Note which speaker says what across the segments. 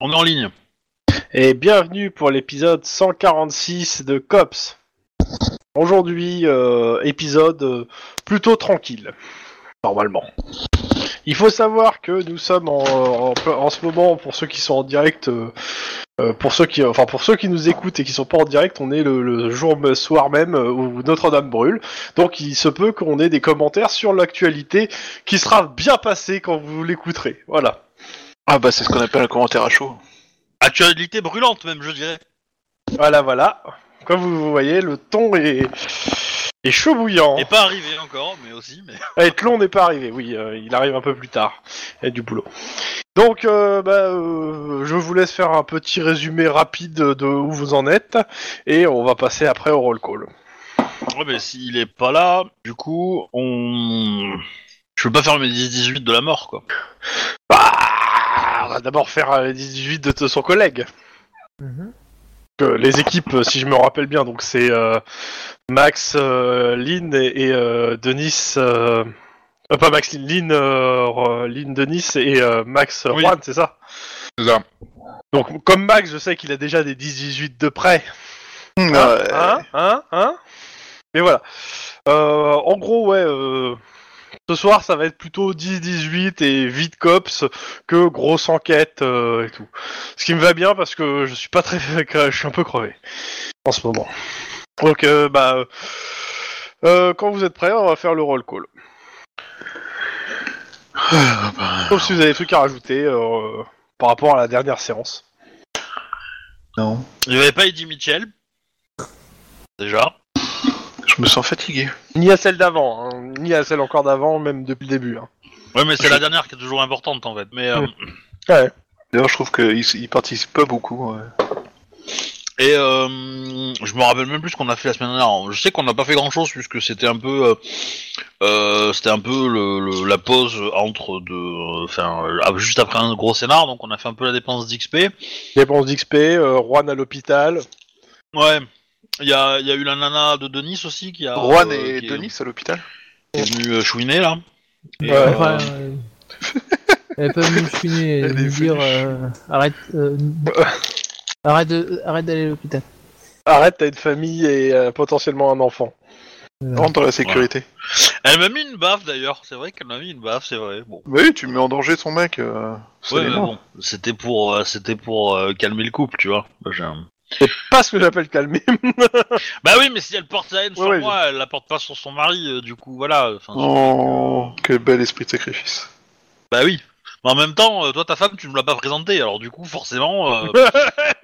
Speaker 1: on est en ligne.
Speaker 2: Et bienvenue pour l'épisode 146 de Cops. Aujourd'hui, euh, épisode euh, plutôt tranquille, normalement. Il faut savoir que nous sommes en, en, en ce moment, pour ceux qui sont en direct, euh, euh, pour ceux qui, enfin pour ceux qui nous écoutent et qui sont pas en direct, on est le, le jour le soir même euh, où Notre-Dame brûle. Donc il se peut qu'on ait des commentaires sur l'actualité qui sera bien passé quand vous l'écouterez. Voilà.
Speaker 3: Ah bah c'est ce qu'on appelle un commentaire à chaud.
Speaker 1: Actualité brûlante même, je dirais.
Speaker 2: Voilà, voilà. Comme vous voyez, le ton est, est chaud bouillant.
Speaker 1: N'est pas arrivé encore, mais aussi. Mais...
Speaker 2: Et Tlon n'est pas arrivé, oui, euh, il arrive un peu plus tard. Il y a du boulot. Donc, euh, bah, euh, je vous laisse faire un petit résumé rapide de où vous en êtes, et on va passer après au roll call.
Speaker 1: Ouais, mais s'il est pas là, du coup, on. Je peux pas faire mes 10-18 de la mort, quoi.
Speaker 2: Bah, on va d'abord faire euh, les 18 de t- son collègue. Que les équipes, euh, si je me rappelle bien, donc c'est euh, Max, euh, Lynn et, et, euh, Denis. euh, euh, pas Max, Lynn, Lynn, euh, R- Lynn, Denis et euh, Max euh,
Speaker 1: Oui.
Speaker 2: Juan, c'est ça
Speaker 3: C'est ça.
Speaker 2: Donc, comme Max, je sais qu'il a déjà des 10-18 de près. Hein Hein Hein Mais voilà. Euh, en gros, ouais. euh, ce soir, ça va être plutôt 10-18 et vite cops que grosse enquête euh, et tout. Ce qui me va bien parce que je suis pas très. je suis un peu crevé en ce moment. Donc, euh, bah. euh, euh, quand vous êtes prêts, on va faire le roll call. Sauf si vous avez des trucs à rajouter euh, par rapport à la dernière séance.
Speaker 3: Non.
Speaker 1: Il y avait pas Eddie Mitchell. Déjà.
Speaker 3: Je me sens fatigué.
Speaker 2: Ni à celle d'avant, hein, ni à celle encore d'avant, même depuis le début. hein.
Speaker 1: Ouais, mais c'est la dernière qui est toujours importante en fait. Mais euh,
Speaker 3: D'ailleurs, je trouve qu'il s- il participe pas beaucoup. ouais.
Speaker 1: et euh, je me rappelle même plus ce qu'on a fait la semaine dernière. Je sais qu'on n'a pas fait grand chose puisque c'était un peu, euh, euh, c'était un peu le, le- la pause entre deux, enfin euh, juste après un gros scénar, donc on a fait un peu la dépense d'XP.
Speaker 2: Dépense d'XP, euh, Juan à l'hôpital.
Speaker 1: Ouais. Il y a, il y a eu la nana de Denis aussi qui a.
Speaker 3: Juan
Speaker 1: euh,
Speaker 3: et
Speaker 1: qui est-
Speaker 3: Denis à l'hôpital
Speaker 1: qui est venue euh, chouiner là. Et,
Speaker 2: Ouais.
Speaker 1: euh,
Speaker 4: Enfin, euh, elle peut me chiner et
Speaker 3: Elle est
Speaker 4: me dire
Speaker 3: venue.
Speaker 4: euh, arrête, euh, arrête, de- arrête d'aller à l'hôpital.
Speaker 2: Arrête, t'as une famille et euh, potentiellement un enfant.
Speaker 3: Rentre dans la sécurité.
Speaker 1: Elle m'a mis une baffe d'ailleurs. C'est vrai qu'elle m'a mis une baffe, c'est vrai. Bon.
Speaker 3: Bah oui, tu mets en danger son mec. euh,
Speaker 1: Ouais, mais
Speaker 3: seulement.
Speaker 1: bon, c'était pour, euh, c'était pour euh, calmer le couple, tu vois. Moi, j'ai un-
Speaker 2: C'est pas ce que j'appelle calmer.
Speaker 1: Bah oui, mais si elle porte sa haine sur
Speaker 2: Ouais, ouais.
Speaker 1: moi, elle la porte pas sur son mari, euh, du coup, voilà. Enfin,
Speaker 3: Oh, quel bel esprit de sacrifice.
Speaker 1: Bah oui. Mais en même temps, euh, toi, ta femme, tu me l'as pas présentée, alors du coup, forcément, euh,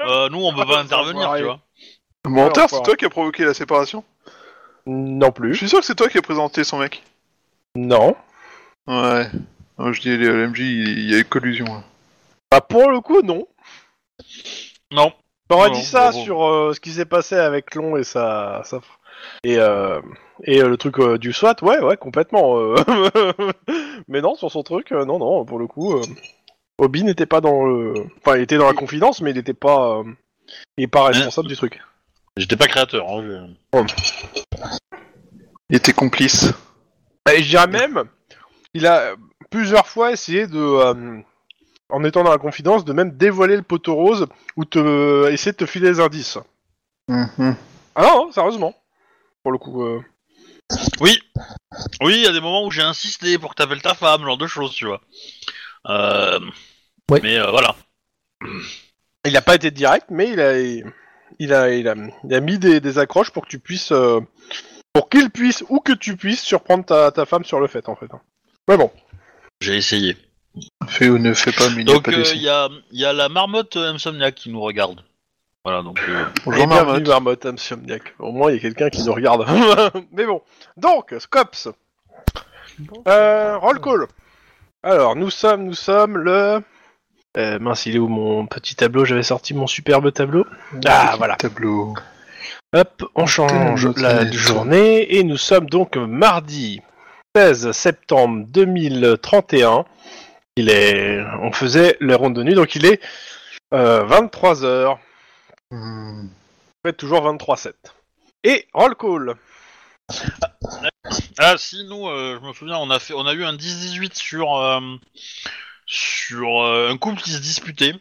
Speaker 1: euh, nous, on peut pas intervenir, tu vois.
Speaker 2: Ouais,
Speaker 3: Menteur,
Speaker 2: enfin.
Speaker 3: c'est toi qui as provoqué la séparation
Speaker 2: non
Speaker 3: Je
Speaker 2: plus.
Speaker 3: suis sûr que c'est toi qui as présenté son mec.
Speaker 2: Non.
Speaker 3: Ouais. Non, je dis, les LMJ, il y a eu collusion. là.
Speaker 2: Bah pour le coup, non.
Speaker 1: Non.
Speaker 2: T'aurais
Speaker 1: Non,
Speaker 2: Bah, dit ça
Speaker 1: bon, bon.
Speaker 2: sur euh, ce qui s'est passé avec Lon et sa... sa- Et, euh, et euh, le truc euh, du SWAT, ouais, ouais, complètement. euh. Mais non, sur son truc, euh, non, non, pour le coup... euh, Obi n'était pas dans le... Enfin, il était dans la confidence, mais il n'était pas... euh, Il est pas responsable du truc.
Speaker 1: J'étais pas créateur. Hein, je-
Speaker 3: Il était complice.
Speaker 2: Et je dirais même, il a plusieurs fois essayé de, euh, en étant dans la confidence, de même dévoiler le poteau rose ou te euh, essayer de te filer des indices.
Speaker 3: Mhm.
Speaker 2: Ah non, non, sérieusement. Pour le coup. euh.
Speaker 1: Oui, il y a des moments où j'ai insisté pour que t'appelles ta femme, genre de choses, tu vois. Euh...
Speaker 4: Ouais.
Speaker 1: Mais euh, voilà.
Speaker 2: Il n'a pas été direct, mais il a, il a, il a, il a mis des, des accroches pour que tu puisses, euh, pour qu'il puisse ou que tu puisses surprendre ta, ta femme sur le fait, en fait. Mais bon.
Speaker 1: J'ai essayé.
Speaker 3: Fais ou ne fais pas, mais il n'y a
Speaker 1: Donc euh,
Speaker 3: pas
Speaker 1: il
Speaker 3: d'essai.
Speaker 1: y, a, y a la marmotte euh, Insomniac qui nous regarde. Voilà donc. euh,
Speaker 3: Bonjour,
Speaker 2: Et bienvenue,
Speaker 3: Marmotte.
Speaker 2: Marmotte Insomniac. Au moins, il y a quelqu'un qui nous regarde. Mais bon. Donc, Scops. Euh, roll call. Alors, nous sommes, nous sommes le. Euh, mince, il est où mon petit tableau J'avais sorti mon superbe tableau. Ah, voilà.
Speaker 3: Tableau.
Speaker 2: Hop, on change
Speaker 3: Tableau,
Speaker 2: la
Speaker 3: tableau.
Speaker 2: journée et nous sommes donc mardi 16 septembre 2031. Il est, on faisait les rondes de nuit, donc il est euh, 23 h
Speaker 3: Hmm.
Speaker 2: Faites toujours 23-7. Et roll call.
Speaker 1: Ah si nous, euh, je me souviens, on a fait, on a eu un 10-18 sur euh, sur euh, un couple qui se disputait.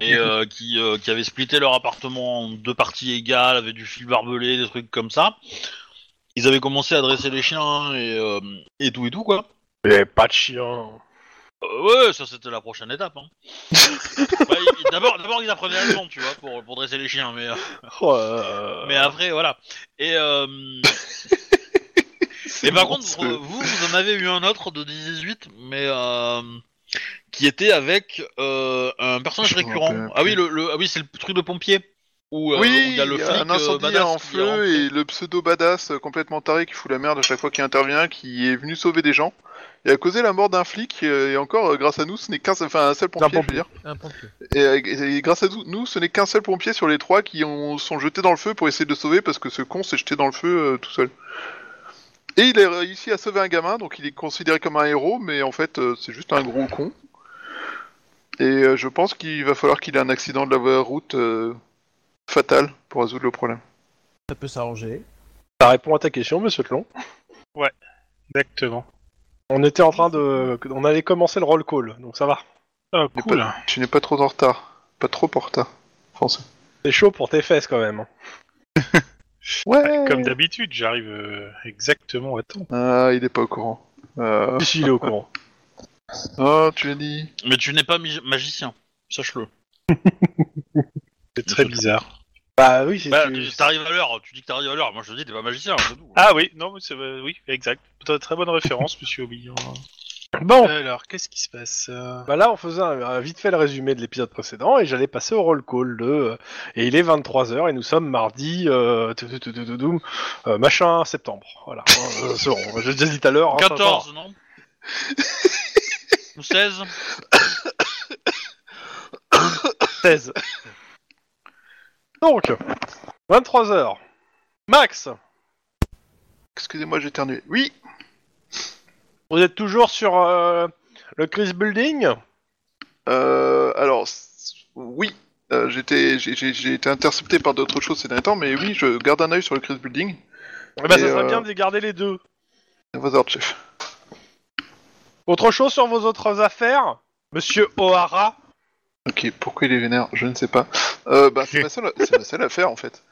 Speaker 1: et euh, qui, euh, qui avaient splitté leur appartement en deux parties égales, avec du fil barbelé, des trucs comme ça. Ils avaient commencé à dresser les chiens et, euh, et tout et tout, quoi.
Speaker 2: Mais pas de chien.
Speaker 1: Euh, ouais, ça c'était la prochaine étape. Hein. Ouais, ils- ils- D'abord, d'abord ils apprenaient l'allemand, tu vois, pour, pour dresser les chiens, mais, euh,
Speaker 2: Oh, euh,
Speaker 1: mais après, voilà. Et, euh, et par contre, vous, vous en avez eu un autre de 18, mais euh, qui était avec euh, un personnage
Speaker 3: Je me
Speaker 1: récurrent.
Speaker 3: rappelle
Speaker 1: Ah oui, le,
Speaker 3: plus.
Speaker 1: le- ah oui, c'est le truc de pompier. Où, euh, où
Speaker 3: oui,
Speaker 1: il y a le flic
Speaker 3: un
Speaker 1: euh,
Speaker 3: incendie
Speaker 1: badass
Speaker 3: en
Speaker 1: qui
Speaker 3: feu
Speaker 1: rentre.
Speaker 3: et le pseudo badass euh, complètement taré qui fout la merde à chaque fois qu'il intervient, qui est venu sauver des gens et a causé la mort d'un flic euh, et encore euh, grâce à nous ce n'est qu'un seul- enfin un seul pompier,
Speaker 2: pompier.
Speaker 3: je veux dire.
Speaker 4: Un pompier.
Speaker 3: Et, euh, et grâce à nous ce n'est qu'un seul pompier sur les trois qui ont, sont jetés dans le feu pour essayer de le sauver parce que ce con s'est jeté dans le feu euh, tout seul. Et il a réussi à sauver un gamin donc il est considéré comme un héros mais en fait euh, c'est juste un gros con. Et euh, je pense qu'il va falloir qu'il ait un accident de la route euh, fatal pour résoudre le problème.
Speaker 4: Ça peut s'arranger.
Speaker 2: Ça répond à ta question, monsieur Tlon.
Speaker 5: Exactement.
Speaker 2: On était en train de. On allait commencer le roll call, donc ça va.
Speaker 5: Oh,
Speaker 3: Il est
Speaker 5: cool.
Speaker 3: pas- tu n'es pas trop en retard. Pas trop en retard. Français.
Speaker 2: C'est chaud pour tes fesses quand même.
Speaker 3: Ouais
Speaker 2: Euh.
Speaker 5: Comme d'habitude, j'arrive euh, exactement à temps.
Speaker 3: Ah, il est pas au courant. Euh...
Speaker 2: Si, si, il est au courant.
Speaker 3: Oh, tu l'as dit.
Speaker 1: Mais tu n'es pas mi- magicien, sache-le.
Speaker 5: C'est très bizarre.
Speaker 2: Bah oui, c'est.
Speaker 1: Bah,
Speaker 2: tu-
Speaker 1: tu- t'arrives à l'heure, tu dis que t'arrives à l'heure. Moi je te dis, t'es pas magicien, hein, c'est tout.
Speaker 5: Ah oui, non, mais c'est, euh, oui, exact. Très- Très bonne référence, monsieur Obi.
Speaker 2: Bon,
Speaker 5: Alors, qu'est-ce qui se passe euh
Speaker 2: bah là on faisait un, un vite fait le résumé de l'épisode précédent et j'allais passer au roll call de. euh, Et il est 23h et nous sommes mardi. euh, tout, tout, tout, tout, tout, tout, euh, machin septembre. Voilà. Euh, c'est bon, J'ai déjà dit tout à l'heure. hein, ça va.
Speaker 1: 14, non Ou 16
Speaker 2: 16. Donc, 23h. Max,
Speaker 3: Excusez-moi, j'ai éternué. Oui
Speaker 2: vous êtes toujours sur euh, le Chris Building Eh
Speaker 3: Euh, alors, c- oui, euh, j'étais, j'ai- j'ai j'ai été intercepté par d'autres choses ces derniers temps, mais oui, je garde un œil sur le Chris Building.
Speaker 2: Eh ben,
Speaker 3: Et,
Speaker 2: ça serait
Speaker 3: euh,
Speaker 2: bien de les garder les deux.
Speaker 3: Vas-y, chef.
Speaker 2: Autre chose sur vos autres affaires Monsieur O'Hara
Speaker 3: Ok, pourquoi il est vénère Je ne sais pas. Euh, bah, c'est ma seule, c'est ma seule affaire en fait.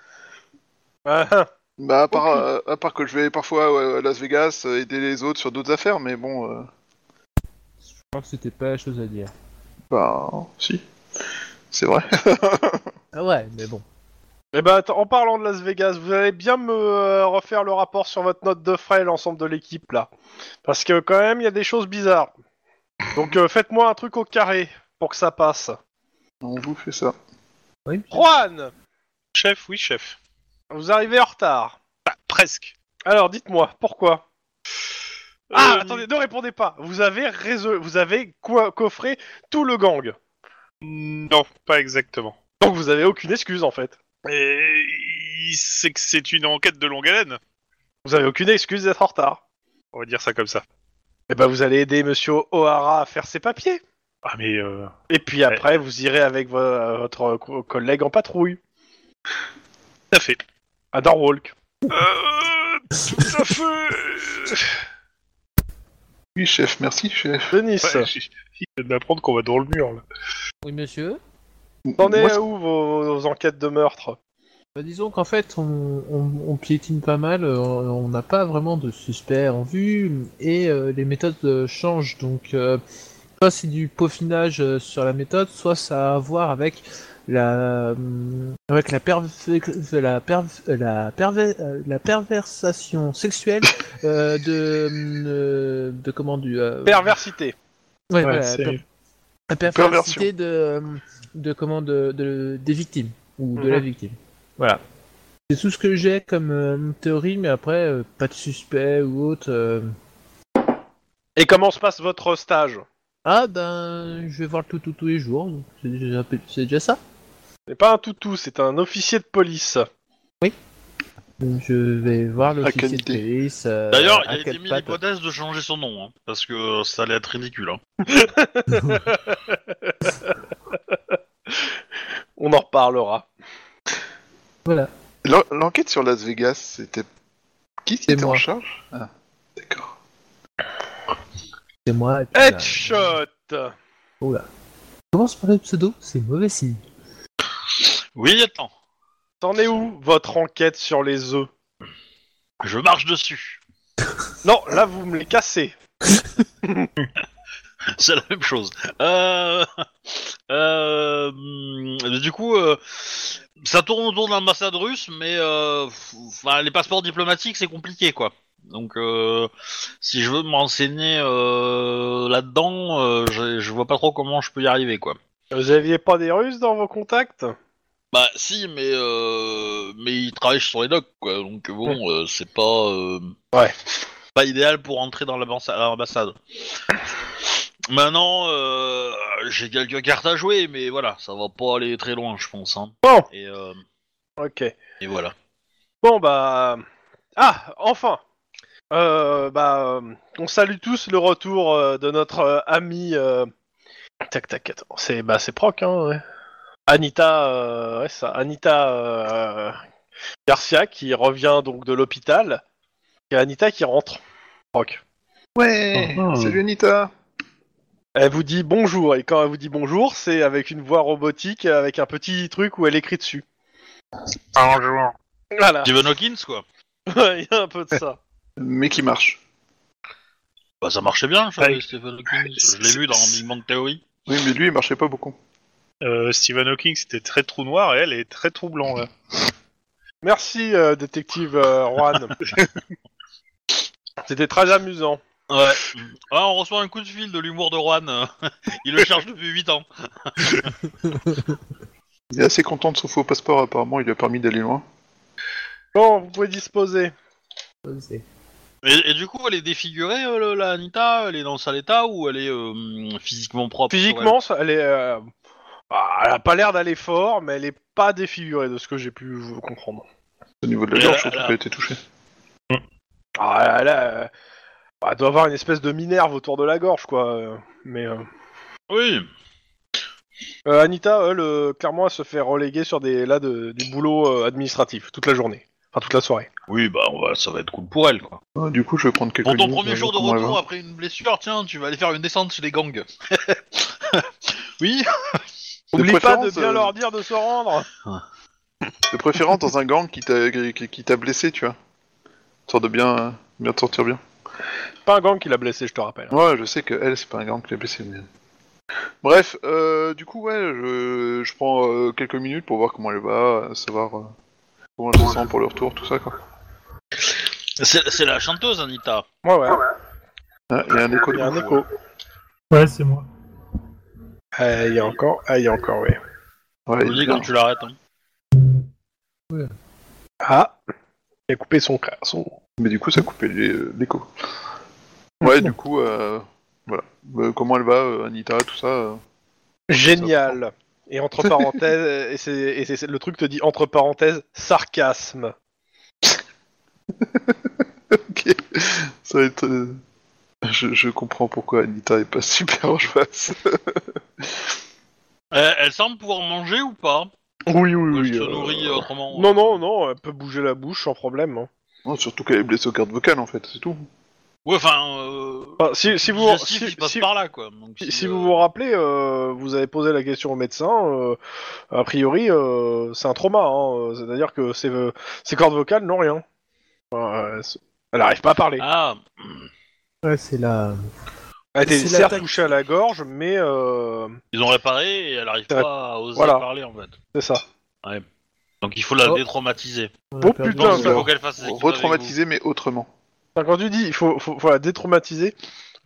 Speaker 2: Ah, ah.
Speaker 3: Bah, à part, euh, à part que je vais parfois ouais, à Las Vegas euh, aider les autres sur d'autres affaires, mais bon, euh,
Speaker 4: Je crois que c'était pas la chose à dire.
Speaker 3: bah, si. C'est vrai.
Speaker 4: Ah ouais, mais bon.
Speaker 2: Eh ben, attends, en parlant de Las Vegas, vous allez bien me euh, refaire le rapport sur votre note de frais, l'ensemble de l'équipe, là. Parce que, quand même, il y a des choses bizarres. Donc, euh, faites-moi un truc au carré pour que ça passe.
Speaker 3: On vous fait ça.
Speaker 4: Oui.
Speaker 2: Juan
Speaker 5: Chef, oui, chef.
Speaker 2: Vous arrivez en retard.
Speaker 5: Bah, presque.
Speaker 2: Alors, dites-moi, pourquoi Ah,
Speaker 5: Euh,
Speaker 2: attendez, ne répondez pas. Vous avez, résol- vous avez co- coffré tout le gang.
Speaker 5: Non, pas exactement.
Speaker 2: Donc, vous avez aucune excuse, en fait.
Speaker 5: Et il sait que c'est une enquête de longue haleine.
Speaker 2: Vous avez aucune excuse d'être en retard.
Speaker 5: On va dire ça comme ça.
Speaker 2: Eh ben, vous allez aider Monsieur O'Hara à faire ses papiers.
Speaker 5: Ah, mais euh,
Speaker 2: Et puis après, vous irez avec vo- euh, votre co- collègue en patrouille
Speaker 5: tout à fait.
Speaker 2: à Darwalk.
Speaker 5: Euh, tout à fait.
Speaker 3: Oui, chef, merci, chef.
Speaker 2: Denis,
Speaker 5: Ouais, j'ai- il vient de m'apprendre qu'on va dans le mur là.
Speaker 4: Oui, monsieur.
Speaker 2: t'en es
Speaker 3: Moi,
Speaker 2: à où vos, vos enquêtes de meurtre
Speaker 4: Bah, disons qu'en fait, on, on- on piétine pas mal, euh, on n'a pas vraiment de suspect en vue, et euh, les méthodes euh, changent, donc euh, soit c'est du peaufinage euh, sur la méthode, soit ça a à voir avec la, euh, avec la, perve- la, perve- la, perve- euh, la perversation sexuelle euh, de, euh, de comment du... euh,
Speaker 2: Perversité.
Speaker 4: ouais,
Speaker 5: Ouais,
Speaker 4: voilà,
Speaker 5: c'est-
Speaker 4: per- la perversité de, euh, de comment de, de- des victimes ou de
Speaker 2: Mhm.
Speaker 4: la victime. Voilà. C'est tout ce que j'ai comme euh, théorie, mais après euh, pas de suspect ou autre. euh.
Speaker 2: Et comment se passe votre stage
Speaker 4: Ah ben, je vais voir le tout tout tous les jours. donc C'est déjà, c'est déjà ça.
Speaker 2: C'est pas un toutou, c'est un officier de police.
Speaker 4: Donc, Je vais voir l'officier de
Speaker 3: qualité.
Speaker 4: police. euh,
Speaker 1: D'ailleurs,
Speaker 4: à
Speaker 1: il a été
Speaker 4: quatre
Speaker 1: mis
Speaker 4: pattes.
Speaker 1: l'hypothèse de changer son nom, hein, parce que ça allait être ridicule. Hein.
Speaker 2: On en reparlera.
Speaker 4: Voilà.
Speaker 3: l'en- L'enquête sur Las Vegas, c'était. Qui qui
Speaker 4: C'est
Speaker 3: était en
Speaker 4: moi.
Speaker 3: charge Ah, d'accord.
Speaker 2: Eh,
Speaker 4: C'est moi. et puis,
Speaker 2: Headshot
Speaker 4: Oula. commence par le pseudo, c'est mauvais signe.
Speaker 1: Oui, attends.
Speaker 2: T'en es où, votre enquête sur les œufs
Speaker 1: Je marche dessus.
Speaker 2: Non, là, vous me les cassez.
Speaker 1: C'est la même chose. Euh... euh, hum, Du coup, euh, ça tourne autour de l'ambassade russe, mais euh, f- enfin, les passeports diplomatiques, c'est compliqué, quoi. Donc, euh, si je veux me renseigner euh, là-dedans, euh, je, je vois pas trop comment je peux y arriver, quoi.
Speaker 2: Vous aviez pas des Russes dans vos contacts
Speaker 1: Bah, si, mais euh, mais ils travaillent sur les docks, quoi. Donc bon, euh, c'est pas euh,
Speaker 2: Ouais.
Speaker 1: pas idéal pour entrer dans l'ambassa- l'ambassade. Maintenant, euh, j'ai quelques cartes à jouer, mais voilà, ça va pas aller très loin, je pense. Hein.
Speaker 2: Bon.
Speaker 1: Et, euh,
Speaker 2: Ok.
Speaker 1: et voilà.
Speaker 2: Bon, bah... Ah, enfin euh, Bah, euh, on salue tous le retour euh, de notre euh, ami... euh, Tac, tac, attends. C'est bah, c'est Proc, hein, ouais. Anita... euh, ouais, ça, Anita euh, Garcia, qui revient donc de l'hôpital. Et Anita qui rentre. Proc.
Speaker 3: Ouais
Speaker 4: Oh, oh.
Speaker 3: Salut Anita
Speaker 2: Elle vous dit bonjour, et quand elle vous dit bonjour, c'est avec une voix robotique, avec un petit truc où elle écrit dessus.
Speaker 6: Bonjour.
Speaker 2: Voilà,
Speaker 1: Stephen Hawkins, quoi.
Speaker 2: il y a un peu de ça.
Speaker 3: Mais qui marche.
Speaker 1: Bah, ça marchait bien, je savais,
Speaker 6: Ouais.
Speaker 1: Stephen Hawkins. Je l'ai
Speaker 6: C'est-
Speaker 1: vu dans
Speaker 6: c'est-
Speaker 1: Big Bang Theory.
Speaker 3: Oui, mais lui, il marchait pas beaucoup.
Speaker 6: Euh, Stephen Hawking, c'était très trou noir et elle est très trou blanc. Là.
Speaker 2: Merci, euh, détective euh, Juan. C'était très amusant.
Speaker 1: Ouais. Ah, on reçoit un coup de fil de l'humour de Juan. euh, Il le cherche depuis 8 ans.
Speaker 3: Il est assez content de son faux passeport, apparemment, il lui a permis d'aller loin.
Speaker 2: Bon, vous pouvez disposer.
Speaker 1: Et, et du coup, elle est défigurée, euh, le- la Anita Elle est dans le sale état ou elle est euh, physiquement propre
Speaker 2: Physiquement, ça- elle est. euh, ah, elle a pas l'air d'aller fort, mais elle est pas défigurée de ce que j'ai pu vous comprendre.
Speaker 3: Au niveau de la
Speaker 1: Et
Speaker 3: gorge,
Speaker 1: là,
Speaker 3: je trouve
Speaker 1: là.
Speaker 3: qu'il a été touché.
Speaker 2: Ah, elle, a, euh, bah, elle doit avoir une espèce de minerve autour de la gorge, quoi. euh, Mais. euh,
Speaker 1: Oui.
Speaker 2: Euh, Anita, elle, euh, clairement, elle se fait reléguer sur des là de- du boulot euh, administratif toute la journée, enfin toute la soirée.
Speaker 1: Oui, bah on va- ça va être cool pour elle. Quoi.
Speaker 3: Ah, du coup, je vais prendre quelques
Speaker 1: Pour ton
Speaker 3: minutes,
Speaker 1: premier
Speaker 3: je
Speaker 1: jour de
Speaker 3: vais voir comment elle
Speaker 1: retour
Speaker 3: va.
Speaker 1: après une blessure, tiens, tu vas aller faire une descente chez les gangs. oui.
Speaker 3: De
Speaker 2: Oublie pas de
Speaker 3: préférence,
Speaker 2: bien
Speaker 3: euh,
Speaker 2: leur dire de se rendre.
Speaker 3: De préférence dans un gang qui t'a qui- qui t'a blessé, tu vois. Histoire de bien, euh, bien te sortir bien.
Speaker 2: Pas un gang qui l'a blessé, je te rappelle.
Speaker 3: Ouais, je sais que elle, c'est pas un gang qui l'a blessé, mais... Bref, euh, du coup, ouais, je, je prends euh, quelques minutes pour voir comment elle va, euh, savoir euh, comment elle se sent pour le retour, tout ça, quoi.
Speaker 1: C'est c'est la chanteuse Anita.
Speaker 2: Ouais, ouais.
Speaker 3: Ah, Il y a un écho
Speaker 2: Il
Speaker 3: de
Speaker 2: y a un
Speaker 3: ouf.
Speaker 2: écho.
Speaker 7: Ouais, c'est moi.
Speaker 2: Ah, il y a encore. Ah, il y a encore, oui.
Speaker 3: Ouais,
Speaker 1: Je dis quand tu l'arrêtes. hein.
Speaker 2: Ah. Il a coupé son ca- son.
Speaker 3: Mais du coup, ça coupait les- euh, l'écho. Ouais, du coup, euh, voilà. Euh, comment elle va, euh, Anita, tout ça euh.
Speaker 2: Génial. Et entre parenthèses, et, c'est, et c'est- le truc te dit entre parenthèses sarcasme.
Speaker 3: Ok. Ça va être. euh, Je, je comprends pourquoi Anita est pas super en face.
Speaker 1: Euh, elle semble pouvoir manger ou pas
Speaker 2: Oui, oui,
Speaker 1: Ou
Speaker 2: oui.
Speaker 1: Elle se
Speaker 2: euh,
Speaker 1: nourrit autrement.
Speaker 2: Non, non, non. Elle peut bouger la bouche sans problème. hein.
Speaker 3: Non, surtout qu'elle est blessée aux cordes vocales, en fait, c'est tout.
Speaker 1: Ouais, enfin. Euh...
Speaker 2: Enfin, si, si vous,
Speaker 1: digestif,
Speaker 2: si-
Speaker 1: il passe
Speaker 2: si-
Speaker 1: par là quoi. Donc,
Speaker 2: Si, si
Speaker 1: euh,
Speaker 2: vous vous rappelez, euh, vous avez posé la question au médecin. euh, a priori, euh, c'est un trauma. hein, euh, C'est-à-dire que ses, euh, ses cordes vocales n'ont rien. Enfin, euh, c'est- elle n'arrive pas à parler.
Speaker 1: Ah.
Speaker 4: Ouais, c'est la.
Speaker 2: elle était
Speaker 7: Ah, c'est
Speaker 2: certes
Speaker 7: l'attaque.
Speaker 2: touchée à la gorge, mais euh,
Speaker 1: Ils ont réparé et elle arrive
Speaker 2: Ouais.
Speaker 1: pas à oser
Speaker 2: Voilà.
Speaker 1: parler en fait.
Speaker 2: c'est ça.
Speaker 1: Donc il faut la
Speaker 4: Oh.
Speaker 1: détraumatiser.
Speaker 4: on a
Speaker 2: Oh,
Speaker 4: perdu-
Speaker 2: putain,
Speaker 1: Donc il
Speaker 2: ça-
Speaker 1: faut qu'elle fasse. ses équipes avec vous.
Speaker 3: Retraumatiser, mais autrement.
Speaker 2: Enfin, quand tu dis, il faut, faut, faut la détraumatiser.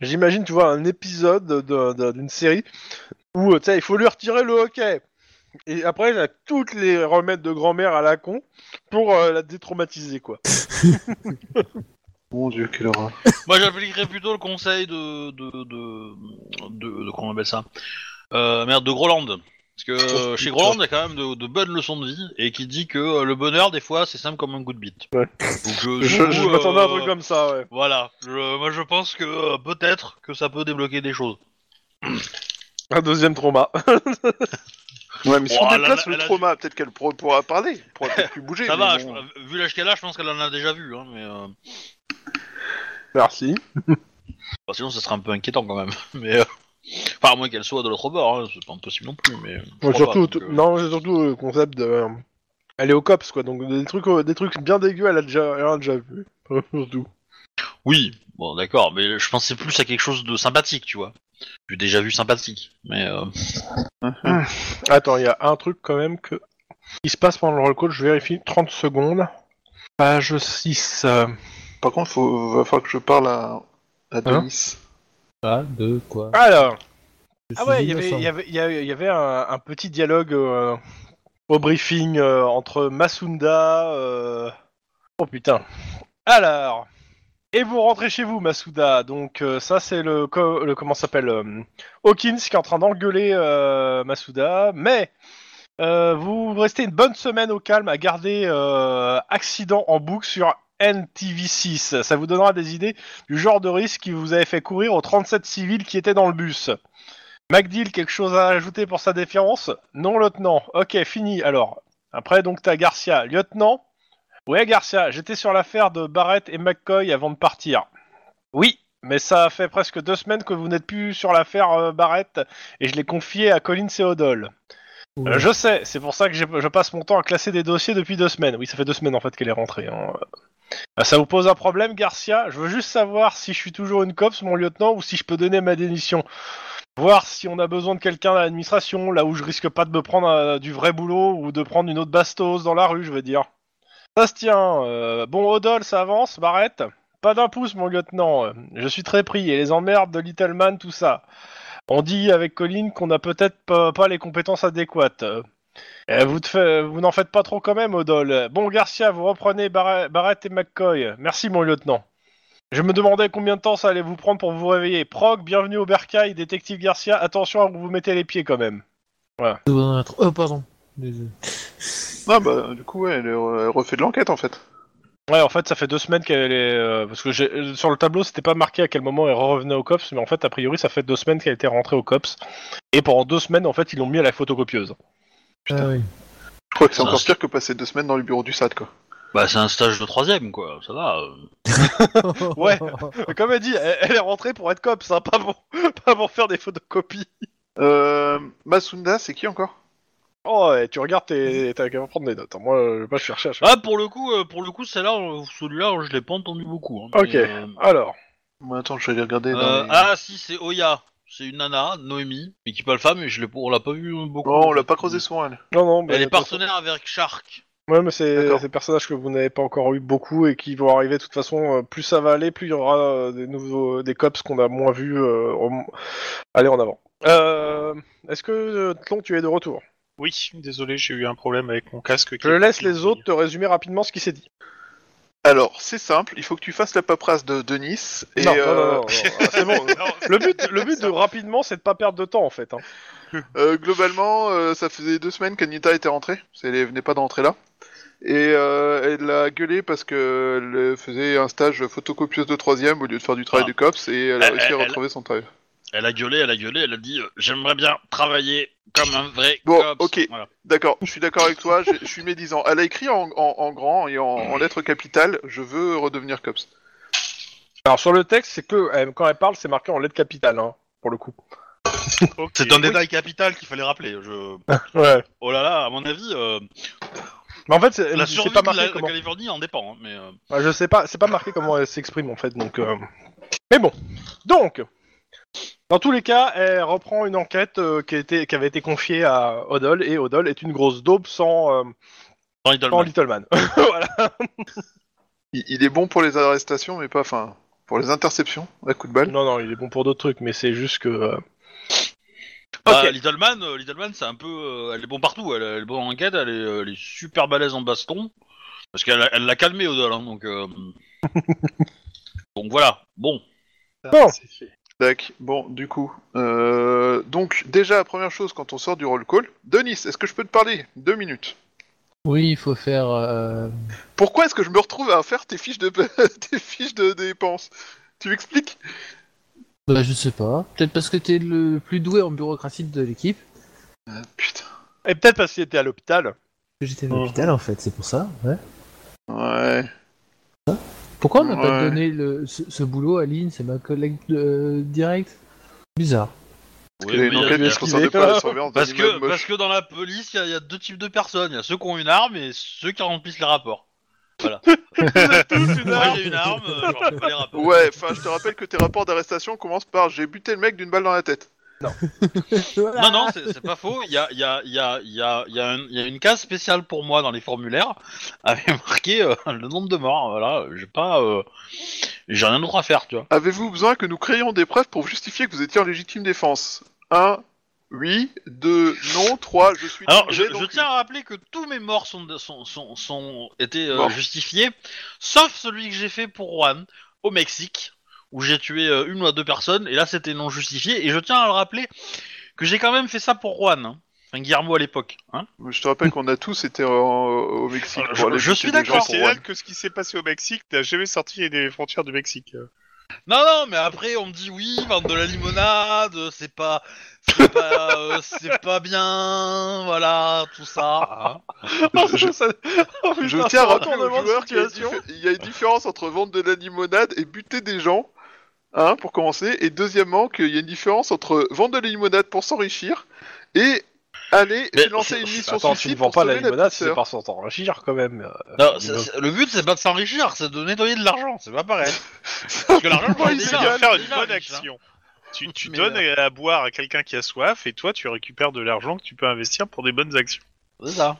Speaker 2: J'imagine, tu vois, un épisode de- de- d'une série où, euh, tu sais, il faut lui retirer le hockey. Et après, il a toutes les remèdes de grand-mère à la con pour euh, la détraumatiser, quoi.
Speaker 3: Mon dieu, quelle horreur.
Speaker 1: Moi j'appliquerais plutôt le conseil de de de de, de- comment on appelle ça euh, Merde de Groland. Parce que
Speaker 2: Oh,
Speaker 1: euh, chez Groland il y a quand même de, de bonnes leçons de vie et qui dit que euh, le bonheur des fois c'est simple comme un coup de bite.
Speaker 2: Ouais.
Speaker 1: Donc je,
Speaker 2: Je,
Speaker 1: du
Speaker 2: je
Speaker 1: coup,
Speaker 2: m'attendais à un
Speaker 1: euh,
Speaker 2: truc comme ça, ouais.
Speaker 1: Voilà, Je- moi je pense que euh, peut-être que ça peut débloquer des choses.
Speaker 2: Un deuxième trauma.
Speaker 3: Ouais, mais si
Speaker 1: Oh,
Speaker 3: on
Speaker 1: elle a-
Speaker 3: déplace
Speaker 1: elle
Speaker 3: le
Speaker 1: a-
Speaker 3: trauma, peut-être qu'elle pro- pourra parler. Elle pourra peut-être plus bouger.
Speaker 1: Ça
Speaker 3: mais
Speaker 1: va,
Speaker 3: bon.
Speaker 1: je- vu l'âge qu'elle a, je pense qu'elle en a déjà vu. Hein, mais euh,
Speaker 2: Merci.
Speaker 1: bah, sinon, ça serait un peu inquiétant quand même. Mais euh, Enfin, à moins qu'elle soit de l'autre bord, hein, c'est pas impossible non plus, mais. je crois
Speaker 2: Moi, surtout,
Speaker 1: pas, donc, euh,
Speaker 2: non, j'ai surtout le concept de. euh, elle est au cops, quoi. Donc des trucs, euh, des trucs bien dégueux, elle a déjà, elle en a déjà vu. surtout.
Speaker 1: Oui, bon, d'accord, mais je pensais plus à quelque chose de sympathique, tu vois. J'ai déjà vu sympathique, mais. euh,
Speaker 2: Attends, il y a un truc quand même que. Il se passe pendant le roll call, je vérifie 30 secondes. Page 6. euh,
Speaker 3: Par contre, faut, va falloir que je parle à, à
Speaker 2: Hein
Speaker 3: Denis.
Speaker 4: Ah, de quoi
Speaker 2: Alors
Speaker 4: Je
Speaker 2: Ah
Speaker 4: suis
Speaker 2: ouais, il y avait,
Speaker 4: innocent.
Speaker 2: il y avait, il y avait- il y avait un, un petit dialogue euh, au briefing euh, entre Masunda. euh, Oh putain. Alors. Et vous rentrez chez vous, Masuda. Donc euh, ça, c'est le, co- le comment ça s'appelle euh, Hawkins qui est en train d'engueuler euh, Masuda. Mais euh, vous restez une bonne semaine au calme à garder euh, accident en boucle sur NTV6. Ça vous donnera des idées du genre de risque qui vous avait fait courir aux 37 civils qui étaient dans le bus. MacDill, quelque chose à ajouter pour sa défiance Non, lieutenant. Ok, fini alors. Après, donc, t'as Garcia. Lieutenant Ouais, Garcia, j'étais sur l'affaire de Barrett et McCoy avant de partir. Oui, mais ça fait presque deux semaines que vous n'êtes plus sur l'affaire euh, Barrett et je l'ai confié à Collins et Odol.
Speaker 4: Ouais.
Speaker 2: Euh, je sais, c'est pour ça que j'ai- je passe mon temps à classer des dossiers depuis deux semaines. Oui, ça fait deux semaines en fait qu'elle est rentrée. hein. Euh, Ça vous pose un problème, Garcia Je veux juste savoir si je suis toujours une copse, mon lieutenant, ou si je peux donner ma démission voir si on a besoin de quelqu'un à l'administration, là où je risque pas de me prendre euh, du vrai boulot ou de prendre une autre bastos dans la rue, je veux dire. Ça se tient. euh, bon, Odol, ça avance, Barrette. Pas d'un pouce, mon lieutenant. euh, Je suis très pris. Et les emmerdes de Little Man, tout ça. On dit avec Colin qu'on a peut-être pas, pas les compétences adéquates. euh. Euh, vous te fa- vous n'en faites pas trop quand même, Odol. Euh, Bon, Garcia, vous reprenez Barre- Barrette et McCoy. Merci, mon lieutenant. Je me demandais combien de temps ça allait vous prendre pour vous réveiller. Prog, bienvenue au bercail, détective Garcia, attention à où vous mettez les pieds quand même.
Speaker 4: Oh, pardon. Désolé.
Speaker 3: Ah bah, du coup, ouais, elle, euh, elle refait de l'enquête en fait.
Speaker 2: Ouais, en fait, ça fait deux semaines qu'elle est. euh, parce que j'ai- euh, sur le tableau, c'était pas marqué à quel moment elle revenait au COPS, mais en fait, a priori, ça fait deux semaines qu'elle était rentrée au COPS. Et pendant deux semaines, en fait, ils l'ont mis à la photocopieuse.
Speaker 4: Ah oui.
Speaker 3: Je crois que c'est
Speaker 1: Ça,
Speaker 3: encore
Speaker 1: c'est-
Speaker 3: pire que passer deux semaines dans le bureau du SAD quoi.
Speaker 1: Bah, c'est un stage de troisième, quoi, ça va. euh.
Speaker 4: Ah
Speaker 2: Ouais. Mais comme elle dit, elle, elle est rentrée pour être COPS, hein, pas, pour, pas pour faire des photocopies.
Speaker 3: Euh, Masunda, c'est qui encore
Speaker 2: Oh, ouais, tu regardes, tes- t'as qu'à prendre des notes. hein. Moi, euh, je vais pas chercher à chaque
Speaker 1: Ah, pour le coup, euh, pour le coup, celle-là, euh, celui-là, je l'ai pas entendu beaucoup. hein, mais,
Speaker 2: Ok.
Speaker 1: euh,
Speaker 2: Alors,
Speaker 3: Bon, Attends, je vais aller regarder. dans
Speaker 1: euh,
Speaker 3: les-
Speaker 1: Ah, si, c'est Oya. C'est une nana, Noémie, mais qui est pas le femme, et je l'ai, on l'a pas vu euh, beaucoup.
Speaker 3: Non, on l'a pas creusé souvent elle.
Speaker 2: non, non, bah, mais-
Speaker 1: Elle est partenaire avec Shark.
Speaker 2: Ouais, mais c'est
Speaker 3: D'accord.
Speaker 2: des personnages que vous n'avez pas encore eu beaucoup et qui vont arriver de toute façon. euh, Plus ça va aller, plus il y aura euh, des nouveaux des cops qu'on a moins vus. euh, au- Allez en avant. Euh, Est-ce que euh, Tlon, tu es de retour
Speaker 8: Oui, désolé, j'ai eu un problème avec mon casque. qui
Speaker 2: Je
Speaker 8: a
Speaker 2: laisse
Speaker 8: pris le
Speaker 2: les autres te résumer rapidement ce qui s'est dit.
Speaker 3: Alors, c'est simple, il faut que tu fasses la paperasse de Denis. Et
Speaker 2: non, non, non,
Speaker 3: euh,
Speaker 2: non, non, ah, c'est bon.
Speaker 8: fil. Non,
Speaker 2: Le but, le but de rapidement, c'est de pas perdre de temps en fait. hein.
Speaker 3: Euh, globalement, euh, ça faisait deux semaines qu'Anita était rentrée. C'est- Elle venait pas d'entrer là. Et euh, elle a gueulé parce que elle faisait un stage photocopieuse de troisième au lieu de faire du travail
Speaker 1: Ah.
Speaker 3: de cops et elle a
Speaker 1: Elle-
Speaker 3: réussi à
Speaker 1: elle-
Speaker 3: retrouver son travail.
Speaker 1: Elle a gueulé, elle a gueulé, elle a dit euh, J'aimerais bien travailler comme un vrai
Speaker 3: Bon,
Speaker 1: cops.
Speaker 3: ok.
Speaker 1: Voilà.
Speaker 3: D'accord, je suis d'accord avec toi, je je suis médisant. Elle a écrit en, en- en grand et en, en
Speaker 1: Mm.
Speaker 3: lettres capitales Je veux redevenir cops.
Speaker 2: Alors sur le texte, c'est que euh, quand elle parle, c'est marqué en lettres capitales hein, pour le coup.
Speaker 8: ok.
Speaker 1: C'est un détail capital qu'il fallait rappeler. Je...
Speaker 2: Ouais.
Speaker 1: Oh là là, à mon avis, euh,
Speaker 2: Mais en fait, c'est
Speaker 1: la
Speaker 2: c'est
Speaker 1: survie
Speaker 2: Euh, pas
Speaker 1: de
Speaker 2: marqué
Speaker 1: la, la
Speaker 2: comment.
Speaker 1: Californie en dépend. hein, mais euh,
Speaker 2: Ouais, je sais pas, c'est pas marqué comment elle s'exprime en fait, donc. euh, Mais bon, donc, dans tous les cas, elle reprend une enquête euh, qui, a été- qui avait été confiée à Odol et Odol est une grosse daube sans, euh,
Speaker 1: dans Little
Speaker 2: sans
Speaker 1: Man.
Speaker 2: Little Man. voilà.
Speaker 3: Il, il est bon pour les arrestations, mais pas, enfin, pour les interceptions à coup de balle.
Speaker 2: Non, non, il est bon pour d'autres trucs, mais c'est juste que. euh,
Speaker 1: Bah,
Speaker 2: Ok.
Speaker 1: Little Man, euh, Little Man, c'est un peu, euh, elle est bon partout. Elle, elle est bonne en enquête, elle est, euh, elle est super balèze en baston, parce qu'elle a- elle l'a calmé Odol, hein, donc. euh, donc voilà. Bon.
Speaker 2: Bon.
Speaker 8: C'est fait.
Speaker 3: Tac, bon, du coup. euh, donc, déjà, la première chose quand on sort du roll call Denis, est-ce que je peux te parler Deux minutes.
Speaker 4: Oui, il faut faire. euh,
Speaker 3: Pourquoi est-ce que je me retrouve à faire tes fiches de tes fiches de dépenses Tu m'expliques
Speaker 4: Bah, je sais pas. Peut-être parce que t'es le plus doué en bureaucratie de l'équipe.
Speaker 3: Putain.
Speaker 2: Et peut-être parce qu'il était à l'hôpital.
Speaker 4: que J'étais à
Speaker 8: Mhm.
Speaker 4: l'hôpital en fait, c'est pour ça. Ouais.
Speaker 3: Ouais.
Speaker 4: Pourquoi on n'a pas
Speaker 3: Ouais.
Speaker 4: euh, donné le, ce, ce boulot à Lynn, c'est ma collègue de- directe Bizarre.
Speaker 1: Oui,
Speaker 3: Il y a
Speaker 1: oui,
Speaker 3: une
Speaker 1: il y a-
Speaker 3: enquête
Speaker 1: il y a-
Speaker 3: qui se concentrait pas à la surveillance d'un
Speaker 1: euh, Parce que,
Speaker 3: immeuble
Speaker 1: parce
Speaker 3: moche.
Speaker 1: que dans la police, il y a- il y, a deux types de personnes. Il y a ceux qui ont une arme et ceux qui remplissent les rapports. Voilà.
Speaker 3: Ah,
Speaker 1: Moi j'ai une arme, euh, je remplis pas les rapports.
Speaker 3: Ouais, enfin, je te rappelle que tes rapports d'arrestation commencent par j'ai buté le mec d'une balle dans la tête.
Speaker 1: Non, non, c'est c'est pas faux. Il y a, il y, a, il y, a, il y, a, il y a un- il y a une case spéciale pour moi dans les formulaires avec marqué euh, le nombre de morts. Voilà, j'ai pas. euh, j'ai rien d'autre à faire, tu vois.
Speaker 3: Avez-vous besoin que nous créions des preuves pour justifier que vous étiez en légitime défense 1, oui. 2, non. 3, je suis.
Speaker 1: Alors, je,
Speaker 3: libéré,
Speaker 1: je
Speaker 3: donc-
Speaker 1: tiens à rappeler que tous mes morts sont, sont, sont, sont étaient euh,
Speaker 3: Morts.
Speaker 1: justifiés, sauf celui que j'ai fait pour Juan, au Mexique, où j'ai tué euh, une ou deux personnes, et là c'était non justifié. Et je tiens à le rappeler que j'ai quand même fait ça pour Juan, hein. enfin Guillermo à l'époque. Hein.
Speaker 3: Je te rappelle qu'on a tous été en- au Mexique.
Speaker 1: Euh,
Speaker 3: pour
Speaker 1: je-
Speaker 3: aller
Speaker 1: je
Speaker 3: buter
Speaker 1: suis
Speaker 3: des
Speaker 1: d'accord.
Speaker 3: gens pour
Speaker 9: considère que ce qui s'est passé au Mexique n'a jamais sorti des frontières du Mexique.
Speaker 1: Non, non, mais après on me dit oui, vendre de la limonade, euh, c'est pas, c'est pas, euh, c'est pas bien, voilà, tout ça. hein.
Speaker 3: Je-
Speaker 10: Ah. Ça- Oh,
Speaker 3: Je
Speaker 10: putain,
Speaker 3: tiens à
Speaker 10: c'est un
Speaker 3: rappeler aux
Speaker 10: retournement de
Speaker 3: joueurs qu'il y a
Speaker 10: situation.
Speaker 3: diffé- il y a une différence entre vendre de la limonade et buter des gens, hein, pour commencer, et deuxièmement qu'il y a une différence entre vendre de la limonade pour s'enrichir et aller
Speaker 1: Mais
Speaker 3: lancer
Speaker 1: je-
Speaker 3: une
Speaker 1: je-
Speaker 3: mission
Speaker 10: Attends, tu ne
Speaker 3: suicide
Speaker 10: vends
Speaker 3: pour
Speaker 10: pas la
Speaker 3: sauver la
Speaker 10: limonade,
Speaker 3: petite
Speaker 10: si c'est
Speaker 3: sœur.
Speaker 10: par son temps. Chigir, quand même. euh,
Speaker 1: Non,
Speaker 10: dis
Speaker 1: c'est-
Speaker 10: donc.
Speaker 1: c'est- le but c'est pas de s'enrichir, c'est de nettoyer de l'argent, c'est pas pareil. Parce que l'argent,
Speaker 3: Ouais,
Speaker 1: j'en ai
Speaker 3: il
Speaker 9: C'est
Speaker 3: s'est
Speaker 1: déjà,
Speaker 9: de faire
Speaker 1: j'en ai
Speaker 9: une
Speaker 1: déjà,
Speaker 9: bonne
Speaker 1: riche, hein.
Speaker 9: action. Tu, tu
Speaker 1: Mais,
Speaker 9: donnes à boire à quelqu'un qui a soif et toi tu récupères de l'argent que tu peux investir pour des bonnes actions.
Speaker 1: C'est ça.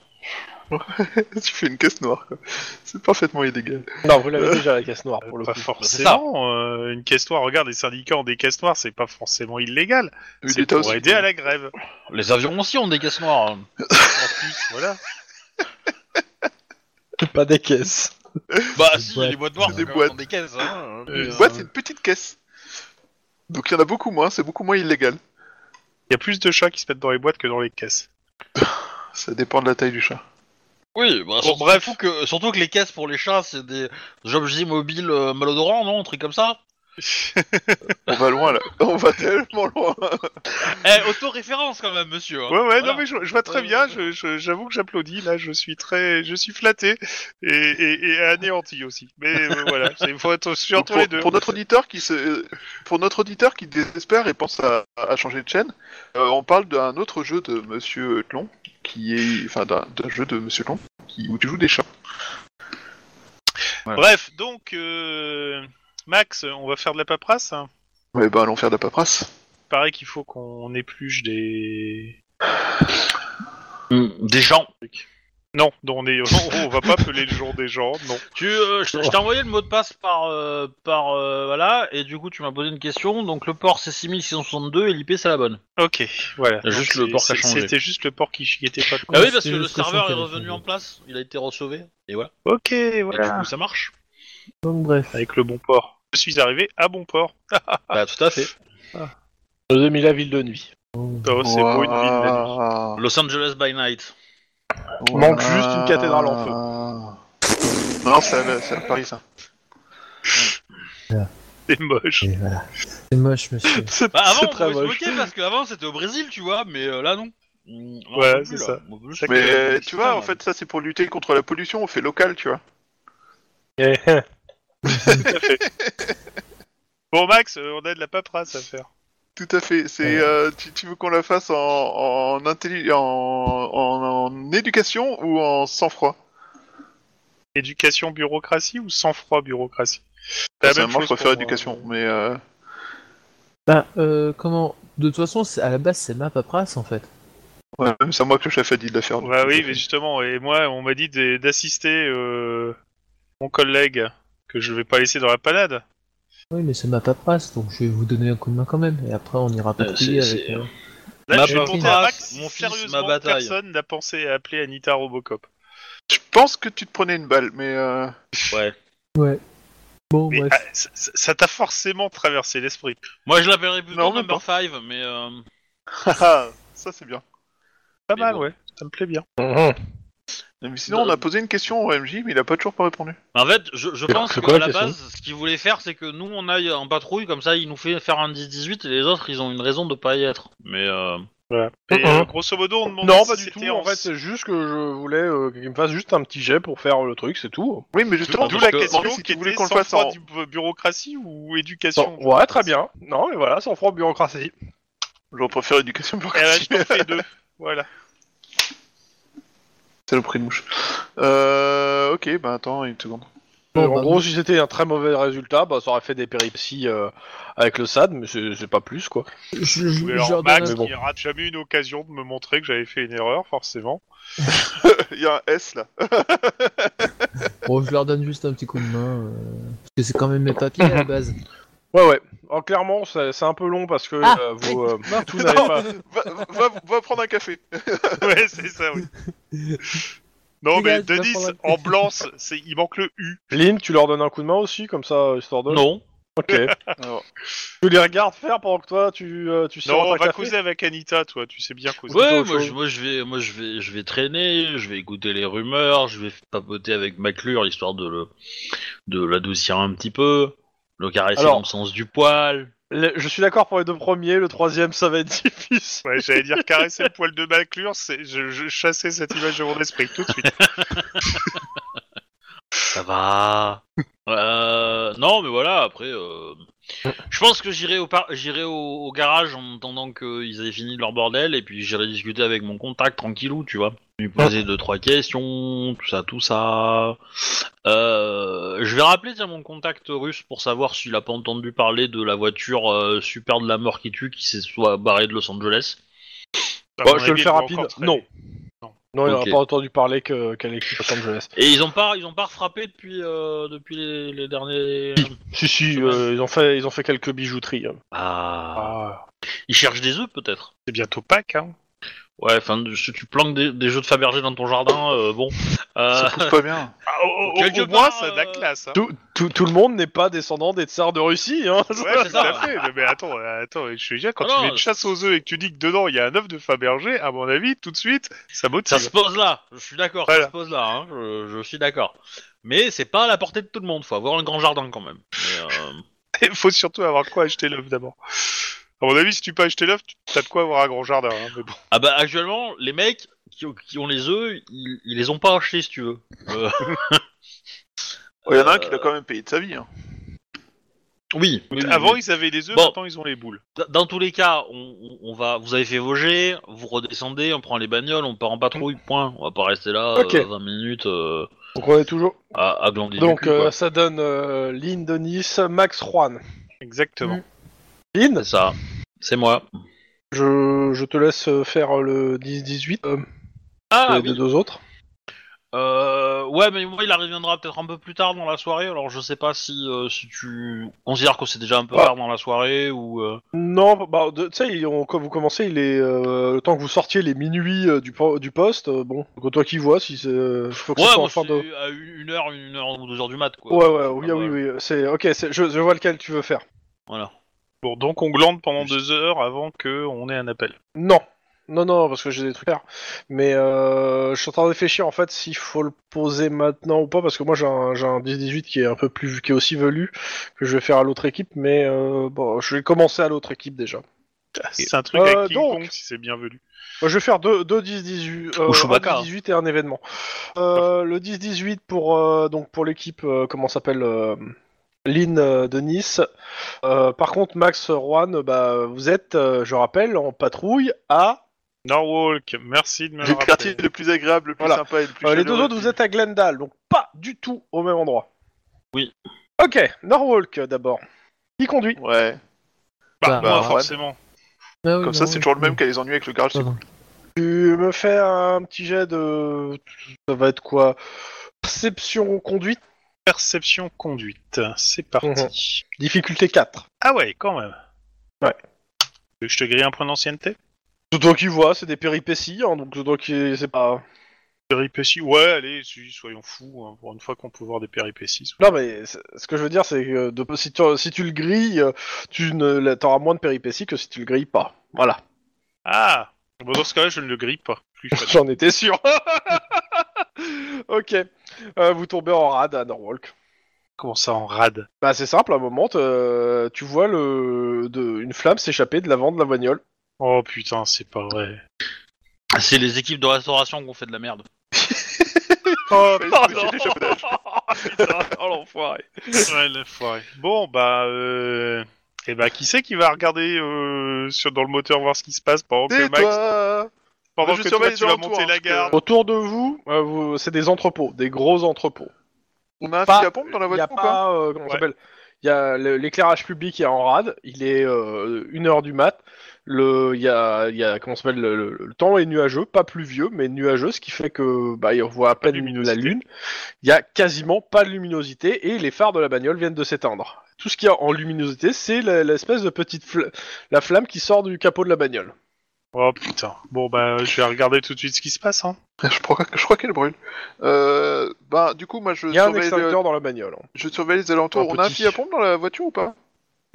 Speaker 3: tu fais une caisse noire, quoi. C'est parfaitement illégal.
Speaker 10: Non, vous l'avez déjà la caisse noire pour le
Speaker 9: pas
Speaker 10: coup.
Speaker 9: forcément. euh, une caisse noire, regarde, les syndicats ont des caisses noires, c'est pas forcément illégal.
Speaker 3: Mais
Speaker 9: C'est
Speaker 3: l'État
Speaker 9: pour
Speaker 3: aussi,
Speaker 9: aider à la grève.
Speaker 1: Les avions aussi ont des caisses noires. hein.
Speaker 9: En plus, voilà.
Speaker 10: Pas des caisses.
Speaker 1: Bah
Speaker 4: Des
Speaker 1: si,
Speaker 4: boîtes.
Speaker 1: les boîtes noires,
Speaker 3: Des
Speaker 1: c'est quand
Speaker 3: boîtes.
Speaker 1: même des caisses. Hein.
Speaker 9: Euh,
Speaker 3: Une boîte, c'est une petite caisse. Donc il y en a beaucoup moins, c'est beaucoup moins illégal.
Speaker 9: Il y a plus de chats qui se mettent dans les boîtes que dans les caisses.
Speaker 3: Ça dépend de la taille du chat.
Speaker 1: Oui, bah, surtout,
Speaker 9: bref.
Speaker 1: Surtout que, surtout que les caisses pour les chats, c'est des objets mobiles euh, malodorants, non Un truc comme ça
Speaker 3: On va loin là, on va tellement loin.
Speaker 1: Eh, autoréférence quand même, monsieur. hein.
Speaker 9: Ouais, ouais,
Speaker 1: Voilà.
Speaker 9: non, mais je, je vois très
Speaker 1: Ouais,
Speaker 9: bien,
Speaker 1: ouais.
Speaker 9: je- je- j'avoue que j'applaudis, là, je suis très, je suis flatté et, et, et anéanti aussi. Mais euh, voilà, il faut être sûr
Speaker 3: Donc,
Speaker 9: entre les
Speaker 3: pour,
Speaker 9: deux.
Speaker 3: pour notre auditeur qui se, euh, pour notre auditeur qui désespère et pense à, à changer de chaîne, euh, on parle d'un autre jeu de Monsieur Tlon, qui est, enfin d'un d'un jeu de Monsieur Tlon, qui, où tu joues des chats.
Speaker 9: Bref, donc, euh, Max, on va faire de la paperasse. hein.
Speaker 3: Ouais, ben allons faire de la paperasse.
Speaker 9: Pareil qu'il faut qu'on épluche des...
Speaker 1: Mm, Des gens.
Speaker 9: Non, non on, est... on va pas appeler le jour des gens, non.
Speaker 1: Tu, euh, je je t'ai envoyé le mot de passe par, euh, par euh, voilà, et du coup tu m'as posé une question. Donc le port c'est 6662 et l'IP c'est la bonne.
Speaker 9: Ok, voilà.
Speaker 1: Juste
Speaker 9: Donc,
Speaker 1: le port qui a
Speaker 9: c'est-
Speaker 1: changé.
Speaker 9: C'était juste le port qui qui était pas...
Speaker 1: Ah oui,
Speaker 4: c'est
Speaker 1: parce que le
Speaker 4: juste que
Speaker 1: serveur
Speaker 4: son
Speaker 1: est
Speaker 4: téléphone.
Speaker 1: revenu en place, il a été rechauvé, et voilà.
Speaker 9: Ok,
Speaker 1: Et
Speaker 9: voilà.
Speaker 1: du coup ça marche.
Speaker 4: Donc bref.
Speaker 9: Avec le bon port. Je suis arrivé à bon port.
Speaker 1: Bah tout à fait.
Speaker 10: De 2000 la ville de nuit.
Speaker 9: Oh, c'est beau une ville, la nuit.
Speaker 3: ville.
Speaker 1: Los Angeles by night.
Speaker 10: Manque juste une cathédrale en
Speaker 3: feu. Non, c'est à- c'est à Paris ça.
Speaker 9: C'est moche.
Speaker 4: Et voilà. C'est moche, monsieur.
Speaker 10: C'est
Speaker 1: Bah, avant,
Speaker 10: c'est
Speaker 1: on pouvait se moquer parce qu'avant c'était au Brésil, tu vois, mais euh, là non. Mm, là, on
Speaker 9: Ouais,
Speaker 1: peut
Speaker 9: c'est
Speaker 1: plus,
Speaker 9: ça.
Speaker 1: là. On peut plus.
Speaker 9: Chaque-
Speaker 3: Mais
Speaker 9: Euh,
Speaker 3: euh, tu vois, en fait, ça c'est pour lutter contre la pollution, on fait local, tu vois.
Speaker 2: euh,
Speaker 10: Eh,
Speaker 9: Bon, Max, euh, on a de la paperasse à faire.
Speaker 3: Tout à fait. C'est
Speaker 4: Ouais.
Speaker 3: euh, tu, tu veux qu'on la fasse en en, intelli- en, en- en éducation ou en sang-froid
Speaker 9: Éducation bureaucratie ou sang-froid bureaucratie C'est la même
Speaker 3: Personnellement, je
Speaker 9: chose
Speaker 3: préfère
Speaker 9: pour moi.
Speaker 3: éducation, mais euh,
Speaker 4: Bah, euh, comment De toute façon, c'est- à la base, c'est ma paperasse en fait.
Speaker 3: ouais, même c'est à moi que le chef a dit de la faire. donc euh,
Speaker 9: Bah
Speaker 3: tout à
Speaker 9: oui,
Speaker 3: fait.
Speaker 9: mais justement, et moi, on m'a dit de- d'assister euh, mon collègue que je vais pas laisser dans la panade.
Speaker 4: Oui, mais c'est ma paperasse, donc je vais vous donner un coup de main quand même. Et après, on ira patrouiller
Speaker 1: c'est-
Speaker 4: avec.
Speaker 1: c'est-
Speaker 4: euh,
Speaker 9: Là,
Speaker 1: Ma
Speaker 9: je vais
Speaker 1: paperasse,
Speaker 9: demander à Max,
Speaker 1: mon fils,
Speaker 9: sérieusement,
Speaker 1: ma bataille.
Speaker 9: personne n'a pensé à appeler Anita Robocop.
Speaker 3: Je pense que tu te prenais une balle, mais euh,
Speaker 1: Ouais.
Speaker 4: Ouais. Bon,
Speaker 9: Mais
Speaker 4: bref.
Speaker 9: ah, ça- ça ça t'a forcément traversé l'esprit.
Speaker 1: Moi je l'appellerais plutôt
Speaker 3: Non, même
Speaker 9: hein.
Speaker 1: number 5, mais euh,
Speaker 3: haha, ça c'est bien.
Speaker 9: Pas
Speaker 1: Mais
Speaker 9: mal,
Speaker 1: bon.
Speaker 9: ouais. Ça me plaît bien.
Speaker 10: mhm.
Speaker 3: Non, mais sinon, on a posé une question au MJ, mais il a pas toujours pas répondu.
Speaker 1: en fait, je, je pense
Speaker 10: c'est
Speaker 1: que
Speaker 10: quoi
Speaker 1: à
Speaker 10: la
Speaker 1: la
Speaker 10: question
Speaker 1: base, ce qu'ils voulaient faire, c'est que nous on aille en patrouille, comme ça il nous fait faire un 10-18 et les autres ils ont une raison de pas y être. Mais euh,
Speaker 9: Et,
Speaker 10: Mhm.
Speaker 9: euh, grosso modo, on demandait
Speaker 10: Non,
Speaker 9: si
Speaker 10: pas du tout.
Speaker 9: c'était
Speaker 10: En fait, c'est juste que je voulais euh, qu'il me fasse juste un petit jet pour faire le truc, c'est tout.
Speaker 3: Oui, mais justement,
Speaker 9: D'où
Speaker 1: Parce
Speaker 9: la
Speaker 1: que-
Speaker 9: question
Speaker 3: Maurice, si
Speaker 9: qui
Speaker 3: tu voulais
Speaker 9: était
Speaker 3: qu'on le fasse
Speaker 9: sang-froid
Speaker 3: en-
Speaker 9: du- bureaucratie ou éducation
Speaker 10: Sans- Ouais, très bien. Non, mais voilà, sans froid bureaucratie.
Speaker 3: J'en préfère éducation pour
Speaker 9: Et là, Eh ben, je t'en
Speaker 3: continuer.
Speaker 9: fais deux. Voilà.
Speaker 3: Saloperie de mouche. Euh, ok, bah attends une seconde.
Speaker 4: Bon,
Speaker 2: en
Speaker 4: bah,
Speaker 2: gros, si c'était un très mauvais résultat, bah, ça aurait fait des péripéties euh, avec le SAD, mais c'est c'est pas plus quoi.
Speaker 4: Je, je- je
Speaker 9: Oui,
Speaker 4: leur
Speaker 9: alors,
Speaker 4: donne
Speaker 9: Max,
Speaker 4: un-
Speaker 9: il rate jamais une occasion de me montrer que j'avais fait une erreur, forcément.
Speaker 3: Il y a un S là.
Speaker 4: bon, je leur donne juste un petit coup de main. euh, Parce que c'est quand même mes papiers à la base.
Speaker 2: Ouais, ouais. Alors, clairement, c'est c'est un peu long parce que
Speaker 4: Ah,
Speaker 2: euh, vous, euh, tout n'avez
Speaker 3: Non,
Speaker 2: pas.
Speaker 3: va, va, va prendre un café.
Speaker 9: ouais, c'est ça, oui.
Speaker 4: Ah
Speaker 9: Non, mais
Speaker 4: Dégage, va
Speaker 9: Denis,
Speaker 4: prendre un-
Speaker 9: en blanc, c'est- c'est- il manque le U.
Speaker 2: Lynn, tu leur donnes un coup de main aussi, comme ça, euh, histoire de.
Speaker 1: Non.
Speaker 2: Ok.
Speaker 3: Alors.
Speaker 2: Tu les regardes faire pendant que toi, tu, euh, tu
Speaker 9: Non,
Speaker 2: sirotes
Speaker 9: on
Speaker 2: un
Speaker 9: va
Speaker 2: café
Speaker 9: causer avec Anita, toi, tu sais bien causer.
Speaker 1: Ouais,
Speaker 2: autre
Speaker 1: moi
Speaker 2: chose.
Speaker 1: je, moi, je vais, moi je vais, je vais traîner, je vais écouter les rumeurs, je vais papoter avec Maclure histoire de le, de l'adoucir un petit peu, le caresser
Speaker 2: Alors-
Speaker 1: dans le sens du poil.
Speaker 2: Le- Je suis d'accord pour les deux premiers, le troisième, ça va être difficile.
Speaker 9: Ouais, j'allais dire caresser le poil de Maclure, c'est- je, je chassais cette image de mon esprit tout de suite.
Speaker 1: Ça va. Euh, non, mais voilà. Après, euh, je pense que j'irai au, par- j'irai au, au garage en attendant qu'ils aient fini leur bordel et puis j'irai discuter avec mon contact tranquillou, tu vois. Lui poser deux trois questions, tout ça, tout ça. Euh, je vais rappeler tiens mon contact russe pour savoir s'il a pas entendu parler de la voiture euh, super de la mort qui tue qui s'est soit barrée de Los Angeles.
Speaker 9: À
Speaker 2: Bon,
Speaker 9: mon
Speaker 2: je vais
Speaker 9: avis,
Speaker 2: le faire
Speaker 9: il va
Speaker 2: rapide.
Speaker 9: encore traîner.
Speaker 2: Non.
Speaker 9: Non.
Speaker 2: Non, il
Speaker 1: Ok.
Speaker 2: n'a pas entendu parler que- qu'elle est Los Angeles.
Speaker 1: Et ils ont pas, ils ont pas refrappé depuis euh, depuis les, les derniers.
Speaker 2: Si, si, euh, ils, ont fait, ils ont fait quelques bijouteries. hein.
Speaker 1: Ah.
Speaker 2: Ah.
Speaker 1: Ils cherchent des œufs peut-être.
Speaker 9: C'est bientôt Pâques, hein.
Speaker 1: Ouais, enfin, si tu planques des, des jeux de Fabergé dans ton jardin, euh, bon. Euh,
Speaker 3: Ça pousse pas bien.
Speaker 9: Ah, au, au-
Speaker 1: Quelque
Speaker 9: au moins,
Speaker 1: part,
Speaker 9: ça a de la
Speaker 1: euh,
Speaker 9: classe. Hein.
Speaker 2: Ah. Tout, tout, tout le monde n'est pas descendant des tsars de Russie. Hein.
Speaker 9: Ouais,
Speaker 1: c'est
Speaker 9: tout
Speaker 1: ça.
Speaker 9: à fait. Mais, mais attends, euh, attends, je te dis, quand
Speaker 1: Ah
Speaker 9: tu
Speaker 1: non,
Speaker 9: mets une
Speaker 1: je-
Speaker 9: chasse aux œufs et que tu dis que dedans il y a un œuf de Fabergé, à mon avis, tout de suite, ça motive.
Speaker 1: ça se pose là, je suis d'accord, ça
Speaker 9: Voilà.
Speaker 1: se pose là, hein, je, je suis d'accord. Mais c'est pas à la portée de tout le monde, faut avoir un grand jardin quand même. Mais, euh,
Speaker 9: Il faut surtout avoir quoi acheter l'œuf d'abord. À mon avis, si tu peux acheter l'œuf, tu- t'as de quoi avoir un grand jardin. hein, mais bon.
Speaker 1: Ah bah, actuellement, les mecs qui, ont- qui ont les œufs, ils, ils les ont pas achetés si tu veux. Euh,
Speaker 9: Euh,
Speaker 3: Il Oh, y en a un qui l'a quand même payé de sa vie. Hein.
Speaker 1: oui. oui, oui,
Speaker 9: Avant,
Speaker 1: oui.
Speaker 9: ils avaient les œufs,
Speaker 1: Bon.
Speaker 9: maintenant ils ont les boules.
Speaker 1: D- Dans tous les cas, on, on- on va, vous avez fait vos jets, vous redescendez, on prend les bagnoles, on part en patrouille, point. On va pas rester là
Speaker 2: Ok.
Speaker 1: euh, 20 minutes euh,
Speaker 2: Donc on est toujours.
Speaker 1: à, à glander du
Speaker 2: Donc
Speaker 1: cul, quoi.
Speaker 2: euh, ça donne euh, Lynn, Denis, Max, Juan.
Speaker 9: Exactement.
Speaker 4: Mm.
Speaker 2: Lynn,
Speaker 1: C'est ça, c'est moi.
Speaker 2: je, je te laisse euh, faire le 10-18 euh,
Speaker 1: Ah,
Speaker 2: des- des deux autres.
Speaker 1: Euh, ouais, mais moi, il reviendra peut-être un peu plus tard dans la soirée. Alors, je sais pas si, euh, si tu considères que c'est déjà un peu
Speaker 2: Ah.
Speaker 1: tard dans la soirée ou. euh,
Speaker 2: Non, bah, de- tu sais, ils ont- quand vous commencez, il est, euh, le temps que vous sortiez les minuit euh, du, po- du poste, euh, bon, que toi qui vois, si c'est. euh, Faut que
Speaker 1: Ouais,
Speaker 2: ce soit en
Speaker 1: moi,
Speaker 2: fin
Speaker 1: c'est
Speaker 2: de.
Speaker 1: à une heure, une heure ou deux heures du mat, quoi.
Speaker 2: Ouais, ouais, oui,
Speaker 1: Ah,
Speaker 2: oui,
Speaker 1: bah,
Speaker 2: oui, c'est. Ok, c'est- je, je vois lequel tu veux faire.
Speaker 1: Voilà.
Speaker 9: Bon, donc on glande pendant deux heures avant qu'on ait un appel.
Speaker 2: Non. Non, non, parce que j'ai des trucs à faire. Mais euh, je suis en train de réfléchir en fait s'il faut le poser maintenant ou pas, parce que moi j'ai un, j'ai un 10-18 qui est un peu plus. qui est aussi velu, que je vais faire à l'autre équipe, mais euh, bon, je vais commencer à l'autre équipe déjà.
Speaker 9: C'est un truc
Speaker 2: Euh,
Speaker 9: avec King
Speaker 2: donc.
Speaker 9: Kong, si c'est bienvenu.
Speaker 2: Moi, je vais faire deux, deux 10-18 euh,
Speaker 1: Ou Chewbacca.
Speaker 2: un 10-18 et un événement. Euh, le 10-18 pour, euh, donc pour l'équipe, euh, comment s'appelle euh, Lynn euh, de Nice. Euh, par contre, Max, Juan, euh, bah, vous êtes, euh, je rappelle, en patrouille à.
Speaker 9: Norwalk, merci de me le
Speaker 3: Le quartier
Speaker 9: rappeler.
Speaker 3: le plus agréable, le plus
Speaker 2: Voilà.
Speaker 3: sympa et le plus
Speaker 2: Euh, les deux
Speaker 3: chaleureux.
Speaker 2: autres, vous êtes à Glendale, donc pas du tout au même endroit.
Speaker 1: Oui.
Speaker 2: Ok, Norwalk euh, d'abord. Qui conduit
Speaker 3: Ouais.
Speaker 9: Bah,
Speaker 4: Bah,
Speaker 9: moi,
Speaker 3: Juan.
Speaker 9: forcément.
Speaker 4: Ah oui,
Speaker 3: Comme ça,
Speaker 4: non,
Speaker 3: c'est
Speaker 4: oui.
Speaker 3: toujours le même qu'à les ennuis avec le garage.
Speaker 4: Pardon.
Speaker 2: Tu me fais un petit jet de. Ça va être quoi Perception conduite,
Speaker 9: Perception conduite, c'est
Speaker 1: Mm-hmm.
Speaker 9: parti.
Speaker 2: difficulté 4.
Speaker 9: Ah ouais, quand même.
Speaker 2: Ouais.
Speaker 9: Tu veux que Je te grille un point d'ancienneté
Speaker 2: D'autant qu'il voit, c'est des péripéties, hein, donc d'autant qu'il c'est pas.
Speaker 9: Péripéties, ouais, allez, si, soyons fous, hein, pour une fois qu'on peut voir des péripéties. soyons-
Speaker 2: Non mais c'est- ce que je veux dire, c'est que de- si, tu, si tu le grilles, euh, tu ne là, t'auras moins de péripéties que si tu le grilles pas. Voilà.
Speaker 9: Ah Bon, dans ce cas-là, je ne le grille pas. Plus facile.
Speaker 2: J'en étais sûr. ok. Euh, vous tombez en rade à Norwalk.
Speaker 9: Comment ça, en rade
Speaker 2: Bah c'est simple, à un moment, t'e- tu vois le de- une flamme s'échapper de l'avant de la bagnole.
Speaker 9: Oh putain, c'est pas vrai.
Speaker 1: C'est les équipes de restauration qui ont fait de la merde.
Speaker 9: Oh
Speaker 3: J'ai l'échafaudage.
Speaker 9: putain, oh l'enfoiré. Ouais, l'enfoiré. Bon, bah, euh... Et bah, qui c'est qui va regarder euh, sur, dans le moteur voir ce qui se passe pendant que
Speaker 3: Et
Speaker 9: Max,
Speaker 3: toi
Speaker 9: pendant
Speaker 3: Je
Speaker 9: que
Speaker 3: surveille
Speaker 9: toi, tu vas
Speaker 3: autour,
Speaker 9: monter
Speaker 3: hein,
Speaker 9: la
Speaker 3: parce que-
Speaker 9: garde
Speaker 2: Autour de vous, euh, vous- c'est des entrepôts, des gros entrepôts.
Speaker 3: On a un
Speaker 2: Pas-
Speaker 3: fusil à pompe dans la
Speaker 2: Il n'y
Speaker 3: voiture
Speaker 2: a
Speaker 3: ou pas
Speaker 2: pas, euh, comment
Speaker 9: Ouais.
Speaker 2: ça s'appelle Il y a le- l'éclairage public est en rade. Il est 1h du mat. Le, il y a, il y a- comment ça s'appelle le, le- le temps est nuageux, pas pluvieux, mais nuageux, ce qui fait que bah, on voit à peine la
Speaker 9: luminosité.
Speaker 2: lune. Il y a quasiment pas de luminosité et les phares de la bagnole viennent de s'éteindre. Tout ce qu'il y a en luminosité, c'est la- l'espèce de petite fl- la flamme qui sort du capot de la bagnole.
Speaker 9: Oh putain. Bon, bah, je vais regarder tout de suite ce qui se passe. Hein.
Speaker 3: je crois, je crois qu'elle brûle. Euh, bah, du coup, moi, je
Speaker 2: Il y a un
Speaker 3: surveille, le-
Speaker 2: extincteur dans la bagnole. hein.
Speaker 3: je surveille les alentours.
Speaker 2: Un
Speaker 3: on a un
Speaker 2: petit.
Speaker 3: fusil à pompe dans la voiture ou pas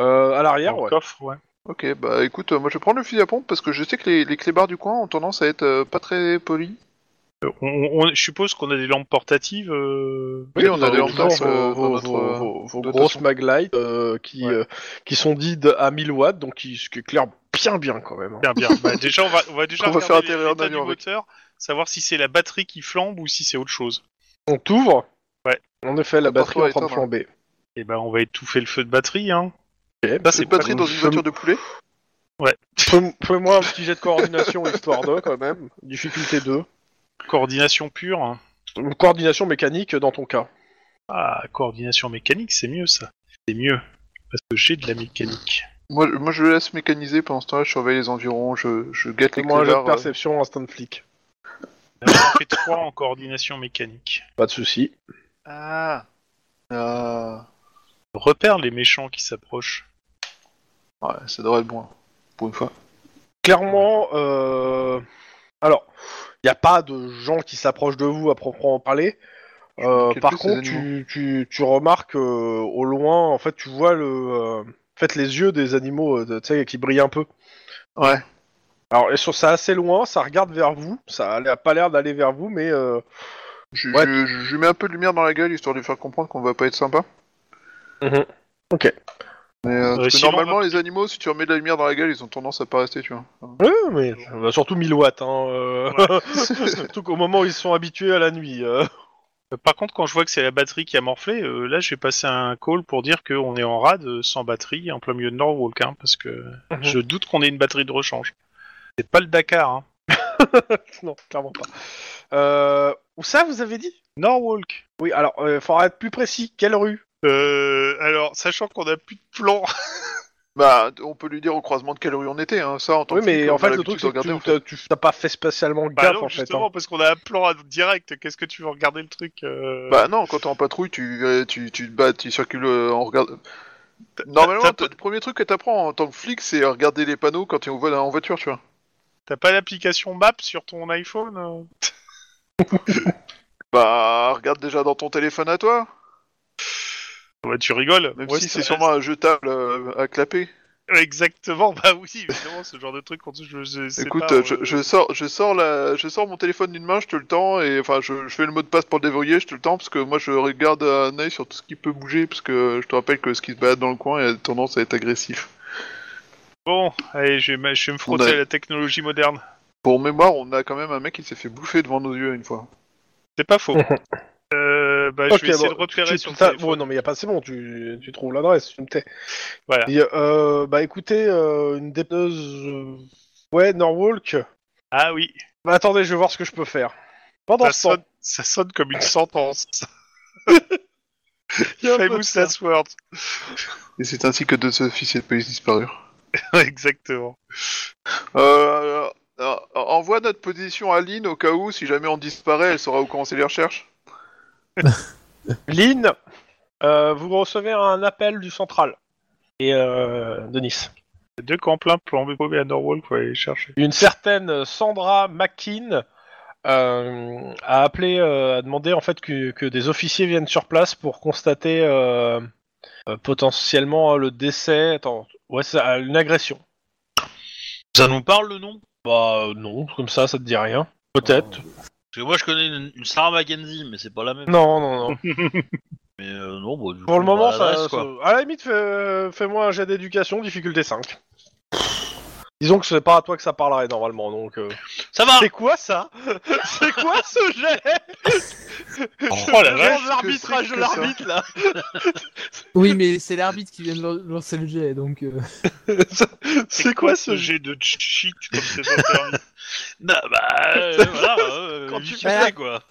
Speaker 2: Euh, à l'arrière,
Speaker 9: Dans le
Speaker 2: ouais.
Speaker 9: coffre, ouais.
Speaker 3: Ok, bah écoute, euh, moi je vais prendre le fusil à pompe parce que je sais que les, les clébards du coin ont tendance à être euh, pas très polis.
Speaker 9: Euh, on- on- je suppose qu'on a des lampes portatives. euh,
Speaker 3: Oui, on a des
Speaker 9: dans-
Speaker 3: lampes torches,
Speaker 2: vos,
Speaker 3: euh,
Speaker 2: vos-
Speaker 3: dans notre,
Speaker 2: vos-
Speaker 3: euh,
Speaker 2: vos- vos
Speaker 3: notre
Speaker 2: grosses
Speaker 3: façon.
Speaker 2: maglights euh, qui,
Speaker 9: Ouais.
Speaker 2: euh, qui sont dites à 1000 watts, donc qui, ce qui éclaire bien bien quand même. hein.
Speaker 9: Bien, bien. Bah, déjà, on va, on va déjà
Speaker 3: On va
Speaker 9: regarder
Speaker 3: faire atterrir un
Speaker 9: l'état
Speaker 3: avion
Speaker 9: du
Speaker 3: avec.
Speaker 9: moteur, savoir si c'est la batterie qui flambe ou si c'est autre chose.
Speaker 2: On t'ouvre
Speaker 9: Ouais.
Speaker 2: En effet, la
Speaker 3: La
Speaker 2: batterie est en
Speaker 3: porte
Speaker 2: train de
Speaker 3: est éteinte,
Speaker 2: flamber.
Speaker 9: Et ben, on va étouffer le feu de batterie, hein.
Speaker 2: Ok.
Speaker 9: Ça,
Speaker 3: Cette
Speaker 9: pas
Speaker 3: batterie
Speaker 9: bon.
Speaker 3: dans une voiture de poulet
Speaker 2: Fais- Fais-moi un petit jet de coordination histoire de quand même. Difficulté 2.
Speaker 9: Coordination pure. hein.
Speaker 2: Une Coordination mécanique dans ton cas.
Speaker 9: Ah, coordination mécanique, c'est mieux ça. C'est mieux. Parce que j'ai de la mécanique.
Speaker 3: moi, moi je le laisse mécaniser pendant ce temps-là, je surveille les environs, je, je guette les
Speaker 2: Fais-moi un jet de
Speaker 3: clébards. euh.
Speaker 2: perception instant flic.
Speaker 9: Là, on fait 3 en coordination mécanique.
Speaker 2: Pas de souci.
Speaker 3: Ah. Ah.
Speaker 9: Repère les méchants qui s'approchent.
Speaker 3: Ouais, ça devrait être bon, hein, pour une fois.
Speaker 2: clairement, euh, alors, il n'y a pas de gens qui s'approchent de vous à proprement parler. Euh,
Speaker 3: Je me
Speaker 2: par
Speaker 3: calcule
Speaker 2: contre,
Speaker 3: ces animaux.
Speaker 2: tu, tu- tu remarques euh, au loin, en fait, tu vois le, euh, en fait, les yeux des animaux euh, tu sais, qui brillent un peu.
Speaker 3: Ouais.
Speaker 2: Alors, ils sont ça assez loin, ça regarde vers vous, ça n'a pas l'air d'aller vers vous, mais euh,
Speaker 3: Je,
Speaker 2: Ouais.
Speaker 3: je- je- je mets un peu de lumière dans la gueule histoire de lui faire comprendre qu'on va pas être sympa.
Speaker 2: Mhm. Ok.
Speaker 3: Mais euh,
Speaker 9: Euh,
Speaker 3: parce que
Speaker 9: sinon,
Speaker 3: normalement, les animaux, si tu remets de la lumière dans la gueule, ils ont tendance à pas rester, tu vois.
Speaker 2: ouais, mais euh, surtout 1000 watts, hein, euh, surtout qu'au moment où ils sont habitués à la nuit. euh.
Speaker 9: Euh, Par contre, quand je vois que c'est la batterie qui a morflé, euh, là je vais passer un call pour dire qu'on est en rade euh, sans batterie en plein milieu de Norwalk, hein, parce que je doute qu'on ait une batterie de rechange. C'est pas le Dakar, hein.
Speaker 2: non, clairement pas. Euh, où ça, vous avez dit
Speaker 9: Norwalk
Speaker 2: Oui, alors, il faudra être plus précis. Quelle rue
Speaker 9: euh, Alors, sachant qu'on a plus de plan,
Speaker 3: Bah, on peut lui dire au croisement de quelle rue on était, hein. ça en tant
Speaker 2: Oui,
Speaker 3: que flic,
Speaker 2: mais
Speaker 3: on
Speaker 2: en
Speaker 3: a
Speaker 2: fait, le
Speaker 3: l'habitude
Speaker 2: truc,
Speaker 3: de
Speaker 2: c'est que
Speaker 3: regarder,
Speaker 2: tu
Speaker 3: en fait.
Speaker 2: t'as- tu- t'as pas fait spécialement
Speaker 9: bah
Speaker 2: gaffe,
Speaker 9: non,
Speaker 2: en fait.
Speaker 9: justement,
Speaker 2: hein.
Speaker 9: parce qu'on a un plan à- direct, qu'est-ce que tu veux regarder le truc euh,
Speaker 3: Bah non, quand t'es en patrouille, tu, euh, tu, tu te bats, tu circules euh, en regardant. Normalement,
Speaker 9: t'as
Speaker 3: t- le premier truc que t'apprends en tant que flic, c'est regarder les panneaux quand t'es en vo- en voiture, tu vois.
Speaker 9: T'as pas l'application Map sur ton iPhone euh
Speaker 3: Bah, regarde déjà dans ton téléphone à toi,
Speaker 9: Ouais, tu rigoles.
Speaker 3: même
Speaker 9: Moi,
Speaker 3: si
Speaker 9: ça-
Speaker 3: c'est sûrement un jetable euh, à clapper.
Speaker 9: Exactement, bah oui, évidemment, ce genre de truc, quand je, je sais
Speaker 3: Écoute,
Speaker 9: pas,
Speaker 3: euh,
Speaker 9: euh,
Speaker 3: je, je sors, je sors la, je sors mon téléphone d'une main, je te le tends, et enfin, je, je fais le mot de passe pour le déverrouiller, je te le tends, parce que moi, je regarde un œil sur tout ce qui peut bouger, parce que je te rappelle que ce qui se balade dans le coin a tendance à être agressif.
Speaker 9: Bon, allez, je vais, me- je vais me frotter
Speaker 3: On a-
Speaker 9: à la technologie moderne.
Speaker 3: Pour mémoire, on a quand même un mec qui s'est fait bouffer devant nos yeux une fois.
Speaker 9: C'est pas faux. euh, bah,
Speaker 2: Ok,
Speaker 9: je vais essayer
Speaker 2: bon,
Speaker 9: de repérer
Speaker 2: Tu-
Speaker 9: sur le
Speaker 2: t'as-
Speaker 9: téléphone.
Speaker 2: bon, non, mais y a pas, c'est bon, tu, tu trouves l'adresse, tu me tais.
Speaker 9: Voilà.
Speaker 2: Et, euh, bah écoutez, euh, une dépeuse. euh, Ouais, Norwalk.
Speaker 9: Ah oui,
Speaker 2: Bah attendez, je vais voir ce que je peux faire. Pendant
Speaker 9: ça
Speaker 2: ce temps,
Speaker 9: sonne, ça sonne comme une sentence.
Speaker 2: Il y a un peu de
Speaker 9: Famous
Speaker 2: ça.
Speaker 9: last word.
Speaker 3: Et c'est ainsi que deux officiers de police disparurent.
Speaker 9: Exactement.
Speaker 3: Euh, euh, envoie notre position à Lynn au cas où, si jamais on disparaît, elle saura où commencer les recherches.
Speaker 2: Lynn, euh, vous recevez un appel du central. Et euh, de Nice.
Speaker 9: Deux camps pleins pour embaucher à Norwalk, faut aller les chercher.
Speaker 2: Une certaine Sandra McKean euh, a appelé, euh, a demandé en fait que, que des officiers viennent sur place pour constater euh, euh, potentiellement le décès. Attends, ouais, ça, une agression.
Speaker 1: Ça nous parle le nom
Speaker 2: Bah euh, non, comme ça, ça te dit rien. Peut-être.
Speaker 1: Parce que moi je connais une, une Sarah Mackenzie, mais c'est pas la même.
Speaker 2: Non, non, non.
Speaker 1: Mais euh, non, bah, du
Speaker 2: Pour
Speaker 1: coup,
Speaker 2: le moment,
Speaker 1: bah,
Speaker 2: ça.
Speaker 1: l'adresse, quoi.
Speaker 2: ça- À la limite, fais- fais-moi un jet d'éducation, difficulté 5. Disons que ce n'est pas à toi que ça parlerait normalement, donc. euh,
Speaker 1: Ça va
Speaker 2: C'est quoi ça C'est quoi ce jet
Speaker 9: Oh la vache
Speaker 2: Demande l'arbitrage de
Speaker 3: que c'est que
Speaker 2: l'arbitre là
Speaker 4: Oui, mais c'est l'arbitre qui vient de lan- lancer le jet, donc. euh,
Speaker 2: C'est quoi ce jet
Speaker 9: jet de shit comme c'est pas permis
Speaker 1: Bah, bah, euh, voilà, euh,
Speaker 2: Quand tu
Speaker 1: vite
Speaker 2: fais
Speaker 1: fait,
Speaker 4: ça.
Speaker 1: quoi.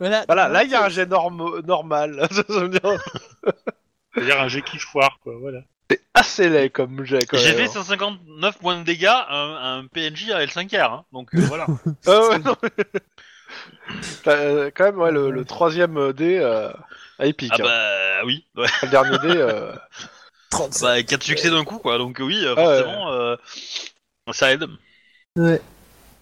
Speaker 4: Voilà.
Speaker 2: Voilà, là il y a un jet norm- normal. Ça veut dire-
Speaker 9: C'est-à-dire un jet qui foire, quoi, voilà.
Speaker 2: Ah, C'est assez laid comme jet quand même. hein.
Speaker 1: J'ai fait 159 points de dégâts à un, un PNJ à L5R, hein, donc euh, voilà.
Speaker 2: Euh, ouais, non, mais- Euh, quand même, ouais, le, le troisième dé euh, à épique.
Speaker 1: ah
Speaker 2: hein.
Speaker 1: bah oui, ouais.
Speaker 2: Le dernier dé. euh,
Speaker 4: 30.
Speaker 1: bah 4 succès d'un coup, quoi, donc euh, oui, euh,
Speaker 2: Ah ouais.
Speaker 1: forcément, euh, ça aide.
Speaker 4: Ouais.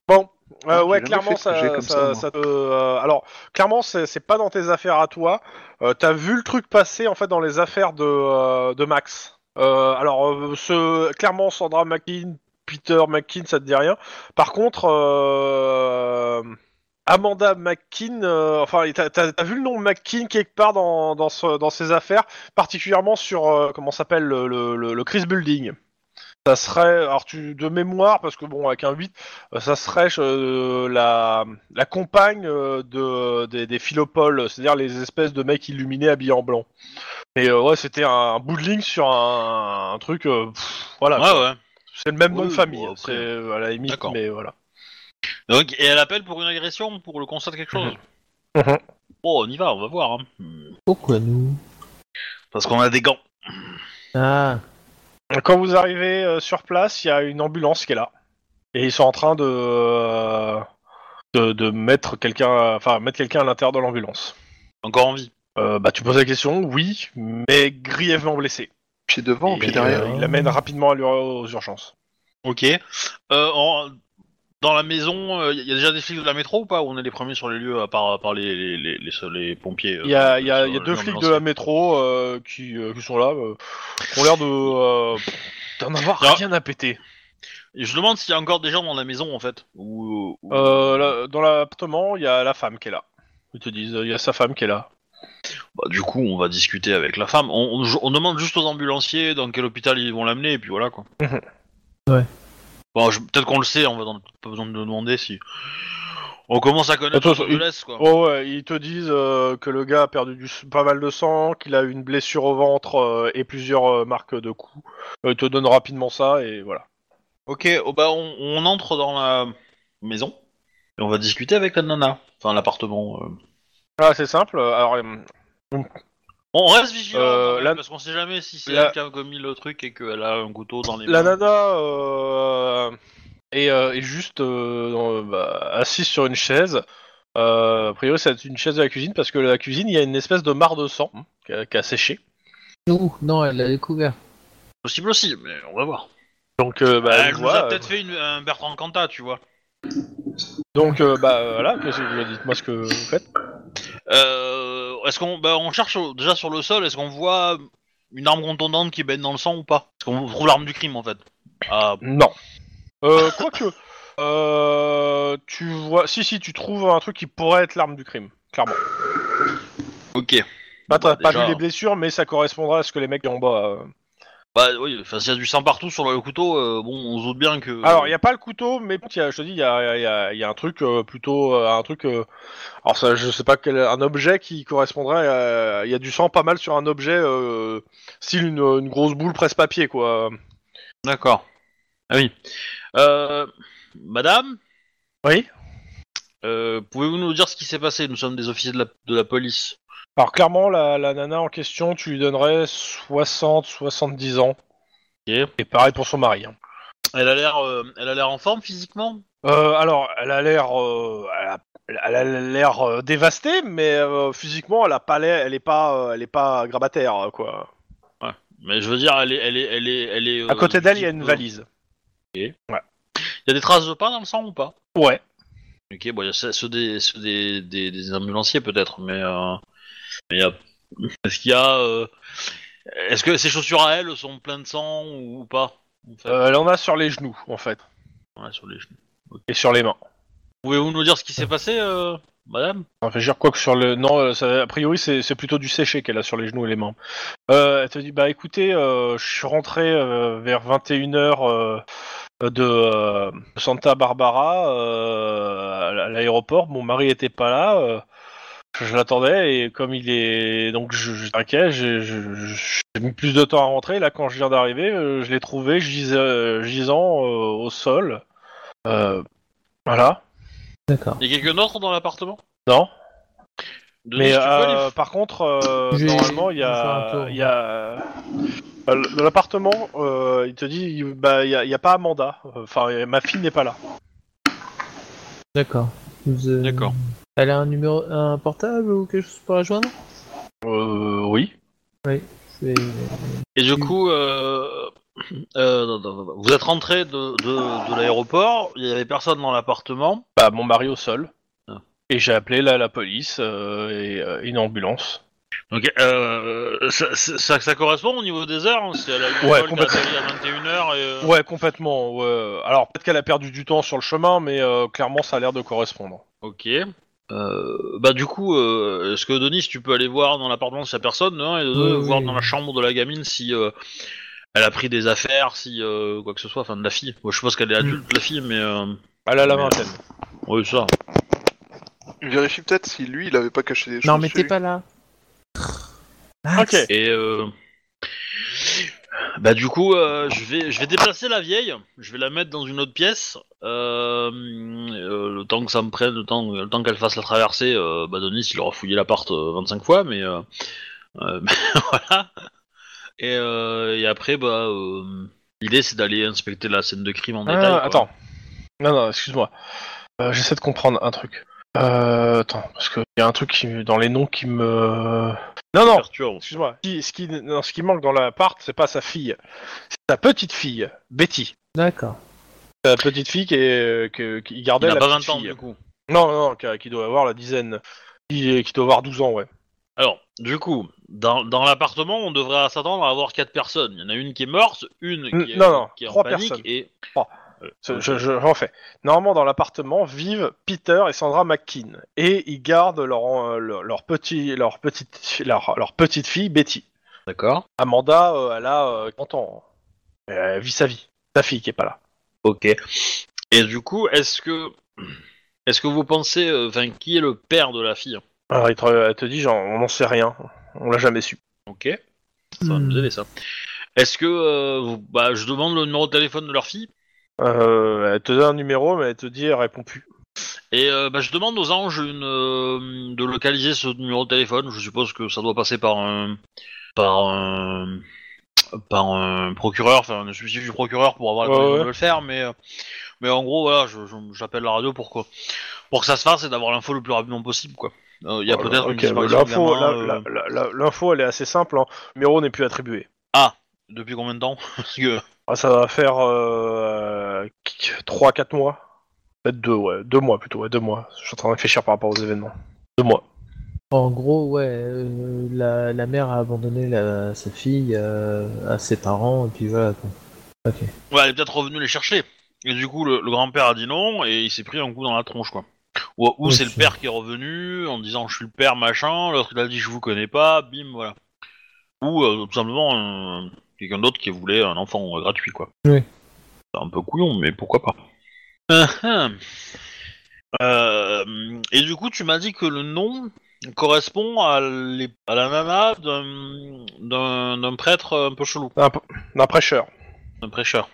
Speaker 2: Bon, euh,
Speaker 3: Non,
Speaker 2: ouais,
Speaker 3: j'ai jamais
Speaker 2: clairement,
Speaker 3: fait de trajet
Speaker 2: ça,
Speaker 3: comme ça,
Speaker 2: ça,
Speaker 3: moi.
Speaker 2: ça te- euh, alors, clairement, c'est c'est pas dans tes affaires à toi. Euh, T'as vu le truc passer en fait dans les affaires de, euh, de Max. Euh, alors, euh, ce, clairement, Sandra McKean, Peter McKean, ça te dit rien. Par contre, euh, Amanda McKean, euh, enfin, t'as t'as- t'as vu le nom McKean quelque part dans, dans, ce- dans ses affaires, particulièrement sur euh, comment s'appelle le, le, le, le Chris Building. Ça serait, alors tu de mémoire, parce que bon, avec un 8, euh, ça serait euh, la, la compagne euh, de, des, des philopoles, c'est-à-dire les espèces de mecs illuminés habillés en blanc. Mais euh, ouais, c'était un, bout de ligne sur un, un truc, euh, pff, voilà, quoi.
Speaker 1: Ouais, ouais.
Speaker 2: c'est le même
Speaker 1: Oui,
Speaker 2: nom de
Speaker 1: bon,
Speaker 2: famille,
Speaker 1: après.
Speaker 2: c'est euh, à la limite,
Speaker 1: D'accord.
Speaker 2: mais voilà.
Speaker 1: Donc, et elle appelle pour une agression, pour le constat de quelque chose.
Speaker 2: Mhm.
Speaker 1: Oh, on y va, on va voir. hein.
Speaker 4: Pourquoi nous
Speaker 1: Parce qu'on a des gants.
Speaker 4: Ah.
Speaker 2: Quand vous arrivez euh, sur place, il y a une ambulance qui est là. Et ils sont en train de, euh, de, de mettre quelqu'un enfin, mettre quelqu'un à l'intérieur de l'ambulance.
Speaker 1: Encore en vie.
Speaker 2: Euh, bah, tu poses la question, oui, mais grièvement blessé.
Speaker 3: Pied devant,
Speaker 2: Et,
Speaker 3: pied derrière.
Speaker 2: euh, il l'amène rapidement à l'ur- aux urgences.
Speaker 1: Ok. Euh, en- Dans la maison, il y a déjà des flics de la métro ou pas Ou on est les premiers sur les lieux à part, à part les, les, les, les, les pompiers euh,
Speaker 2: Il y a, il y a-
Speaker 1: sur
Speaker 2: il y a
Speaker 1: les
Speaker 2: deux flics
Speaker 1: ambulances.
Speaker 2: de la métro euh, qui, euh, qui sont là, euh, qui ont l'air de euh, d'en avoir
Speaker 1: Ah.
Speaker 2: rien à péter.
Speaker 1: Et Je demande s'il y a encore des gens dans la maison en fait. Ou, ou-
Speaker 2: Euh, là, dans l'appartement, il y a la femme qui est là. Ils te disent, euh, il y a sa femme qui est là.
Speaker 1: Bah, du coup, on va discuter avec la femme. On, on- on demande juste aux ambulanciers dans quel hôpital ils vont l'amener, et puis voilà quoi.
Speaker 4: Ouais.
Speaker 1: Bon, je- peut-être qu'on le sait, on va dans- pas besoin de le demander si. On commence à connaître
Speaker 2: Attends,
Speaker 1: Los
Speaker 2: il-
Speaker 1: Angeles, quoi.
Speaker 2: Oh ouais, ils te disent euh, que le gars a perdu du, pas mal de sang, qu'il a une blessure au ventre euh, et plusieurs euh, marques de coups. Euh, ils te donnent rapidement ça et voilà.
Speaker 1: Ok, oh, bah, on, on entre dans la maison et on va discuter avec la nana. Enfin, l'appartement. euh.
Speaker 2: Voilà, Ah, c'est simple. Alors, euh,
Speaker 1: On reste vigilant
Speaker 2: Euh,
Speaker 1: quand même,
Speaker 2: la-
Speaker 1: parce qu'on sait jamais si c'est
Speaker 2: la-
Speaker 1: elle qui a commis le truc et qu'elle a un couteau dans les
Speaker 2: La
Speaker 1: mains.
Speaker 2: nana euh, est, euh, est juste euh, dans- bah, assise sur une chaise. Euh, a priori, c'est une chaise de la cuisine parce que la cuisine, il y a une espèce de mare de sang hein, qui a, qui a séché.
Speaker 4: Ouh, non, elle l'a découvert.
Speaker 1: Possible aussi, mais on va voir.
Speaker 2: Donc, euh, bah,
Speaker 1: elle
Speaker 2: elle
Speaker 1: nous a
Speaker 2: voit,
Speaker 1: peut-être fait une, un Bertrand Cantat, tu vois.
Speaker 2: euh, donc euh, bah euh, voilà, qu'est-ce que vous- dites-moi ce que vous faites.
Speaker 1: Euh, est-ce qu'on bah, on cherche au- déjà sur le sol, est-ce qu'on voit une arme contondante qui baigne dans le sang ou pas Est-ce qu'on trouve l'arme du crime en fait Ah,
Speaker 2: Non. Euh, Quoique, euh, tu vois, si si, tu trouves un truc qui pourrait être l'arme du crime, clairement.
Speaker 1: ok.
Speaker 2: Bah, t'as
Speaker 1: Bah,
Speaker 2: pas
Speaker 1: déjà,
Speaker 2: vu les
Speaker 1: hein.
Speaker 2: blessures, mais ça correspondra à ce que les mecs en bas. euh,
Speaker 1: Bah oui, enfin, s'il y a du sang partout sur le couteau, euh, bon, on se doute bien que.
Speaker 2: Alors, il n'y a pas le couteau, mais il y a- je te dis, il y a, il y a- il y a un truc euh, plutôt. euh, un truc. euh, alors, ça, je sais pas quel. Un objet qui correspondrait. à- Il y a du sang pas mal sur un objet, euh, style une, une grosse boule presse-papier, quoi.
Speaker 1: D'accord. Ah oui. Euh, madame,
Speaker 2: Oui
Speaker 1: euh, pouvez-vous nous dire ce qui s'est passé Nous sommes des officiers de la, de la police.
Speaker 2: Alors, clairement, la, la nana en question, tu lui donnerais 60, 70 ans.
Speaker 1: Ok.
Speaker 2: Et pareil pour son mari. hein.
Speaker 1: Elle a l'air, euh, elle a l'air en forme physiquement.
Speaker 2: Euh, alors, elle a l'air. euh, elle a- elle a l'air euh, dévastée, mais euh, physiquement, elle a pas l'air, elle est pas, euh, elle est pas grabataire, quoi.
Speaker 1: Mais je veux dire, elle est, elle est, elle est, elle est.
Speaker 2: À côté
Speaker 1: euh,
Speaker 2: d'elle, il y a
Speaker 1: petite-
Speaker 2: une valise.
Speaker 1: Il y a des traces de pain dans le sang ou pas
Speaker 2: Ouais.
Speaker 1: Ok, bon, il y a ceux ceux des, ceux des, des, des ambulanciers peut-être, mais, euh, mais il y a- est-ce qu'il y a, euh, est-ce que ces chaussures à elle sont pleines de sang ou, ou pas en fait
Speaker 2: Euh, elle en a sur les genoux, en fait,
Speaker 1: Ouais, sur les genoux.
Speaker 2: et sur les mains.
Speaker 1: Pouvez-vous nous dire ce qui s'est passé euh madame
Speaker 2: Réfléchir quoi que sur le. Non, euh, ça- a priori, c'est c'est plutôt du séché qu'elle a sur les genoux et les membres. Euh, elle te dit Bah écoutez, euh, je suis rentré euh, vers 21h de euh, Santa Barbara euh, à l'aéroport. Mon mari était pas là. euh, je l'attendais et comme il est. Donc je, je t'inquiète, j'ai je- je- j'ai mis plus de temps à rentrer. Là, quand je viens d'arriver, euh, je l'ai trouvé gis- euh, gisant euh, au sol. Euh, voilà.
Speaker 4: D'accord.
Speaker 1: Il y a quelqu'un d'autre dans l'appartement
Speaker 2: Non
Speaker 1: Denis,
Speaker 2: Mais
Speaker 1: tu peux aller
Speaker 2: euh, par contre, euh,
Speaker 4: Je vais-
Speaker 2: normalement, il y
Speaker 4: je vais faire un
Speaker 2: a,
Speaker 4: tour.
Speaker 2: il y a euh, dans l'appartement, euh, il te dit, il- bah, il y a, il y a pas Amanda. Enfin, euh, ma fille n'est pas là.
Speaker 4: D'accord. Vous, euh,
Speaker 1: D'accord.
Speaker 4: Elle a un numéro, un portable ou quelque chose pour la joindre
Speaker 2: Euh, oui.
Speaker 4: Je vais-
Speaker 1: Et du coup, euh, euh, non, non, non, vous êtes rentré de, de, de l'aéroport, il y avait personne dans l'appartement.
Speaker 2: Bah, mon mari au sol.
Speaker 1: Ah.
Speaker 2: Et j'ai appelé la, la police euh, et euh, une ambulance.
Speaker 1: Ok, euh, ça, ça- ça- ça correspond au niveau des heures, hein, si elle a eu
Speaker 2: Ouais,
Speaker 1: le vol
Speaker 2: complètement.
Speaker 1: d'atterrir à 21h. Et, euh,
Speaker 2: Ouais, complètement. ouais. Alors peut-être qu'elle a perdu du temps sur le chemin, mais euh, clairement, ça a l'air de correspondre.
Speaker 1: Ok. Euh, bah du coup, euh, est-ce que Denis, tu peux aller voir dans l'appartement si y a personne, de un, et de deux,
Speaker 4: Oui,
Speaker 1: voir
Speaker 4: oui.
Speaker 1: dans la chambre de la gamine si euh, elle a pris des affaires, si euh, quoi que ce soit, enfin de la fille. Moi, je suppose qu'elle est adulte,
Speaker 2: Mm.
Speaker 1: la fille, mais euh,
Speaker 2: Elle a la
Speaker 1: Mais-
Speaker 2: vingtaine.
Speaker 1: oui ça.
Speaker 3: Vérifie peut-être si lui, il avait pas caché des choses.
Speaker 4: euh, Non, mais
Speaker 3: chez
Speaker 4: t'es
Speaker 3: lui.
Speaker 4: pas là. Ah, Max.
Speaker 2: Ok.
Speaker 1: Et euh, bah du coup, euh, je vais je vais déplacer la vieille. Je vais la mettre dans une autre pièce. Euh, euh, le temps que ça me prenne, le temps le temps qu'elle fasse la traversée, euh, bah Denis il aura fouillé l'appart euh, 25 fois, mais euh, euh, voilà. Et, euh, et après bah euh, l'idée c'est d'aller inspecter la scène de crime en
Speaker 2: Ah,
Speaker 1: détail. quoi.
Speaker 2: attends. Non, non, excuse-moi. Euh, J'essaie de comprendre un truc. Euh, attends, parce qu'il y a un truc qui, me- dans les noms qui me... Non, non,
Speaker 1: Perturbe.
Speaker 2: excuse-moi. Ce qui- Ce qui, non, ce qui manque dans l'appart, c'est pas sa fille. C'est sa petite fille, Betty.
Speaker 4: D'accord.
Speaker 2: Sa petite fille qui, est, euh, que- qui gardait
Speaker 1: Il a
Speaker 2: la
Speaker 1: pas
Speaker 2: petite
Speaker 1: 20 ans
Speaker 2: fille.
Speaker 1: du coup.
Speaker 2: Non, non, non, qui, a- qui doit avoir la dizaine. Qui, qui doit avoir 12 ans, ouais.
Speaker 1: Alors, du coup, dans, dans l'appartement, on devrait s'attendre à avoir quatre personnes. Il y en a une qui est morte, une
Speaker 2: Mm,
Speaker 1: qui est,
Speaker 2: non, non,
Speaker 1: qui est en
Speaker 2: trois
Speaker 1: panique
Speaker 2: personnes.
Speaker 1: et
Speaker 2: Je, je, je- j'en fais. Normalement, dans l'appartement vivent Peter et Sandra McKean. Et ils gardent leur, euh, leur, leur petit, leur, petite, leur, leur petite fille, Betty.
Speaker 1: D'accord.
Speaker 2: Amanda, euh, elle a euh, 30 ans. hein. Elle vit sa vie. Sa fille qui est pas là.
Speaker 1: Ok. Et du coup, est-ce que est-ce que vous pensez, euh, enfin, qui est le père de la fille
Speaker 2: Alors, il te- elle te dit, genre, on n'en sait rien. On l'a jamais su.
Speaker 1: Ok. Ça va
Speaker 4: Hmm.
Speaker 1: nous aider ça. Est-ce que euh, vous- bah, je demande le numéro de téléphone de leur fille
Speaker 2: Euh, elle te donne un numéro, mais elle te dit, elle répond plus.
Speaker 1: et euh, bah, je demande aux anges une, euh, de localiser ce numéro de téléphone. Je suppose que ça doit passer par un par un par un procureur, enfin un substitut du procureur pour avoir la
Speaker 2: Ouais,
Speaker 1: possibilité
Speaker 2: ouais.
Speaker 1: de le faire, mais euh, mais en gros voilà, je- je- j'appelle la radio pour que pour que ça se fasse et d'avoir l'info le plus rapidement possible quoi. Euh, Il y a
Speaker 2: Voilà,
Speaker 1: peut-être une
Speaker 2: ok,
Speaker 1: disparition de
Speaker 2: L'info,
Speaker 1: gamin,
Speaker 2: la-
Speaker 1: euh,
Speaker 2: la- la- la- l'info, elle est assez simple. hein. Le numéro n'est plus attribué.
Speaker 1: Depuis combien de temps Parce que-
Speaker 2: Ah, ça va faire euh, 3-4 mois. Peut-être 2, ouais. 2 mois plutôt, ouais. 2 mois. Je suis en train de réfléchir par rapport aux événements. 2 mois.
Speaker 4: En gros, ouais, euh, la, la mère a abandonné la, sa fille euh, à ses parents, et puis voilà. quoi. Ok.
Speaker 1: Ouais, elle est peut-être revenue les chercher. Et du coup, le, le grand-père a dit non et il s'est pris un coup dans la tronche, quoi. Ou, ou
Speaker 4: Oui,
Speaker 1: c'est le
Speaker 4: c'est-
Speaker 1: père qui est revenu en disant je suis le père, machin. L'autre il a dit je vous connais pas, bim, voilà. Ou euh, tout simplement euh, quelqu'un d'autre qui voulait un enfant euh, gratuit, quoi.
Speaker 4: Oui.
Speaker 1: C'est un peu couillon, mais pourquoi pas. Ah, ah. Euh, et du coup, tu m'as dit que le nom correspond à, les- à la nana d'un- d'un d'un prêtre un peu chelou.
Speaker 2: D'un p- d'un prêcheur.
Speaker 1: Un prêcheur.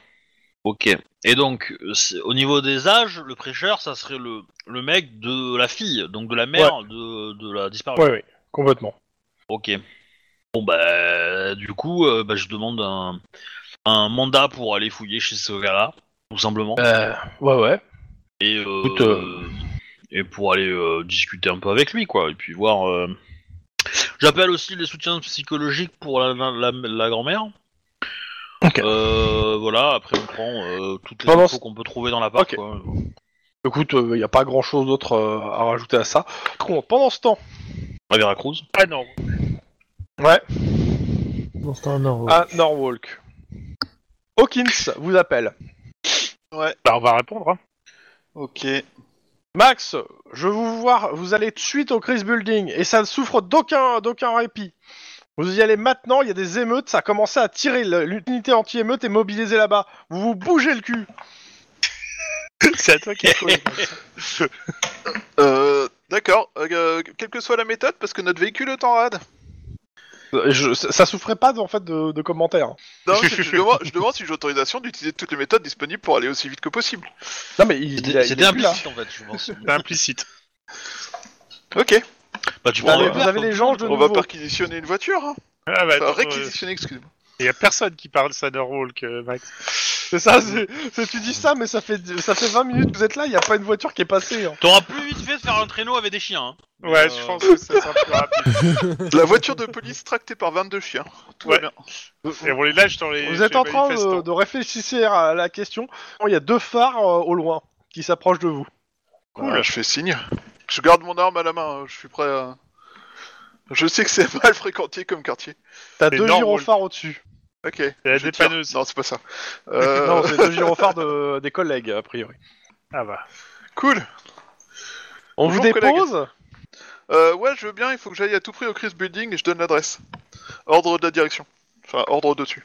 Speaker 1: Ok. Et donc, euh, c'est- au niveau des âges, le prêcheur, ça serait le, le mec de la fille, donc de la mère de, de la disparue.
Speaker 2: Ouais, oui, complètement.
Speaker 1: Ok. Bon, bah, du coup, euh, bah, je demande un, un mandat pour aller fouiller chez ce gars-là, tout simplement.
Speaker 2: Euh, ouais, ouais.
Speaker 1: et, euh,
Speaker 2: écoute, euh,
Speaker 1: et pour aller euh, discuter un peu avec lui, quoi. Et puis voir. euh, J'appelle aussi les soutiens psychologiques pour la, la- la- la grand-mère.
Speaker 2: Ok.
Speaker 1: Euh, voilà, après on prend euh, toutes les
Speaker 2: Pendant
Speaker 1: infos
Speaker 2: ce-
Speaker 1: qu'on peut trouver dans l'appart.
Speaker 2: Ok.
Speaker 1: quoi.
Speaker 2: Écoute, il n'y a pas grand chose d'autre euh, à rajouter à ça. Par contre, pendant ce temps.
Speaker 1: À Veracruz.
Speaker 11: Ah non.
Speaker 2: Ouais,
Speaker 4: Bon, c'est en or.
Speaker 2: à Norwalk. Hawkins vous appelle.
Speaker 11: Bah, on va répondre. hein.
Speaker 3: Ok.
Speaker 2: Max, je veux vous voir, vous allez de suite au Chris Building, et ça ne souffre d'aucun d'aucun répit. Vous y allez maintenant, il y a des émeutes, ça a commencé à tirer, le- l'unité anti-émeute est mobilisée là-bas. Vous vous bougez le cul
Speaker 9: C'est à toi qui
Speaker 3: Euh, D'accord, euh, quelle que soit la méthode, parce que notre véhicule est en rade.
Speaker 2: Euh, je- ça ça souffrait pas en fait de, de commentaires.
Speaker 3: Non, c'est- je, demande, je demande si j'ai autorisation d'utiliser toutes les méthodes disponibles pour aller aussi vite que possible.
Speaker 2: Non mais il, il
Speaker 1: C'était
Speaker 2: a- il
Speaker 1: c'était
Speaker 2: est plus là.
Speaker 1: implicite en fait, je pense.
Speaker 9: C'est implicite.
Speaker 3: Ok,
Speaker 1: Bah, tu
Speaker 3: Bon,
Speaker 1: parles
Speaker 3: allez,
Speaker 1: au
Speaker 2: vous
Speaker 1: père,
Speaker 2: avez
Speaker 1: comme
Speaker 2: les
Speaker 1: tout le
Speaker 2: gens
Speaker 1: monde,
Speaker 2: de
Speaker 1: quoi.
Speaker 3: on va
Speaker 2: nouveau.
Speaker 3: perquisitionner une voiture. Hein.
Speaker 9: Ah bah,
Speaker 3: Enfin,
Speaker 9: attends, euh,
Speaker 3: réquisitionner, excuse-moi.
Speaker 9: il y a personne qui parle Walk, Max.
Speaker 2: C'est ça, c'est- c'est- tu dis ça, mais ça fait ça fait 20 minutes que vous êtes là, il y a pas une voiture qui est passée. hein.
Speaker 1: T'auras plus vite fait de faire un traîneau avec des chiens. hein.
Speaker 9: Ouais,
Speaker 1: Euh,
Speaker 9: je pense que ça sera plus rapide.
Speaker 3: La voiture de police tractée par 22 chiens. Tout
Speaker 9: Ouais.
Speaker 3: va bien.
Speaker 9: Et on les lâche dans les.
Speaker 2: Vous
Speaker 9: chez
Speaker 2: êtes
Speaker 9: les
Speaker 2: en train de,
Speaker 9: manifestants.
Speaker 2: de réfléchir à la question. Il y a deux phares euh, au loin qui s'approchent de vous.
Speaker 3: Cool. Ah, je fais signe. Je garde mon arme à la main, hein, je suis prêt à... Je sais que c'est mal fréquenté comme quartier.
Speaker 2: T'as
Speaker 9: C'est
Speaker 2: deux
Speaker 9: énorme,
Speaker 2: gyrophares au-dessus.
Speaker 3: Ok.
Speaker 9: la
Speaker 3: je tire.
Speaker 9: dépanneuse.
Speaker 3: Non, c'est pas ça. Euh,
Speaker 2: Non, c'est deux gyrophares de- des collègues a priori.
Speaker 9: Ah bah.
Speaker 3: Cool.
Speaker 2: On
Speaker 3: Bonjour,
Speaker 2: vous dépose.
Speaker 3: Euh, ouais, je veux bien, il faut que j'aille à tout prix au Chris Building et je donne l'adresse. Ordre de la direction. Enfin, ordre dessus.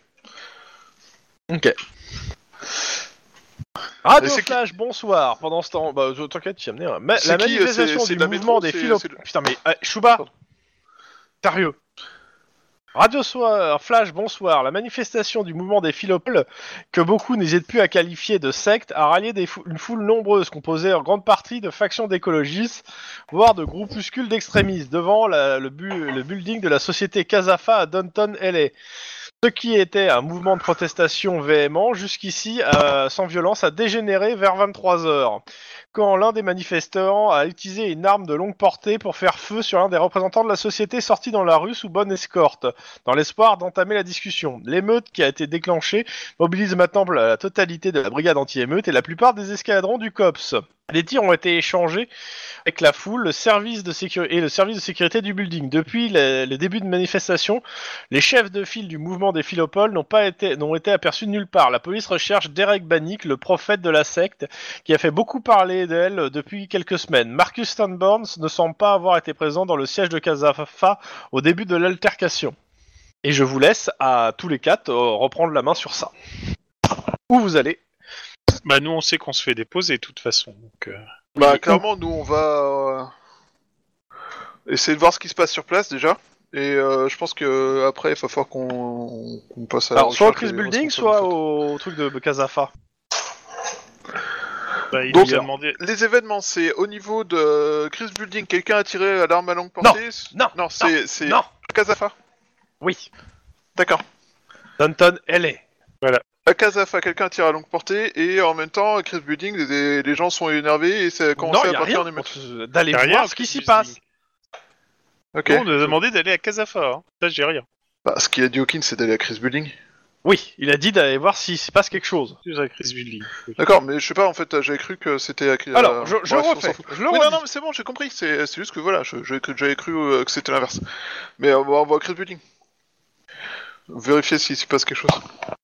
Speaker 2: Radio
Speaker 3: Mais c'est qui-
Speaker 2: Flash, bonsoir. Pendant ce temps, bah euh, t'inquiète, tu y amené. Mais
Speaker 3: C'est
Speaker 2: la
Speaker 3: qui, euh,
Speaker 2: manifestation
Speaker 3: c'est- c'est
Speaker 2: du
Speaker 3: la
Speaker 2: mouvement
Speaker 3: métro,
Speaker 2: des
Speaker 3: c'est-
Speaker 2: philo.
Speaker 3: c'est eh, le-
Speaker 2: Putain mais euh, Chouba, sérieux. Radio Soir, Flash, bonsoir. La manifestation du mouvement des philopoles, que beaucoup n'hésitent plus à qualifier de secte, a rallié des fou- une foule nombreuse composée en grande partie de factions d'écologistes, voire de groupuscules d'extrémistes, devant la- le, bu- le building de la société Casafa à Downton LA. Ce qui était un mouvement de protestation véhément, jusqu'ici euh, sans violence, a dégénéré vers 23h, quand l'un des manifestants a utilisé une arme de longue portée pour faire feu sur l'un des représentants de la société sorti dans la rue sous bonne escorte, dans l'espoir d'entamer la discussion. L'émeute qui a été déclenchée mobilise maintenant la la totalité de la brigade anti-émeute et la plupart des escadrons du COPS. Des tirs ont été échangés avec la foule le service de sécu- et le service de sécurité du building. Depuis le- les débuts de manifestation, les chefs de file du mouvement des Philopoles n'ont pas été n'ont été aperçus nulle part. La police recherche Derek Banik, le prophète de la secte, qui a fait beaucoup parler d'elle euh, depuis quelques semaines. Marcus Stanborn ne semble pas avoir été présent dans le siège de Casafa au début de l'altercation. Et je vous laisse à tous les quatre euh, reprendre la main sur ça. Où vous allez
Speaker 9: Bah, nous, on sait qu'on se fait déposer, de toute façon. Donc, euh,
Speaker 3: Bah, clairement, nous, on va euh, essayer de voir ce qui se passe sur place déjà. Et euh, je pense que euh, après, il va falloir qu'on qu'on passe à. la
Speaker 2: Alors, soit au
Speaker 3: recherche
Speaker 2: Chris
Speaker 3: des
Speaker 2: Building,
Speaker 3: responsables,
Speaker 2: soit
Speaker 3: en fait.
Speaker 2: au truc de Casafa.
Speaker 9: bah, il
Speaker 3: Donc,
Speaker 9: nous a demandé.
Speaker 3: Les événements, c'est au niveau de Chris Building, quelqu'un a tiré à l'arme à longue portée
Speaker 2: non,
Speaker 3: non, c'est c'est
Speaker 2: Non,
Speaker 3: Kazafa.
Speaker 2: oui.
Speaker 3: D'accord.
Speaker 2: Danton, elle est.
Speaker 3: À Kazafa, quelqu'un tire à longue portée et en même temps, à Chris Building, les, les gens sont énervés et ça a
Speaker 2: Non,
Speaker 3: commencé
Speaker 2: il a
Speaker 3: à partir
Speaker 2: rien
Speaker 3: en émeute.
Speaker 2: contre- d'aller
Speaker 9: Y a
Speaker 2: voir
Speaker 9: rien,
Speaker 2: ce qui s'y
Speaker 9: excuse-moi.
Speaker 2: passe.
Speaker 3: Ok.
Speaker 9: Nous, on nous a demandé d'aller à Casafa. Hein. Là, j'ai rien.
Speaker 3: Bah, ce qu'il a dit Hawkins, c'est d'aller à Chris Building.
Speaker 2: Oui, il a dit d'aller voir s'il se passe quelque chose.
Speaker 9: Plus à Chris Building.
Speaker 3: D'accord, mais je sais pas, en fait, j'avais cru que c'était à Chris.
Speaker 9: Euh,
Speaker 2: Alors, je, je
Speaker 3: ouais, on s'en
Speaker 2: refais.
Speaker 3: fout.
Speaker 2: Je le
Speaker 3: Oui, non,
Speaker 2: redis.
Speaker 3: non, mais c'est bon, j'ai compris. C'est c'est juste que voilà, je- je- que j'avais cru euh, que c'était l'inverse. Mais euh, bon, on va à Chris Building. Vérifier s'il se passe quelque chose.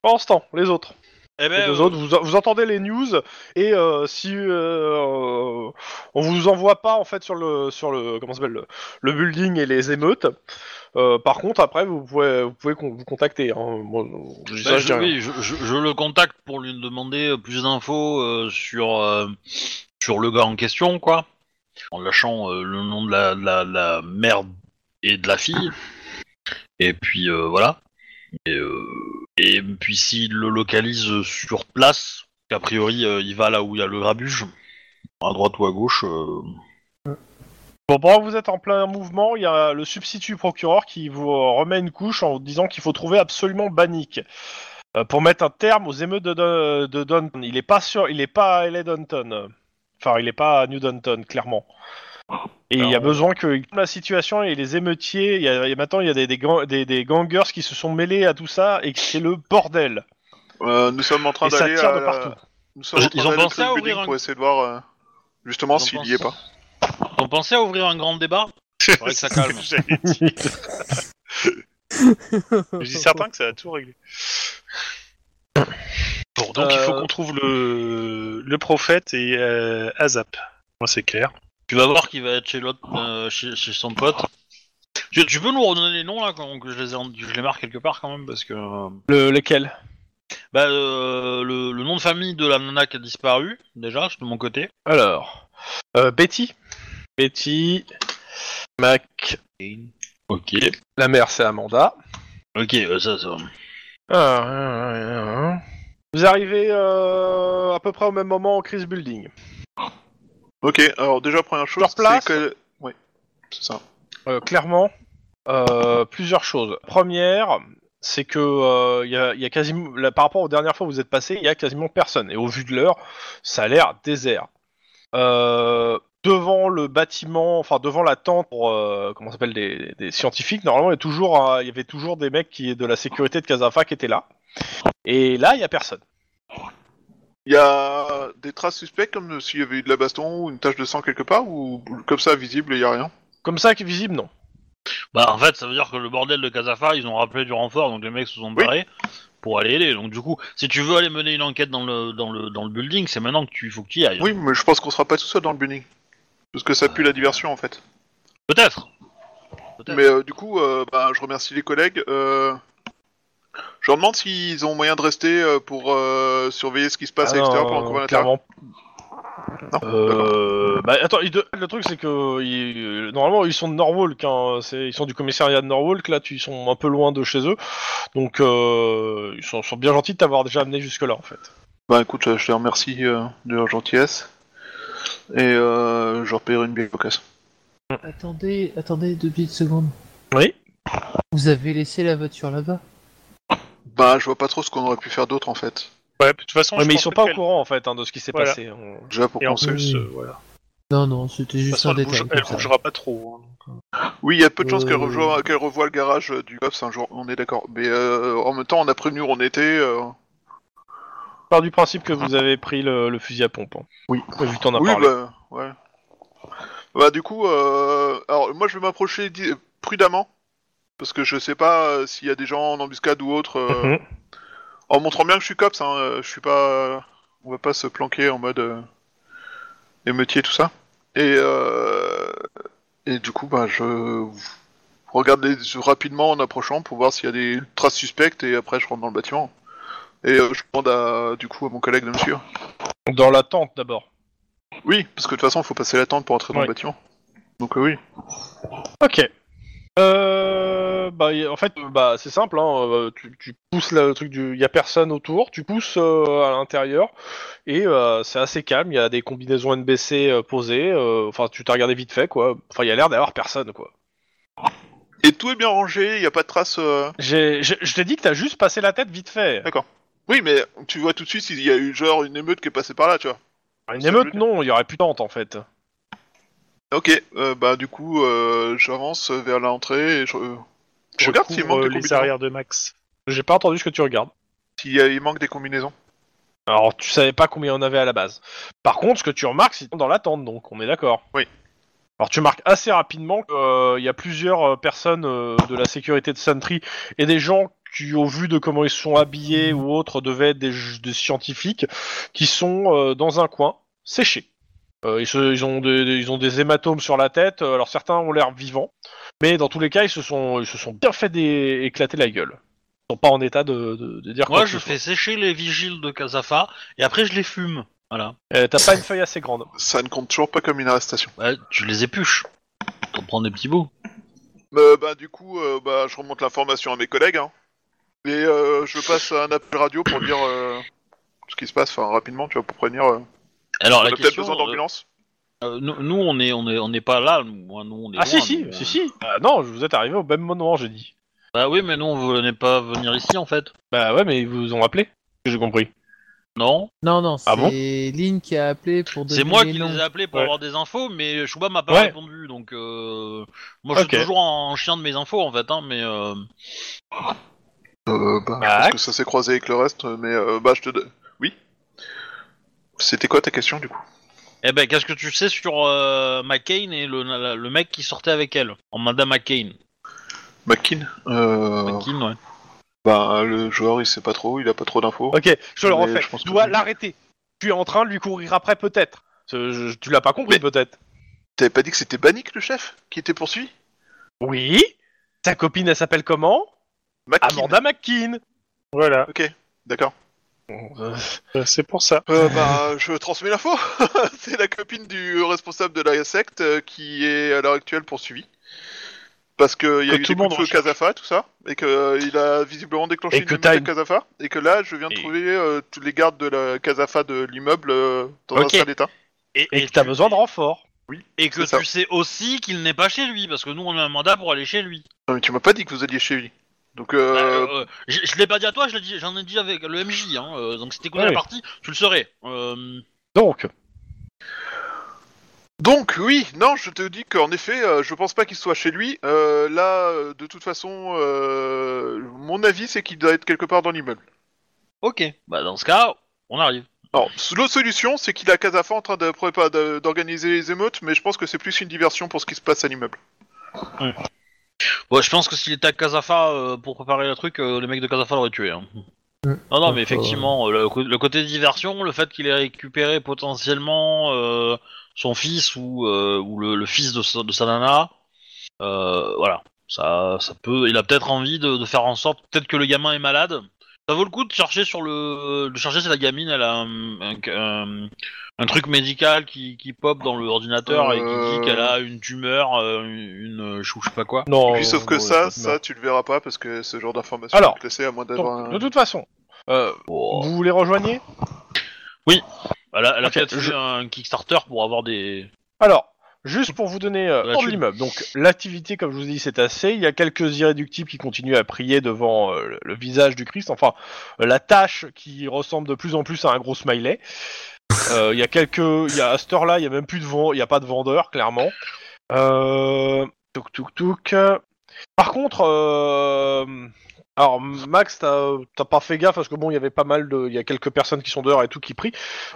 Speaker 2: Pendant ce temps, les autres.
Speaker 1: Eh
Speaker 2: Les
Speaker 1: ben,
Speaker 2: deux
Speaker 1: euh,
Speaker 2: autres, vous, vous entendez les news et euh, si euh, on vous envoie pas en fait sur le sur le comment ça s'appelle le, le building et les émeutes. euh, par contre, après, vous pouvez vous pouvez con- vous contacter. hein. Moi, je dis
Speaker 1: bah,
Speaker 2: ça, je dis
Speaker 1: je,
Speaker 2: rien.
Speaker 1: oui, je, je- je le contacte pour lui demander euh, plus d'infos euh, sur, euh, sur le gars en question, quoi. En lâchant euh, le nom de la, de la, de la mère et de la fille. Et puis, euh, voilà. Et, euh, et puis, s'il le localise sur place, qu'a priori, euh, il va là où il y a le grabuge, à droite ou à gauche. euh,
Speaker 2: Bon, pendant que vous êtes en plein mouvement, il y a le substitut procureur qui vous euh, remet une couche en vous disant qu'il faut trouver absolument Bannick euh, pour mettre un terme aux émeutes de, Dun- de Dunton. Il est pas sûr, il est pas à LA Dunton. euh. Enfin, il est pas à New Dunton, clairement. Et il y a besoin que il calme la situation et les émeutiers. Il y a, il y a- maintenant, il y a des, des, gang- des- des gangers qui se sont mêlés à tout ça et que c'est le bordel.
Speaker 3: Euh, nous sommes en train
Speaker 2: Et ça
Speaker 3: d'aller.
Speaker 2: tire
Speaker 3: à
Speaker 2: de
Speaker 3: la-
Speaker 2: partout.
Speaker 3: Nous sommes en
Speaker 1: Ils
Speaker 3: train
Speaker 1: ont
Speaker 3: d'aller
Speaker 1: pensé
Speaker 3: Chris
Speaker 1: à ouvrir
Speaker 3: Building
Speaker 1: un-
Speaker 3: pour essayer de voir euh, justement
Speaker 1: Ils ont
Speaker 3: s'il y est
Speaker 1: pensé.
Speaker 3: pas.
Speaker 1: On pensait à ouvrir un grand débat Faudrait que ça calme.
Speaker 9: Je suis certain que ça a tout réglé. Bon, donc il faut
Speaker 2: Euh,
Speaker 9: qu'on trouve le, le prophète et euh, Azap. Moi, c'est clair.
Speaker 1: Tu vas voir qu'il va être chez l'autre, euh, chez, chez son pote. Tu, tu peux nous redonner les noms là, quand que je les, ai en- je les marque quelque part quand même, parce que. euh,
Speaker 2: Le, lequel
Speaker 1: Bah, euh, le, le nom de famille de la nana qui a disparu, déjà, c'est de mon côté.
Speaker 2: Alors, euh, Betty. Betty. Mac.
Speaker 1: Ok.
Speaker 2: La mère, c'est Amanda.
Speaker 1: Ok, euh, ça, ça.
Speaker 2: Ah, Vous arrivez euh, à peu près au même moment au Chris Building.
Speaker 3: Ok, alors déjà, première chose,
Speaker 2: Leur place
Speaker 3: c'est que... Ouais, c'est ça.
Speaker 2: Euh, clairement, euh, plusieurs choses. Première, c'est que euh, il y a, il y a quasiment, là, par rapport aux dernières fois où vous êtes passé, il y a quasiment personne. Et au vu de l'heure, ça a l'air désert. Euh, devant le bâtiment, enfin devant la tente pour, euh, comment ça s'appelle des, des scientifiques, normalement il y, a toujours, euh, il y avait toujours des mecs qui de la sécurité de Casafa qui étaient là. Et là, il y a personne.
Speaker 3: Il y a des traces suspectes, comme s'il y avait eu de la baston ou une tache de sang quelque part, ou comme ça, visible, il y a rien
Speaker 2: Comme ça, qui est visible, non.
Speaker 1: Bah, en fait, ça veut dire que le bordel de Casafa, ils ont rappelé du renfort, donc les mecs se sont
Speaker 3: Oui.
Speaker 1: barrés pour aller aider. Donc, du coup, si tu veux aller mener une enquête dans le, dans le, dans le building, c'est maintenant que tu, il faut que tu y Euh, ailles.
Speaker 3: Oui, mais je pense qu'on sera pas tout seul dans le building. Parce que ça pue la diversion, en fait.
Speaker 1: Peut-être. Peut-être.
Speaker 3: Mais euh, du coup, euh, bah, je remercie les collègues. euh, Je leur demande s'ils ont moyen de rester euh, pour euh, surveiller ce qui se passe à
Speaker 2: Ah non,
Speaker 3: l'extérieur pendant qu'on va à l'intérieur.
Speaker 2: clairement.
Speaker 3: Non,
Speaker 2: Euh, bah, attends, il de- le truc c'est que ils- normalement ils sont de Norwalk, hein, c'est- ils sont du commissariat de Norwalk, là tu, ils sont un peu loin de chez eux, donc euh, ils sont, sont bien gentils de t'avoir déjà amené jusque là en fait.
Speaker 3: Bah écoute, euh, je les remercie euh, de leur gentillesse. Et euh, je leur paierai une bière au casse.
Speaker 4: Attendez, attendez deux petites secondes.
Speaker 2: Oui.
Speaker 4: Vous avez laissé la voiture là-bas
Speaker 3: Bah je vois pas trop ce qu'on aurait pu faire d'autre en fait.
Speaker 9: Ouais, de toute façon,
Speaker 2: Ouais,
Speaker 9: je
Speaker 2: mais ils
Speaker 9: pense
Speaker 2: sont pas au
Speaker 9: qu'elle-
Speaker 2: courant en fait hein, de ce qui s'est
Speaker 9: Voilà.
Speaker 2: passé. On-
Speaker 3: Déjà pour
Speaker 9: Et en
Speaker 3: qu'on se-
Speaker 9: plus,
Speaker 4: Oui.
Speaker 9: euh, voilà.
Speaker 4: Non, non, c'était
Speaker 9: De toute
Speaker 4: juste
Speaker 9: façon,
Speaker 4: un
Speaker 9: elle,
Speaker 4: détail.
Speaker 9: bouge- elle
Speaker 4: comme ça.
Speaker 9: bougera pas trop. hein.
Speaker 3: Oui, il y a peu de chances qu'elle
Speaker 4: Euh.
Speaker 3: revoie, qu'elle revoie le garage euh, du cops un jour, on est d'accord. Mais euh, en même temps, on a prévenu où on était. euh,
Speaker 2: part du principe que vous avez pris le, le fusil à pompe. hein.
Speaker 3: Oui.
Speaker 2: Vu que t'en as
Speaker 3: Oui,
Speaker 2: parlé.
Speaker 3: bah ouais. Bah du coup, euh, alors moi je vais m'approcher di- prudemment. Parce que je sais pas euh, s'il y a des gens en embuscade ou autre. euh,
Speaker 2: Mhm.
Speaker 3: En montrant bien que je suis cops, hein, euh, je suis pas. euh, On va pas se planquer en mode euh, émeutier tout ça. Et euh, et du coup, bah je regarde les- je- rapidement en approchant pour voir s'il y a des traces suspectes et après je rentre dans le bâtiment. Et euh, je demande à, du coup à mon collègue de me suivre.
Speaker 2: Dans la tente d'abord.
Speaker 3: Oui, parce que de toute façon, il faut passer la tente pour entrer dans
Speaker 2: Ouais.
Speaker 3: le bâtiment. Donc euh, oui.
Speaker 2: Ok. Euh, bah, y- en fait, euh, bah, c'est simple. Hein, euh, tu, tu pousses là, le truc du, il y a personne autour. Tu pousses euh, à l'intérieur et euh, c'est assez calme. Il y a des combinaisons NBC euh, posées. euh, Enfin, tu t'as regardé vite fait, quoi. Enfin, il y a l'air d'avoir personne, quoi.
Speaker 3: Et tout est bien rangé, il n'y a pas de traces. euh,
Speaker 2: J'ai, je, je t'ai dit que t'as juste passé la tête vite fait.
Speaker 3: Oui, mais tu vois tout de suite s'il y a eu genre une émeute qui est passée par là, tu vois.
Speaker 2: Une
Speaker 3: Ça
Speaker 2: émeute,
Speaker 3: peut-
Speaker 2: non. Il y aurait plus tente, en fait.
Speaker 3: Ok, euh, bah du coup, euh, j'avance vers l'entrée et je, euh, je regarde s'il
Speaker 9: couvre,
Speaker 3: manque,
Speaker 9: euh,
Speaker 3: des
Speaker 9: les
Speaker 3: combinaisons.
Speaker 9: arrières de Max.
Speaker 2: J'ai pas entendu ce que tu regardes.
Speaker 3: S'il y a- il manque des combinaisons.
Speaker 2: Alors, tu savais pas combien on avait à la base. Par contre, ce que tu remarques, c'est qu'ils sont dans l'attente, donc on est d'accord.
Speaker 3: Oui.
Speaker 2: Alors, tu marques assez rapidement qu'il y a plusieurs euh, personnes euh, de la sécurité de Sentry et des gens qui, au vu de comment ils sont habillés ou autres, devaient être des, des scientifiques qui sont euh, dans un coin, séchés. Euh, ils, se- ils ont des, des- ils ont des hématomes sur la tête, euh, alors certains ont l'air vivants, mais dans tous les cas, ils se sont, ils se sont bien fait des- éclater la gueule. Ils sont pas en état de, de- de dire quoi
Speaker 1: Moi,
Speaker 2: que
Speaker 1: je
Speaker 2: ce soit.
Speaker 1: fais sécher les vigiles de Casafa et après je les fume. Voilà.
Speaker 2: Euh, T'as pas une feuille assez grande.
Speaker 3: Ça ne compte toujours pas comme une arrestation.
Speaker 1: Bah, tu les épuches. T'en prends des petits bouts.
Speaker 3: Euh, bah du coup, euh, bah je remonte l'information à mes collègues. hein. et euh, je passe un appel radio pour dire euh, ce qui se passe, enfin rapidement, tu vois, pour prévenir. euh,
Speaker 1: Alors
Speaker 3: on a
Speaker 1: la
Speaker 3: peut-être
Speaker 1: question.
Speaker 3: besoin d'ambulance.
Speaker 1: euh, nous, nous, on est, on est, on n'est pas là. Nous, hein, nous, on est
Speaker 2: Ah si
Speaker 1: loin,
Speaker 2: si,
Speaker 1: nous,
Speaker 2: si
Speaker 1: euh.
Speaker 2: si. Ah non, je vous êtes arrivé au même moment, j'ai dit.
Speaker 1: Bah oui, mais nous, on venait pas venir ici en fait.
Speaker 2: Bah ouais, mais ils vous ont appelé. J'ai compris.
Speaker 1: Non.
Speaker 4: Non, non, c'est
Speaker 2: Ah bon
Speaker 4: Lynn qui a appelé pour donner
Speaker 1: C'est moi
Speaker 4: les
Speaker 1: qui
Speaker 4: noms.
Speaker 1: les ai appelés pour
Speaker 2: Ouais.
Speaker 1: avoir des infos, mais Chouba m'a pas
Speaker 2: Ouais.
Speaker 1: répondu. Donc, euh, moi, je
Speaker 2: Ok.
Speaker 1: suis toujours en chien de mes infos en fait. Hein, mais euh,
Speaker 3: Euh, bah,
Speaker 2: Bah,
Speaker 3: je pense que ça s'est croisé avec le reste, mais euh, bah je te. donne- Oui. C'était quoi ta question du coup
Speaker 1: eh ben, qu'est-ce que tu sais sur euh, McCain et le, la- le mec qui sortait avec elle, en Madame McCain.
Speaker 3: McKean euh,
Speaker 1: McCain, ouais.
Speaker 3: Bah le joueur il sait pas trop, il a pas trop d'infos.
Speaker 2: Ok, je le
Speaker 3: Mais
Speaker 2: refais.
Speaker 3: je pense
Speaker 2: Tu
Speaker 3: que
Speaker 2: dois
Speaker 3: oui.
Speaker 2: l'arrêter. Tu es en train de lui courir après peut-être.
Speaker 9: Euh, je- tu l'as pas compris peut-être.
Speaker 3: T'avais pas dit que c'était Banik le chef qui était poursuivi
Speaker 2: Oui Ta copine, elle s'appelle comment
Speaker 3: McKean.
Speaker 2: Amanda McKean
Speaker 9: Voilà,
Speaker 3: D'accord.
Speaker 9: Euh, c'est pour ça.
Speaker 3: Euh, bah, je transmets l'info. c'est la copine du responsable de la secte euh, qui est à l'heure actuelle poursuivie. Parce qu'il y a
Speaker 9: Que
Speaker 3: eu
Speaker 9: tout
Speaker 3: des
Speaker 9: le monde
Speaker 3: coups de feu Kazafa, tout ça, et que euh, il a visiblement déclenché
Speaker 2: Et
Speaker 3: une
Speaker 2: que
Speaker 3: émeute
Speaker 2: t'as
Speaker 3: à
Speaker 2: une-
Speaker 3: Kazafa, et que là, je viens de
Speaker 2: Et-
Speaker 3: trouver euh, tous les gardes de la Kazafa de l'immeuble euh, dans
Speaker 2: Ok.
Speaker 3: un sale état.
Speaker 2: Et, que t'as
Speaker 1: tu-
Speaker 2: besoin de renfort.
Speaker 1: Et que
Speaker 3: C'est ça.
Speaker 1: tu sais aussi qu'il n'est pas chez lui, parce que nous on a un mandat pour aller chez lui.
Speaker 3: Non, mais tu m'as pas dit que vous alliez chez lui. Donc, euh,
Speaker 1: Bah, euh, je je l'ai pas dit à toi, je l'ai dit- j'en ai dit avec le MJ. Hein, euh, donc si t'écoutais
Speaker 2: Ouais.
Speaker 1: la partie, tu le saurais. Euh,
Speaker 2: Donc,
Speaker 3: Donc oui, non, je te dis qu'en effet, euh, je pense pas qu'il soit chez lui. Euh, là, euh, de toute façon, euh, mon avis c'est qu'il doit être quelque part dans l'immeuble.
Speaker 1: ok. Bah dans ce cas, on arrive.
Speaker 3: Alors, s- l'autre solution, c'est qu'il a Casafa en train de prépa- de- d'organiser les émeutes, mais je pense que c'est plus une diversion pour ce qui se passe à l'immeuble.
Speaker 1: Bon, je pense que s'il était à Casafa euh, pour préparer le truc, euh, les mecs de Casafa l'auraient tué. hein.
Speaker 4: Mm.
Speaker 1: Non, non, mais
Speaker 4: Euh,
Speaker 1: effectivement, euh, le, co- le côté diversion, le fait qu'il ait récupéré potentiellement euh, son fils ou, euh, ou le, le fils de, sa- de sa nana, euh, voilà, ça, ça peut. Il a peut-être envie de, de faire en sorte, peut-être que le gamin est malade. Ça vaut le coup de chercher sur le, de chercher si la gamine elle a un, un- un- un truc médical qui, qui pop dans l'ordinateur et qui
Speaker 3: Euh.
Speaker 1: dit qu'elle a une tumeur, euh, une, une- je sais pas quoi.
Speaker 2: non.
Speaker 3: Et puis, sauf que
Speaker 2: non,
Speaker 3: ça,
Speaker 2: non.
Speaker 3: ça, tu le verras pas parce que ce genre d'information
Speaker 2: Alors,
Speaker 3: est classé à moins
Speaker 2: Donc,
Speaker 3: d'avoir. un-
Speaker 2: de toute façon, euh,
Speaker 1: Oh.
Speaker 2: vous les rejoignez
Speaker 1: Elle a, elle a
Speaker 2: Ok,
Speaker 1: peut-être
Speaker 2: je-
Speaker 1: fait un Kickstarter pour avoir des.
Speaker 2: Alors, juste pour vous donner euh,
Speaker 1: La
Speaker 2: hors de
Speaker 1: thune.
Speaker 2: l'immeuble, donc l'activité, comme je vous ai dit, c'est assez. Il y a quelques irréductibles qui continuent à prier devant euh, le, le visage du Christ, enfin, euh, la tâche qui ressemble de plus en plus à un gros smiley. Euh, Il y a quelques. Il y a, à cette heure-là, il n'y a même plus de vent, il n'y a pas de vendeur, clairement. Euh, Touk touk touk. Par contre, euh, alors Max, t'as t'as pas fait gaffe parce que bon, il y avait pas mal de, il y a quelques personnes qui sont dehors et tout qui prient.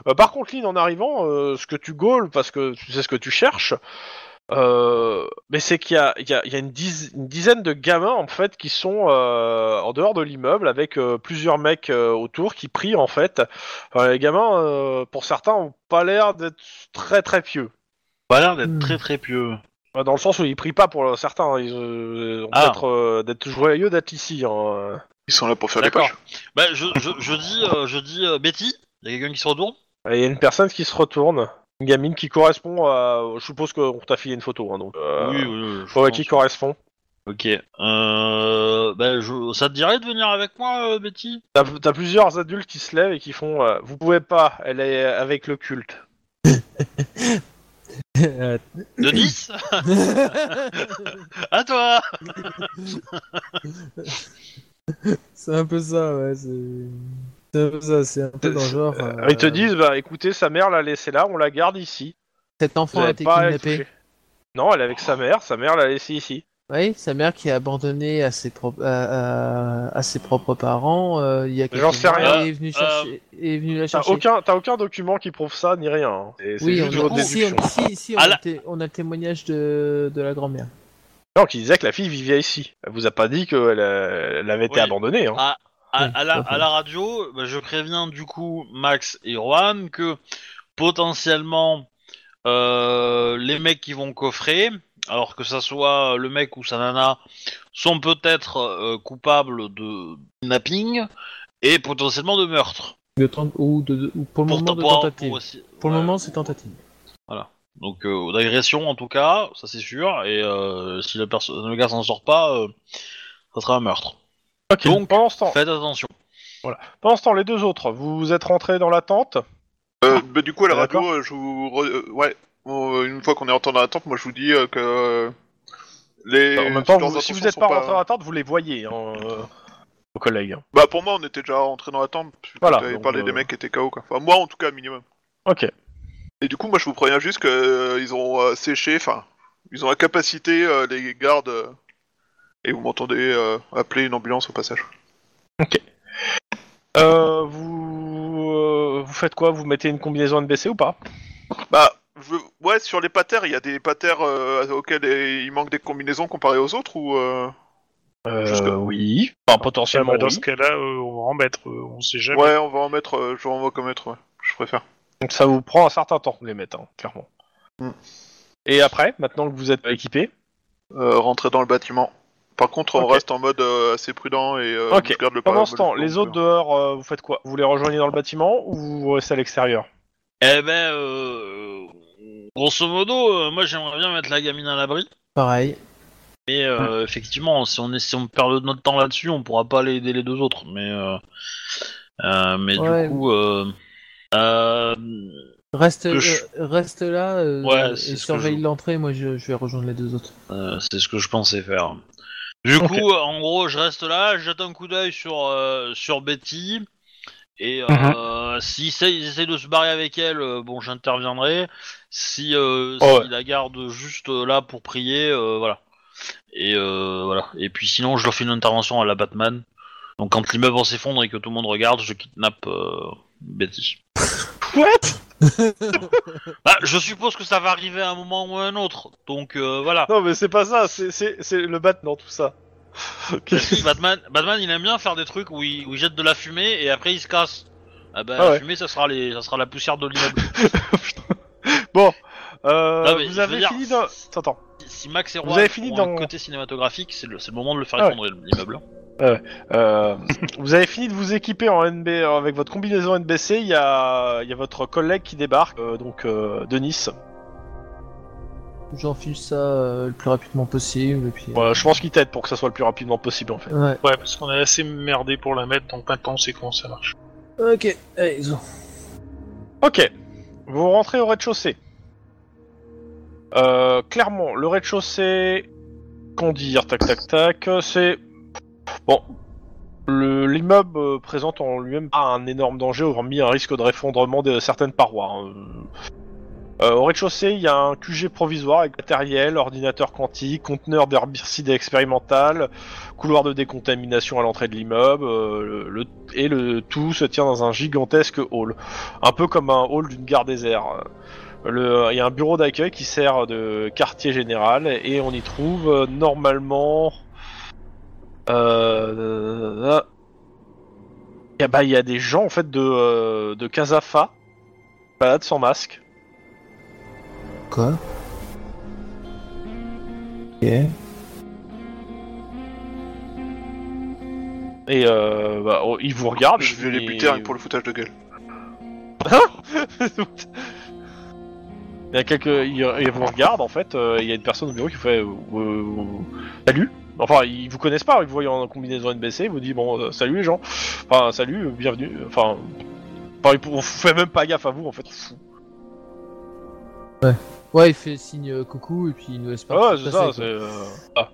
Speaker 2: Euh, par contre, Lynn, en arrivant, euh, ce que tu gaules parce que tu sais ce que tu cherches, euh, mais c'est qu'il y a, il y a, il y a une, diz- une dizaine de gamins en fait qui sont euh, en dehors de l'immeuble avec euh, plusieurs mecs euh, autour qui prient en fait. Enfin, les gamins, euh, pour certains, ont pas l'air d'être très très pieux.
Speaker 1: Pas l'air d'être
Speaker 4: Hmm.
Speaker 1: très très pieux.
Speaker 2: Dans le sens où ils prient pas pour certains, ils euh, ont
Speaker 1: Ah.
Speaker 2: peut-être euh, d'être joyeux d'être ici. hein.
Speaker 3: Ils sont là pour faire des
Speaker 1: D'accord.
Speaker 3: poches.
Speaker 1: Bah, je, je, je dis, euh, je dis euh, Betty, y a quelqu'un qui se retourne
Speaker 2: Et il y a une personne qui se retourne, une gamine qui correspond à. Je suppose qu'on t'a filé une photo, hein, donc. euh,
Speaker 1: oui.
Speaker 2: ouais, qui correspond.
Speaker 1: Ok. Euh, bah, je... ça te dirait de venir avec moi, euh, Betty
Speaker 2: T'as t'as plusieurs adultes qui se lèvent et qui font. euh, Vous pouvez pas, elle est avec le culte.
Speaker 4: Euh,
Speaker 1: De 10 À toi
Speaker 4: c'est un peu ça, ouais. C'est c'est un peu ça, c'est un peu dans le genre. euh,
Speaker 2: Ils te disent, bah écoutez, sa mère l'a laissée là, on la garde ici.
Speaker 4: Cet
Speaker 2: Vous
Speaker 4: enfant a
Speaker 2: avez
Speaker 4: été
Speaker 2: pas à y
Speaker 4: kidnappé.
Speaker 2: toucher. Non, elle est avec sa mère, sa mère l'a laissée ici.
Speaker 4: Oui, sa mère qui est abandonnée à ses, pro- à, à- à ses propres parents. euh, il y a quelques
Speaker 2: J'en sais
Speaker 4: mois,
Speaker 2: rien.
Speaker 4: Elle est venue, chercher, est venue la
Speaker 2: T'as
Speaker 4: chercher.
Speaker 2: aucun, t'as aucun document qui prouve ça, ni rien. hein. C'est c'est
Speaker 4: Oui,
Speaker 2: juste
Speaker 4: on
Speaker 2: votre
Speaker 4: a, si,
Speaker 2: déduction.
Speaker 4: on, si, si, on,
Speaker 1: Ah
Speaker 4: a
Speaker 1: là.
Speaker 4: le té- on a le témoignage de, de la grand-mère.
Speaker 2: Non, qui disait que la fille vivait ici. Elle vous a pas dit qu'elle euh, elle avait été
Speaker 1: Oui.
Speaker 2: abandonnée. Hein.
Speaker 1: Ah. À,
Speaker 4: Oui,
Speaker 1: à la,
Speaker 4: tout à fait.
Speaker 1: à la radio, bah, je préviens du coup Max et Juan que potentiellement euh, les mecs qui vont coffrer, alors que ça soit le mec ou sa nana, sont peut-être euh, coupables de kidnapping et potentiellement de meurtre.
Speaker 4: De tent- ou, de, de- ou pour le moment, de
Speaker 1: pour-
Speaker 4: tentative.
Speaker 1: pour
Speaker 4: Pour,
Speaker 1: aussi-
Speaker 4: le
Speaker 1: ouais.
Speaker 4: moment, c'est tentative.
Speaker 1: Donc euh, d'agression en tout cas, ça c'est sûr. Et euh, si le, perso- le gars s'en sort pas, euh, ça sera un meurtre.
Speaker 2: Ok. Ah, Donc pendant ce temps,
Speaker 1: Faites attention.
Speaker 2: pendant ce temps, les deux autres, vous êtes rentrés dans la tente.
Speaker 3: Euh, bah, du coup, à la
Speaker 2: Ah, d'accord.
Speaker 3: radio, euh, je vous. re- euh, ouais, Bon, euh, une fois qu'on est en temps d'attente, moi je vous dis euh, que. euh, les...
Speaker 2: Bah, en même temps,
Speaker 3: leurs
Speaker 2: vous- si vous
Speaker 3: intentions
Speaker 2: n'êtes
Speaker 3: sont
Speaker 2: pas rentrés dans la tente, vous les voyez, hein, euh, vos collègues.
Speaker 3: Bah, pour moi, on était déjà rentré dans la tente.
Speaker 2: Voilà,
Speaker 3: Voilà. T'avais
Speaker 2: donc,
Speaker 3: parlé
Speaker 2: euh,
Speaker 3: des mecs qui étaient KO, quoi. Enfin, moi en tout cas, minimum.
Speaker 2: Ok.
Speaker 3: Et du coup, moi, je vous préviens juste qu'ils ont euh, séché, enfin, ils ont la capacité, euh, les gardes, euh, et vous m'entendez euh, appeler une ambulance au passage.
Speaker 2: Euh, vous, euh, vous faites quoi Vous mettez une combinaison NBC ou pas
Speaker 3: Bah, je... ouais, sur les patères, il y a des patères euh, auxquels euh, il manque des combinaisons comparées aux autres, ou... euh, Jusque-
Speaker 2: Euh, oui. Enfin, potentiellement
Speaker 9: Bah, dans
Speaker 2: oui.
Speaker 9: ce cas-là, euh, on va en mettre, euh, on sait jamais.
Speaker 3: Ouais, on va en mettre, euh, je vais en mettre, ouais, je préfère.
Speaker 2: Donc ça vous prend un certain temps de les mettre, hein, clairement.
Speaker 3: Mm.
Speaker 2: Et après, maintenant que vous êtes équipé,
Speaker 3: Euh, rentrer dans le bâtiment. Par contre, on
Speaker 2: Ok.
Speaker 3: reste en mode euh, assez prudent et euh,
Speaker 2: Ok.
Speaker 3: on se garde le pas-
Speaker 2: pendant
Speaker 3: le
Speaker 2: ce temps,
Speaker 3: plan
Speaker 2: les
Speaker 3: ouvert.
Speaker 2: autres dehors, euh, vous faites quoi Vous les rejoignez dans le bâtiment ou vous restez à l'extérieur
Speaker 1: Eh ben, euh, grosso modo, euh, moi j'aimerais bien mettre la gamine à l'abri.
Speaker 4: Pareil.
Speaker 1: Mais euh, effectivement, si on, est, si on perd de notre temps là-dessus, on pourra pas les- aider les deux autres. Mais, euh, euh, mais
Speaker 4: Ouais.
Speaker 1: du coup, euh, euh,
Speaker 4: Reste,
Speaker 1: Que je-
Speaker 4: euh, reste là euh,
Speaker 1: Ouais,
Speaker 4: et
Speaker 1: c'est ce que
Speaker 4: surveille
Speaker 1: je-
Speaker 4: l'entrée. Moi, je, je vais rejoindre les deux autres.
Speaker 1: euh, c'est ce que je pensais faire. Du
Speaker 2: Ok.
Speaker 1: coup, euh, en gros, je reste là, je jette un coup d'œil sur, euh, sur Betty. Et euh,
Speaker 2: Mhm.
Speaker 1: s'ils essa- ils essayent de se barrer avec elle, euh, bon, j'interviendrai. Si, euh,
Speaker 2: Oh,
Speaker 1: s'ils la garde juste euh, là pour prier, euh, voilà. Et euh, voilà. Et puis sinon, je leur fais une intervention à la Batman. Donc quand l'immeuble s'effondre et que tout le monde regarde, je kidnappe euh, Betty.
Speaker 2: What
Speaker 1: Bah, je suppose que ça va arriver à un moment ou à un autre. Donc euh, voilà.
Speaker 2: Non, mais c'est pas ça, c'est- c'est c'est le Batman, tout ça.
Speaker 1: Si, Batman, Batman, il aime bien faire des trucs où il, où il jette de la fumée et après il se casse. Ah bah,
Speaker 2: Ah ouais.
Speaker 1: la fumée, ça sera, les, ça sera la poussière de l'immeuble.
Speaker 2: Euh,
Speaker 1: Non, mais
Speaker 2: vous
Speaker 1: je
Speaker 2: avez
Speaker 1: veux dire-
Speaker 2: fini dans... Attends.
Speaker 1: si Max et
Speaker 2: Vous
Speaker 1: Roy
Speaker 2: avez fini
Speaker 1: ont
Speaker 2: dans-
Speaker 1: un côté cinématographique, c'est le, c'est le moment de le faire
Speaker 2: Ah ouais.
Speaker 1: effondrer l'immeuble.
Speaker 2: Euh, vous avez fini de vous équiper en NB euh, avec votre combinaison NBC. Il y a, il y a votre collègue qui débarque, euh, donc euh, de Nice.
Speaker 4: J'enfile ça euh, le plus rapidement possible. Et puis... euh,
Speaker 2: Voilà, je pense qu'il t'aide pour que ça soit le plus rapidement possible en fait.
Speaker 4: Ouais.
Speaker 9: Ouais, parce qu'on est assez merdé pour la mettre, donc maintenant on sait comment ça marche.
Speaker 4: Ok, allez, ils ont.
Speaker 2: Ok, vous rentrez au rez-de-chaussée. Euh, clairement, le rez-de-chaussée, qu'on dire, tac tac tac, euh, c'est bon. le- L'immeuble euh, présente en lui-même pas un énorme danger, hormis un risque de réfondrement de certaines parois. hein. Euh, au rez-de-chaussée, il y a un QG provisoire avec matériel, ordinateur quantique, conteneur d'herbicide expérimental, couloir de décontamination à l'entrée de l'immeuble, euh, le- le- et le tout se tient dans un gigantesque hall un peu comme un hall d'une gare désert. Le- Il y a un bureau d'accueil qui sert de quartier général et on y trouve euh, normalement. Euh... Il bah, il y a des gens en fait de, euh, de Casafa, balade sans masque.
Speaker 4: Quoi Ok.
Speaker 2: Et euh, bah, oh, ils vous regardent.
Speaker 3: Ah, Je vais les
Speaker 2: et-
Speaker 3: buter rien que pour le foutage de gueule.
Speaker 2: il y a quelques. Il, il vous regarde en fait, euh, il y a une personne au bureau qui fait euh, euh, Salut Enfin, ils vous connaissent pas, ils vous voient en combinaison NBC, ils vous disent Bon, euh, salut les gens Enfin, salut, euh, bienvenue Enfin, enfin, ils- on fait même pas gaffe à vous en fait, on s'en fout.
Speaker 4: Ouais, il fait signe euh, coucou et puis il nous laisse pas.
Speaker 2: Ah ouais, c'est ça,
Speaker 4: passer,
Speaker 2: c'est.
Speaker 4: quoi.
Speaker 2: euh, ah.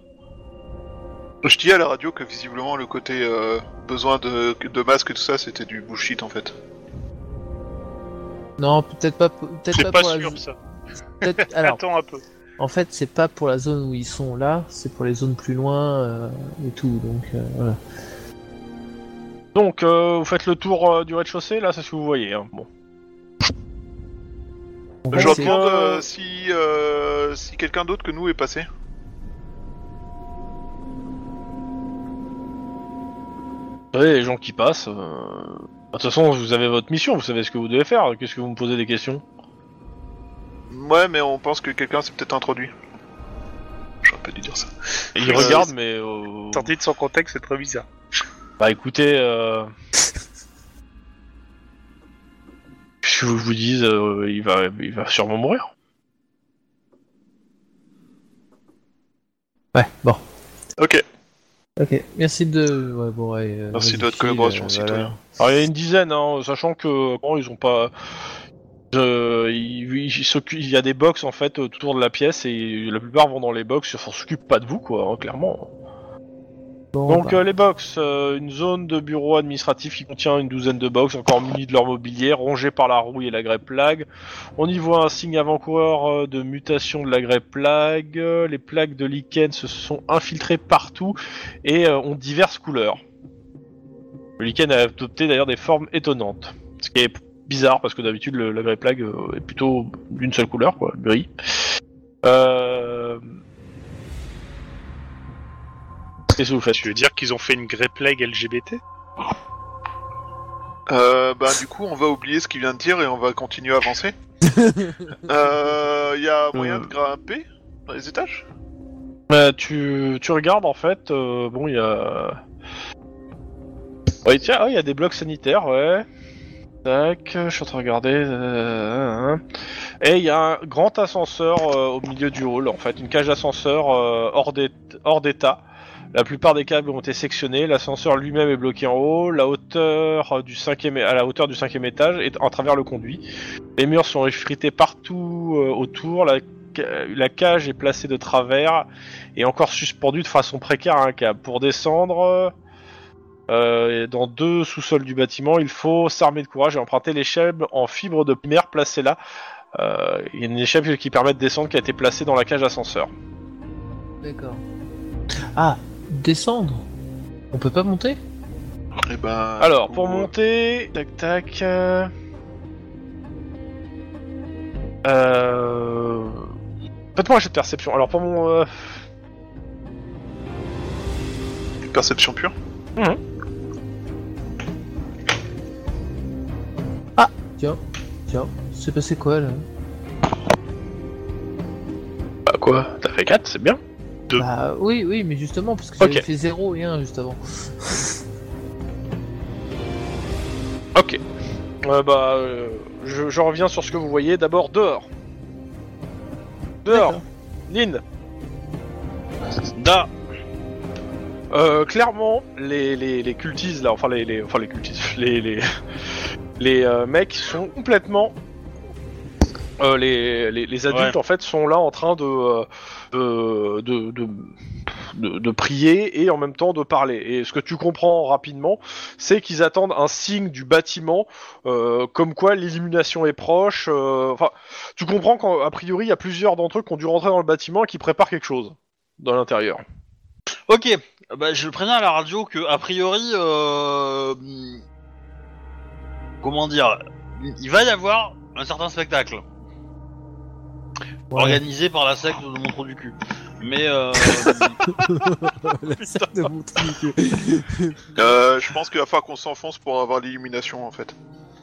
Speaker 3: Je dis à la radio que visiblement le côté euh, besoin de, de masque et tout ça, c'était du bullshit en fait.
Speaker 4: Non, peut-être pas, pour- peut-être
Speaker 9: C'est
Speaker 4: pas,
Speaker 9: pas
Speaker 4: pour
Speaker 9: sûr
Speaker 4: la...
Speaker 9: ça.
Speaker 4: peut-être- Alors,
Speaker 9: Attends un peu.
Speaker 4: en fait, c'est pas pour la zone où ils sont là, c'est pour les zones plus loin euh, et tout. Donc euh, voilà.
Speaker 2: Donc, euh, vous faites le tour euh, du rez-de-chaussée, là, c'est ce que vous voyez. hein. Bon.
Speaker 4: En
Speaker 3: je
Speaker 4: fait, Bah,
Speaker 3: leur
Speaker 4: c'est-
Speaker 3: demande
Speaker 2: que-
Speaker 3: euh, si, euh, si quelqu'un d'autre que nous est passé.
Speaker 2: Vous savez, les gens qui passent. euh, bah, De toute façon, vous avez votre mission, vous savez ce que vous devez faire, qu'est-ce que vous me posez des questions
Speaker 3: Ouais, mais on pense que quelqu'un s'est peut-être introduit. J'aurais pas dû dire ça.
Speaker 2: Ils
Speaker 9: Euh,
Speaker 2: regardent, mais. euh,
Speaker 9: Sorti de son contexte, c'est très bizarre.
Speaker 2: Bah écoutez, euh... qu'est-ce que vous vous dise, euh, il va, il va sûrement mourir.
Speaker 4: Ouais, bon.
Speaker 3: Ok.
Speaker 4: Ok, merci de. Ouais, bon, ouais, euh,
Speaker 3: Merci de
Speaker 4: vas-y,
Speaker 3: votre
Speaker 4: file,
Speaker 3: collaboration,
Speaker 4: euh,
Speaker 3: citoyen.
Speaker 2: Alors, il y a une dizaine, hein, sachant que bon, ils ont pas, euh, ils- ils s'occupent- il y a des box en fait tout autour de la pièce et la plupart vont dans les box, ils s'occupent pas de vous quoi, hein, clairement.
Speaker 4: Bon,
Speaker 2: Donc
Speaker 4: bah,
Speaker 2: euh, les box, euh, une zone de bureau administratif qui contient une douzaine de box encore munies de leur mobilier, rongées par la rouille et la grêpe plague. On y voit un signe avant-coureur euh, de mutation de la grêpe plague. Euh, Les plaques de lichen se sont infiltrées partout et euh, ont diverses couleurs. Le lichen a adopté d'ailleurs des formes étonnantes, ce qui est bizarre parce que d'habitude le- la grêpe plague euh, est plutôt d'une seule couleur, quoi, gris. Euh... Qu'est-ce que vous faites
Speaker 9: Tu veux dire qu'ils ont fait une Grey Plague LGBT
Speaker 3: Euh, bah, du coup, on va oublier ce qu'il vient de dire et on va continuer à avancer. Euh, Il y a moyen de grimper dans les étages
Speaker 2: Euh, tu, tu regardes en fait, euh, bon il y a. Ouais, tiens, ah, il y a des blocs sanitaires, ouais. Tac, je suis en train de regarder. euh, Et il y a un grand ascenseur euh, au milieu du hall, en fait, une cage d'ascenseur euh, hors d'é- hors d'état. La plupart des câbles ont été sectionnés, l'ascenseur lui-même est bloqué en haut, la hauteur euh, du cinquième, é- à la hauteur du cinquième étage est en travers le conduit. Les murs sont effrités partout euh, autour, la, ca- la cage est placée de travers et encore suspendu de façon précaire à un câble. Pour descendre euh, et dans deux sous-sols du bâtiment, il faut s'armer de courage et emprunter l'échelle en fibre de mer placée là. Euh, Il y a une échelle qui permet de descendre qui a été placée dans la cage d'ascenseur.
Speaker 4: D'accord. euh, Ah, descendre On peut pas monter
Speaker 3: Eh ben,
Speaker 2: Alors,
Speaker 3: du
Speaker 2: pour
Speaker 3: coup,
Speaker 2: monter, tac tac. euh, euh, Faites-moi un jet de perception. Alors, pour mon. euh,
Speaker 3: une Perception pure
Speaker 4: Tiens, c'est passé quoi là
Speaker 2: Bah, quoi T'as fait 4, c'est bien.
Speaker 9: Deux.
Speaker 4: Bah oui, oui, mais justement, parce que j'avais
Speaker 2: Ok.
Speaker 4: fait 0 et 1 juste avant.
Speaker 2: Ok. Euh, bah, euh, je, je reviens sur ce que vous voyez. D'abord, dehors. Dehors.
Speaker 4: D'accord.
Speaker 2: Lynn,
Speaker 1: Da
Speaker 2: euh, clairement, les, les, les cultistes, là, enfin les, les, enfin, les cultistes, les, les, les euh, mecs sont complètement... euh, les, les, les adultes, en fait, sont là en train de, euh, de, de, de, de- de prier et en même temps de parler. Et ce que tu comprends rapidement, c'est qu'ils attendent un signe du bâtiment, euh, comme quoi l'illumination est proche. euh, Enfin, tu comprends qu'a priori, il y a plusieurs d'entre eux qui ont dû rentrer dans le bâtiment et qui préparent quelque chose dans l'intérieur.
Speaker 1: Ok, euh, bah, je préviens à la radio que, a priori, euh, hmm, comment dire, il va y avoir un certain spectacle organisé par la secte de mon trou du cul. Mais euh,
Speaker 4: La salle de mon truc.
Speaker 3: euh, Je pense qu'il va falloir qu'on s'enfonce pour avoir l'illumination en fait.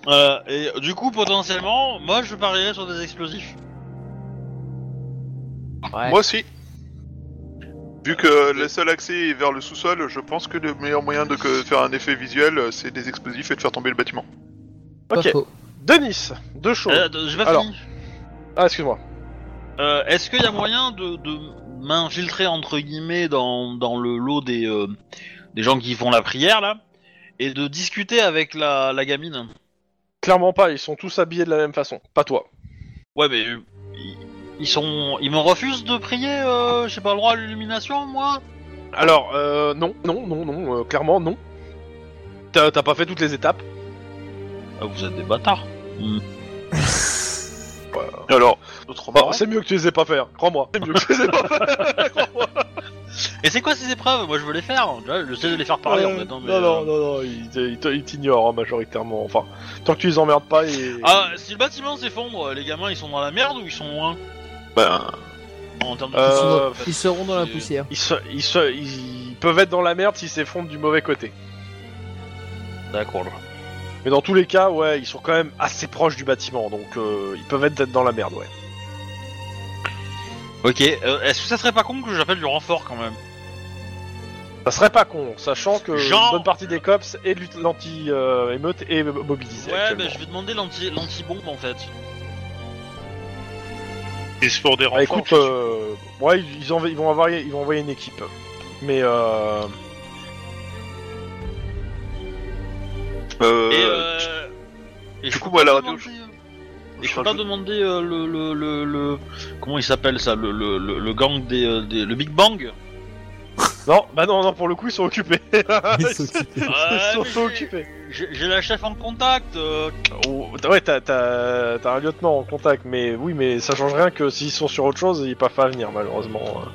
Speaker 1: euh, et du coup, potentiellement, moi, je parierais sur des explosifs.
Speaker 4: Ouais. Euh,
Speaker 3: Moi aussi Vu que le seul accès est vers le sous-sol, je pense que le meilleur moyen de que- faire un effet visuel, euh, c'est des explosifs et de faire tomber le bâtiment.
Speaker 4: Pas
Speaker 2: Ok.
Speaker 4: faux.
Speaker 2: Denis, deux choses.
Speaker 1: Euh, attends, j'ai pas
Speaker 2: Alors.
Speaker 1: fini.
Speaker 2: Ah, excuse-moi.
Speaker 1: Euh, Est-ce qu'il y a moyen de, de m'infiltrer entre guillemets dans, dans le lot des euh, des gens qui font la prière là et de discuter avec la, la gamine?
Speaker 2: Clairement pas, ils sont tous habillés de la même façon. Pas toi.
Speaker 1: Ouais, mais euh, ils- ils sont, ils me refusent de prier. Euh, J'ai pas le droit à l'illumination, moi.
Speaker 2: Alors, euh, non, non, non, non, euh, clairement non. T'as t'as pas fait toutes les étapes.
Speaker 1: Ah, vous êtes des bâtards.
Speaker 2: Alors,
Speaker 3: Notre
Speaker 2: bah, c'est mieux que tu les aies pas fait, hein, crois-moi. C'est mieux que tu les aies pas fait. hein.
Speaker 1: Et c'est quoi ces épreuves Moi, je veux les faire. Tu vois, j'essaie de les faire parler en fait. hein, mais,
Speaker 2: non, non,
Speaker 1: euh,
Speaker 2: non, non, ils te- ils te- ils t'ignorent hein, majoritairement. Enfin, tant que tu les emmerdes pas, ils...
Speaker 1: Ah, si le bâtiment s'effondre, les gamins, ils sont dans la merde ou ils sont loin
Speaker 4: bah,
Speaker 3: Ben,
Speaker 1: en termes de
Speaker 4: Ils,
Speaker 2: Euh,
Speaker 4: sont dans-
Speaker 2: parce
Speaker 4: ils seront dans la
Speaker 1: c'est-
Speaker 4: poussière.
Speaker 2: Ils, se, ils, se- ils peuvent être dans la merde s'ils s'effondrent du mauvais côté.
Speaker 1: D'accord. là.
Speaker 2: Mais dans tous les cas, ouais, ils sont quand même assez proches du bâtiment, donc euh, ils peuvent être dans la merde, ouais.
Speaker 1: Ok. euh, Est-ce que ça serait pas con que j'appelle du renfort quand même
Speaker 2: Ça serait pas con, sachant que
Speaker 1: Genre-
Speaker 2: une bonne partie des cops et de l'anti-émeute est mobilisée.
Speaker 1: Ouais,
Speaker 2: actuellement.
Speaker 1: mais je vais demander l'anti- l'anti-bombe en fait.
Speaker 9: Et c'est pour des
Speaker 2: Bah,
Speaker 9: renforts.
Speaker 2: écoute, euh, ouais, ils, ils env- ils vont avoir, ils vont envoyer une équipe. Mais euh,
Speaker 3: euh,
Speaker 1: Et, euh, et je
Speaker 3: coup,
Speaker 1: peux
Speaker 3: moi,
Speaker 1: pas
Speaker 3: la radio,
Speaker 1: demander, euh, Et
Speaker 3: je
Speaker 1: je peux
Speaker 3: rajoute-
Speaker 1: pas demander euh, le, le, le, le- Comment il s'appelle ça le, le, le, le gang des, euh, des. Le Big Bang
Speaker 2: non, bah non, non, pour le coup, ils sont occupés.
Speaker 4: Ils sont occupés.
Speaker 1: Ouais,
Speaker 2: ils
Speaker 1: Ah, mais
Speaker 2: sont
Speaker 1: j'ai-
Speaker 2: occupés.
Speaker 1: J'ai j'ai la chef en contact. euh,
Speaker 2: Oh, t'as- ouais, t'as, t'as, t'as un lieutenant en contact, mais oui, mais ça change rien que s'ils sont sur autre chose, ils peuvent pas venir malheureusement. hein.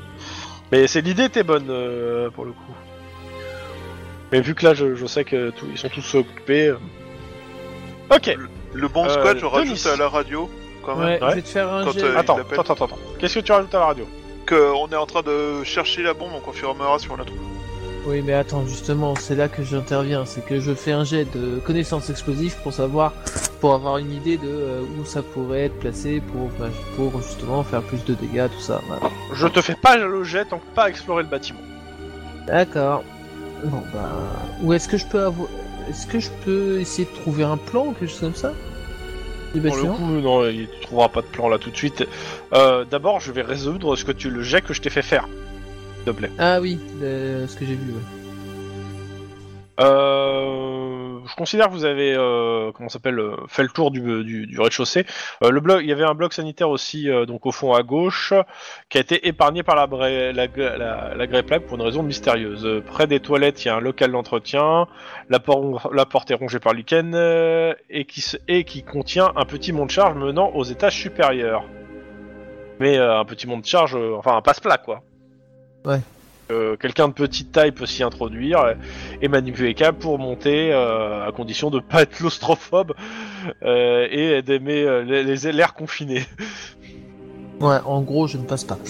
Speaker 2: Mais c'est l'idée était bonne euh, pour le coup. Mais vu que là, je, je sais que tous- ils sont tous occupés. euh. Ok.
Speaker 3: le bon
Speaker 2: euh,
Speaker 3: squad, je
Speaker 2: Denis.
Speaker 3: rajoute à la radio quand même.
Speaker 4: Ouais,
Speaker 2: Ouais.
Speaker 4: je vais te faire un
Speaker 3: Quand,
Speaker 4: jet.
Speaker 3: euh,
Speaker 2: Attends,
Speaker 3: l'appelle.
Speaker 2: attends,
Speaker 3: euh,
Speaker 2: attends, attends. Qu'est-ce que tu rajoutes à la radio
Speaker 3: Que on est en train de chercher la bombe, on confirmera si on la trouve.
Speaker 4: Oui, mais attends, justement, c'est là que j'interviens. C'est que je fais un jet de connaissances explosives pour savoir, pour avoir une idée de euh, où ça pourrait être placé pour, bah, pour justement faire plus de dégâts, tout ça. voilà.
Speaker 2: Je te fais pas le jet tant que pas explorer le bâtiment.
Speaker 4: D'accord. Bon, bah. Ou est-ce que je peux avoir. Est-ce que je peux essayer de trouver un plan ou quelque chose comme ça Du
Speaker 2: Pour le
Speaker 4: bâtiment
Speaker 2: coup, non, il- tu trouveras pas de plan là tout de suite. Euh, D'abord, je vais résoudre ce que tu le jet que je t'ai fait faire. S'il te plaît.
Speaker 4: Ah oui, euh, ce que j'ai vu, ouais.
Speaker 2: Euh, je considère que vous avez euh, comment ça s'appelle euh, fait le tour du, du, du rez-de-chaussée. Euh, le bloc, il y avait un bloc sanitaire aussi euh, donc au fond à gauche qui a été épargné par la bra- la, gra- la, la grêpe plaque pour une raison mystérieuse. Euh, Près des toilettes, il y a un local d'entretien. La, por- la porte est rongée par le lichen euh, et qui se- et qui contient un petit mont de charge menant aux étages supérieurs. Mais euh, un petit mont de charge, euh, enfin un passe-plat quoi.
Speaker 4: Ouais.
Speaker 2: Euh, Quelqu'un de petite taille peut s'y introduire et manipuler les câbles pour monter, euh, à condition de pas être claustrophobe euh, et d'aimer euh, les- les- l'air confiné.
Speaker 4: Ouais, en gros, je ne passe pas.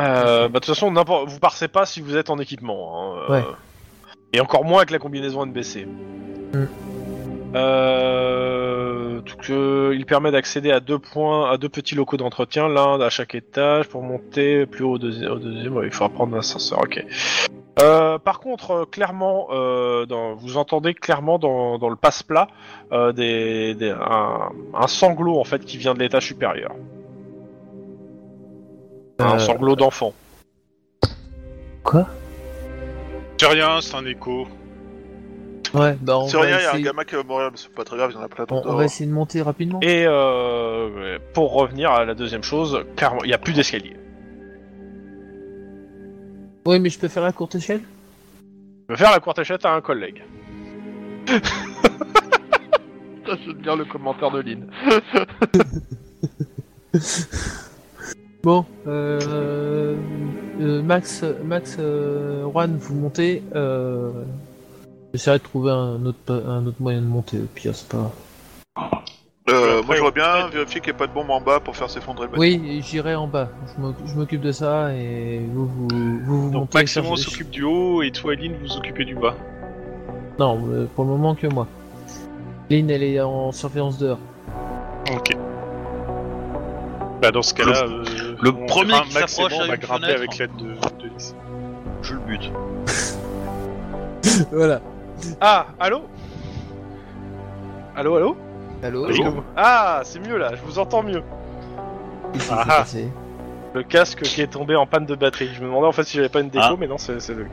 Speaker 2: Euh, bah, de toute façon, n'importe- vous passez pas si vous êtes en équipement. hein, euh,
Speaker 4: Ouais.
Speaker 2: Et encore moins avec la combinaison NBC.
Speaker 4: Mm.
Speaker 2: Euh, donc, euh, il permet d'accéder à deux points, à deux petits locaux d'entretien, l'un à chaque étage pour monter plus haut au, deuxi- au deuxième. ouais, il faudra prendre l'ascenseur. Ok. Euh, par contre, euh, clairement, euh, dans- vous entendez clairement dans, dans le passe-plat euh, des, des- un, un sanglot en fait qui vient de l'étage supérieur, un
Speaker 4: Euh,
Speaker 2: sanglot d'enfant.
Speaker 9: C'est rien, c'est un écho.
Speaker 4: Ouais, bah on
Speaker 3: C'est
Speaker 4: va,
Speaker 3: rien, il y a un
Speaker 4: essayer...
Speaker 3: gamin qui va mourir, mais c'est pas très grave, il y en a plein
Speaker 4: on- on
Speaker 3: d'autres.
Speaker 4: va essayer de monter rapidement.
Speaker 2: Et euh, pour revenir à la deuxième chose, car il n'y a plus d'escalier.
Speaker 4: Oui, mais je peux faire la courte échelle
Speaker 2: Je vais faire la courte échelle à un collègue.
Speaker 12: J'aime bien le commentaire de Lynn.
Speaker 4: Bon, euh, euh, Max, Max, euh, Juan, vous montez. Euh, J'essaierai de trouver un autre, pa- un autre moyen de monter. Au pire, c'est pas.
Speaker 3: Euh,
Speaker 9: Après,
Speaker 3: moi j'aurais bien vérifié qu'il n'y a pas de bombe en bas pour faire s'effondrer le bâtiment.
Speaker 4: Oui, j'irai en bas. Je m'oc- Je m'occupe de ça et vous vous, vous, vous
Speaker 9: Donc
Speaker 4: montez.
Speaker 9: Maximon
Speaker 4: cherchez-
Speaker 9: s'occupe du haut et toi, Eileen, vous vous occupez du bas.
Speaker 4: Non, euh, pour le moment que moi. Lynn, elle est en surveillance dehors.
Speaker 9: Ok. Bah dans ce cas-là, euh,
Speaker 1: le
Speaker 9: on
Speaker 1: premier
Speaker 9: grimpe-
Speaker 1: qui
Speaker 9: Max et
Speaker 1: s'approche
Speaker 9: moi, on
Speaker 1: à
Speaker 9: va
Speaker 1: une
Speaker 9: grimper
Speaker 1: fenêtre. hein.
Speaker 9: avec l'aide de, de Lys.
Speaker 1: Je le bute.
Speaker 4: voilà.
Speaker 2: Ah, allô Allô, allô
Speaker 4: Allô.
Speaker 2: Est-ce que vous- Ah, c'est mieux là, je vous entends mieux.
Speaker 4: Qu'est-ce qui s'est
Speaker 2: Ah.
Speaker 4: passé
Speaker 2: Le casque qui est tombé en panne de batterie. Je me demandais en fait si j'avais pas une déco,
Speaker 1: Ah.
Speaker 2: mais non, c'est c'est le.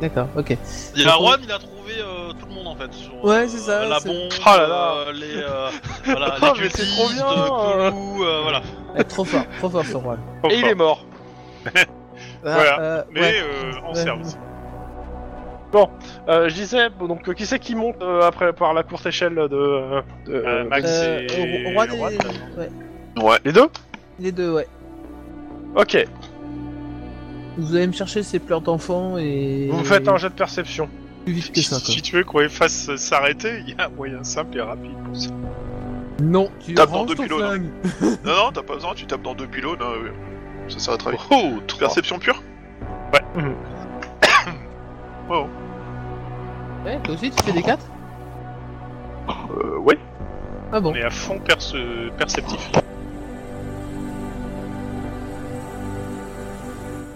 Speaker 4: D'accord. Ok.
Speaker 1: Il y a
Speaker 4: Donc,
Speaker 1: Juan, il a trouvé euh, tout le monde en fait. Sur,
Speaker 4: Ouais,
Speaker 1: euh,
Speaker 4: c'est ça,
Speaker 1: La
Speaker 4: c'est-
Speaker 1: bombe,
Speaker 2: Oh là là.
Speaker 1: euh, les. euh, voilà,
Speaker 2: Oh,
Speaker 1: les
Speaker 2: mais c'est
Speaker 1: cultistes,
Speaker 2: trop bien,
Speaker 1: euh, Cthulhu, euh, voilà.
Speaker 4: Eh, trop fort, trop fort ce Juan.
Speaker 2: Et il est mort.
Speaker 4: Ah,
Speaker 9: Voilà.
Speaker 4: euh,
Speaker 9: Mais
Speaker 4: ouais.
Speaker 9: euh, en
Speaker 4: Ouais.
Speaker 9: service.
Speaker 2: Euh, je disais, bon, donc euh, qui c'est qui monte euh, après par la courte échelle de. euh, de-
Speaker 9: Euh, Max
Speaker 4: Euh,
Speaker 9: et
Speaker 4: au- au roi
Speaker 9: le
Speaker 4: des-
Speaker 9: roi, t'as-
Speaker 4: ouais.
Speaker 2: Les deux
Speaker 4: Les deux, ouais.
Speaker 2: Ok.
Speaker 4: Vous allez me chercher ces pleurs d'enfants et.
Speaker 2: Vous me faites un jet de perception.
Speaker 4: plus vite que ça,
Speaker 9: Si, si tu veux qu'on les fasse euh, s'arrêter, il y a un moyen simple et rapide pour ça.
Speaker 4: quoi. Non, tu
Speaker 3: Tape dans
Speaker 4: ranges
Speaker 3: deux
Speaker 4: ton
Speaker 3: pylônes.
Speaker 4: flingue.
Speaker 3: Non, non, t'as pas besoin, tu tapes dans deux pylônes, hein, oui. ça sert à travailler.
Speaker 9: Oh, trois.
Speaker 3: Perception pure
Speaker 4: Ouais, toi aussi, tu fais des 4
Speaker 3: Oh. Euh, ouais.
Speaker 4: Ah bon
Speaker 9: On est à fond perce- perceptif.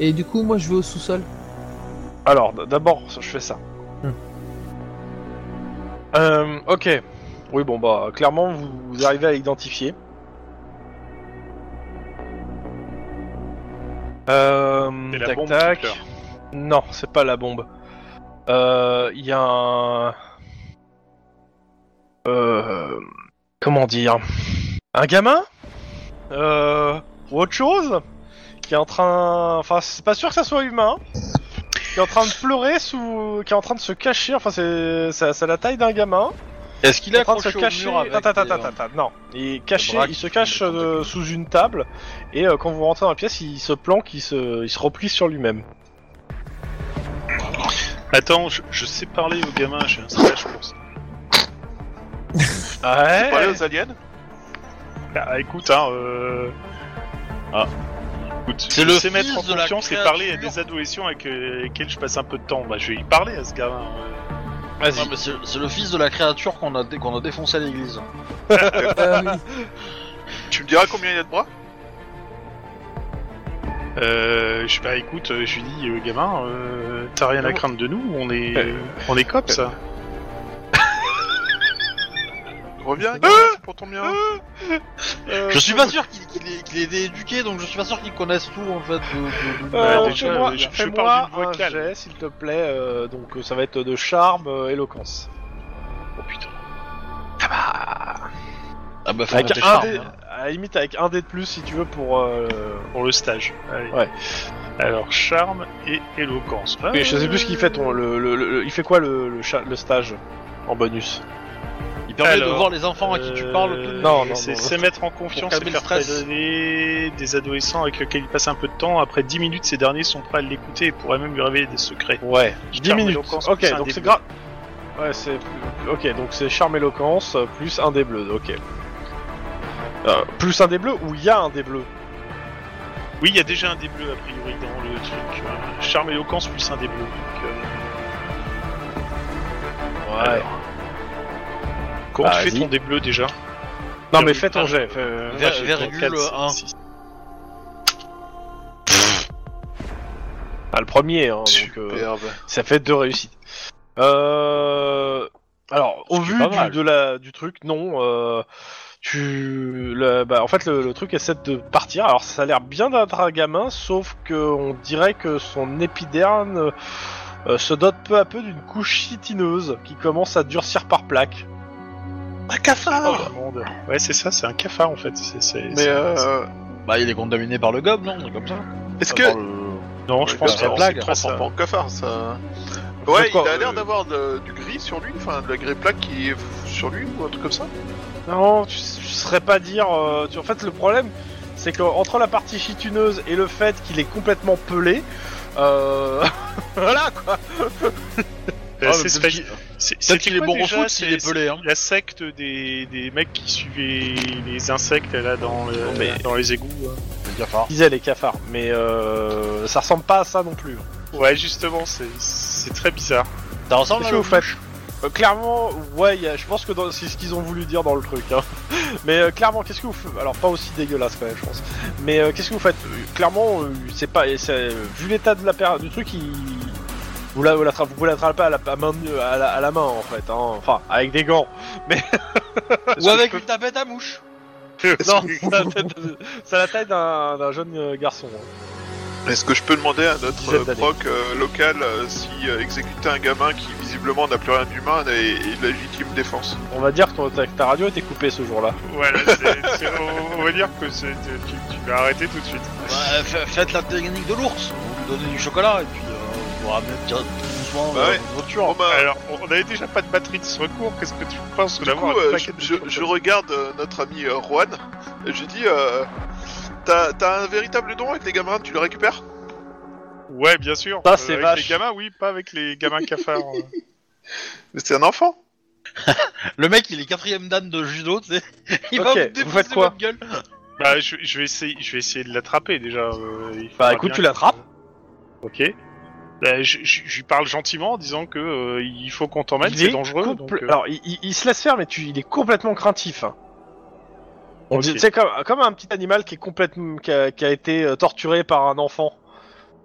Speaker 4: Et du coup, moi, je vais au sous-sol.
Speaker 2: Alors, d- d'abord, je fais ça.
Speaker 4: Hmm.
Speaker 2: Euh, ok. Oui, bon, bah, clairement, vous, vous arrivez à identifier. Euh,
Speaker 9: C'est la
Speaker 2: tac,
Speaker 9: bombe
Speaker 2: tac.
Speaker 9: qui pleure.
Speaker 2: Non, c'est pas la bombe. Euh, Il y a un. Euh, comment dire Un gamin euh, Ou autre chose Qui est en train. Enfin, c'est pas sûr que ça soit humain. Qui est en train de pleurer sous. Qui est en train de se cacher. Enfin, c'est. Ça, ça a la taille d'un gamin.
Speaker 1: Est-ce qu'il
Speaker 2: Il est
Speaker 1: est
Speaker 2: en train de se
Speaker 1: accroché au
Speaker 2: cacher.
Speaker 1: mur avec
Speaker 2: Attends,
Speaker 1: des,
Speaker 2: attends,
Speaker 1: euh,
Speaker 2: attends, attends, Non. Il est caché.
Speaker 1: braque
Speaker 2: Il se
Speaker 1: qui
Speaker 2: cache
Speaker 1: fait des
Speaker 2: euh,
Speaker 1: tentacules.
Speaker 2: sous une table. Et euh, quand vous rentrez dans la pièce, il se planque, il se, il se replie sur lui-même.
Speaker 9: Attends, je, je sais parler aux gamins, j'ai un slash pour ça.
Speaker 2: Ah Ouais.
Speaker 3: Pas les aliens
Speaker 9: Bah écoute, hein, euh... Écoute,
Speaker 1: C'est
Speaker 9: je
Speaker 1: le
Speaker 9: sais mettre en
Speaker 1: fils de la
Speaker 9: confiance et
Speaker 1: créature.
Speaker 9: parler à des adolescents avec euh, lesquels je passe un peu de temps. Bah, je vais y parler à ce gamin.
Speaker 1: Ouais, mais c'est c'est le fils de la créature qu'on a, dé- qu'on a défoncé à l'église.
Speaker 4: Euh, oui.
Speaker 3: Tu me diras combien il y a de bras
Speaker 9: Euh, je bah écoute, euh, je lui dis, euh, gamin, euh, t'as rien à craindre de nous, on est, euh, on est cops.
Speaker 3: Reviens,
Speaker 9: Ah
Speaker 3: pour ton bien.
Speaker 1: Euh, Je suis pas sûr qu'il qu'il ait, qu'il ait été éduqué, donc je suis pas sûr qu'il connaisse tout en fait. de- de- de-
Speaker 9: Euh,
Speaker 1: de-
Speaker 9: déjà,
Speaker 2: fais-moi
Speaker 9: euh, je- je
Speaker 2: fais-moi
Speaker 9: parle d'une voix
Speaker 2: un
Speaker 9: calme.
Speaker 2: jet, s'il te plaît. euh, donc, euh, ça va être de charme, euh, éloquence. Oh putain.
Speaker 1: Ah bah faut
Speaker 2: Avec
Speaker 1: monter
Speaker 2: un
Speaker 1: charme,
Speaker 2: dé-
Speaker 1: hein.
Speaker 2: à la limite, avec un dé de plus, si tu veux, pour. euh,
Speaker 9: Pour le stage. Allez.
Speaker 2: Ouais.
Speaker 9: Alors, charme et éloquence. Ah,
Speaker 2: Mais je sais plus ce qu'il fait. Ton, le, le- le- il fait quoi le, le, cha- le stage en bonus
Speaker 1: Il permet de
Speaker 9: Alors,
Speaker 1: voir les enfants à qui tu parles.
Speaker 9: euh,
Speaker 1: tout-
Speaker 2: Non, non,
Speaker 9: c'est
Speaker 2: non.
Speaker 9: c'est mettre en confiance
Speaker 1: Pour
Speaker 9: et
Speaker 1: calmer
Speaker 9: faire
Speaker 1: le stress.
Speaker 9: prédonner des adolescents avec lesquels il passe un peu de temps. Après 10 minutes, ces derniers sont prêts à l'écouter et pourraient même lui révéler des secrets.
Speaker 2: Ouais. 10
Speaker 9: Charme,
Speaker 2: minutes.
Speaker 9: éloquence,
Speaker 2: ok,
Speaker 9: plus un
Speaker 2: donc
Speaker 9: dé
Speaker 2: c'est
Speaker 9: bleu.
Speaker 2: grave. Ouais, c'est. Ok, donc c'est charme éloquence euh, plus un dé bleu. Ok. Euh, plus un dé bleu ou il y a un dé bleu
Speaker 9: Oui, il y a déjà un dé bleu a priori dans le truc. Euh, Charme éloquence plus un dé bleu. Donc, euh,
Speaker 2: Ouais.
Speaker 9: comment
Speaker 2: Bah,
Speaker 9: tu fais
Speaker 2: vas-y.
Speaker 9: ton dé bleu déjà Ah,
Speaker 2: Non mais fais ton jet. fais-
Speaker 1: Ver-
Speaker 9: j'ai
Speaker 1: virgule
Speaker 9: quatre,
Speaker 1: un.
Speaker 9: six.
Speaker 2: Ah, le premier, hein, donc euh, ça fait deux réussites. Euh... Alors, au
Speaker 9: qui est
Speaker 2: vu
Speaker 9: pas
Speaker 2: du,
Speaker 9: mal.
Speaker 2: de la, du truc, non. euh, tu, la- bah, en fait, le, le truc essaie de partir. Alors, ça a l'air bien d'être un gamin, sauf que on dirait que son épiderme euh, se dote peu à peu d'une couche chitineuse qui commence à durcir par plaque.
Speaker 3: Ah,
Speaker 9: Un
Speaker 3: Oh.
Speaker 9: cafard Ouais, c'est ça, c'est un cafard en fait. C'est- c'est-
Speaker 3: Mais
Speaker 9: c'est-
Speaker 3: euh,
Speaker 1: Bah il est contaminé par le gobe, non C'est comme ça.
Speaker 9: Euh,
Speaker 3: est-ce
Speaker 1: Ah,
Speaker 3: que
Speaker 1: par le-
Speaker 9: Non, je
Speaker 3: Ouais,
Speaker 9: pense
Speaker 1: c'est
Speaker 9: que
Speaker 1: la blague.
Speaker 9: c'est très
Speaker 3: transforme
Speaker 9: ça.
Speaker 3: en cafard, ça. Ouais,
Speaker 2: quoi,
Speaker 3: il a
Speaker 2: euh,
Speaker 3: l'air d'avoir de- du gris sur lui, enfin de la grès plaque qui est sur lui ou un truc comme ça.
Speaker 2: Non, tu, tu saurais pas dire. euh, tu- en fait, le problème, c'est qu'entre la partie chituneuse et le fait qu'il est complètement pelé, euh, voilà quoi.
Speaker 9: Euh,
Speaker 1: Ah,
Speaker 9: c'est
Speaker 1: mais
Speaker 9: ce
Speaker 1: peut-être
Speaker 9: fait-
Speaker 1: qu'il-
Speaker 9: c'est-
Speaker 1: Peut-être
Speaker 9: c'était
Speaker 1: qu'il est
Speaker 9: quoi
Speaker 1: bon au
Speaker 9: déjà
Speaker 1: foot s'il
Speaker 9: C'est-
Speaker 1: est pelé. Hein.
Speaker 9: La secte des, des mecs qui suivaient les insectes là dans, le-
Speaker 2: mais-
Speaker 9: dans les égouts. hein.
Speaker 1: Le cafard.
Speaker 2: disait les cafards, mais euh, ça ressemble pas à ça non plus.
Speaker 9: Ouais, justement, c'est- c'est très bizarre.
Speaker 1: Ça ressemble
Speaker 2: Qu'est-ce
Speaker 1: à
Speaker 2: que
Speaker 1: le-
Speaker 2: vous faites Euh, Clairement, ouais, y a- je pense que dans- c'est ce qu'ils ont voulu dire dans le truc. hein. Mais euh, clairement, qu'est-ce que vous faites Alors pas aussi dégueulasse quand même, je pense. Mais euh, qu'est-ce que vous faites Euh, Clairement, euh, c'est pas, et c'est- vu l'état de la per- du truc, il... vous la vous l'attra- vous pouvez l'attraper à la à main nue- à la, à la main en fait, hein. enfin avec des gants.
Speaker 1: Ou avec une tapette à mouche.
Speaker 2: Non, ça a la tête de- ça a la taille d'un d'un jeune euh, garçon. hein.
Speaker 3: Est-ce que je peux demander à notre
Speaker 2: Dizaine
Speaker 3: euh,
Speaker 2: d'années.
Speaker 3: proc euh, local euh, si euh, exécuter un gamin qui visiblement n'a plus rien d'humain et, et de légitime défense
Speaker 2: On va dire que ton- ta- ta radio était coupée ce jour-là.
Speaker 9: Voilà, c'est- c'est- on, on va dire que c'est- tu, tu vas arrêter tout de suite.
Speaker 1: Bah, fa- faites la technique de l'ours. Vous lui donnez du chocolat et puis euh, vous ramenez direct- doucement
Speaker 3: Bah
Speaker 1: euh,
Speaker 3: ouais.
Speaker 1: votre voiture.
Speaker 3: Bon, bah,
Speaker 9: Alors, on avait déjà pas de batterie de secours, qu'est-ce que tu penses
Speaker 3: Du coup,
Speaker 9: d'avoir un
Speaker 3: euh,
Speaker 9: paquet
Speaker 3: je,
Speaker 9: de
Speaker 3: je-
Speaker 9: trucs
Speaker 3: je
Speaker 9: comme
Speaker 3: regarde euh, notre ami euh, Juan et je dis euh, T'as t'as un véritable don avec les gamins, tu le récupères
Speaker 9: ça Ouais, bien sûr. Euh,
Speaker 2: Ça, c'est
Speaker 9: avec
Speaker 2: vache.
Speaker 9: les gamins, oui, pas avec les gamins cafards. euh.
Speaker 3: Mais c'est un enfant
Speaker 1: Le mec il est quatrième dan de judo, tu sais. Il
Speaker 2: Ok,
Speaker 1: va
Speaker 2: vous
Speaker 1: vous défoncer
Speaker 2: faites quoi
Speaker 1: votre gueule.
Speaker 9: bah, je, je vais essayer, je vais essayer de l'attraper déjà. euh, il faudra
Speaker 2: Bah écoute,
Speaker 9: bien
Speaker 2: tu l'attrapes.
Speaker 9: que- Ok. Bah, je, je- je lui parle gentiment en disant que euh, il faut qu'on t'emmène,
Speaker 2: Il est
Speaker 9: c'est dangereux.
Speaker 2: compl-
Speaker 9: donc, euh,
Speaker 2: Alors, il, il- il se laisse faire, mais tu, il est complètement craintif. hein. On
Speaker 9: Ok.
Speaker 2: dit, c'est comme, comme un petit animal qui est complètement, qui a, qui a été euh, torturé par un enfant.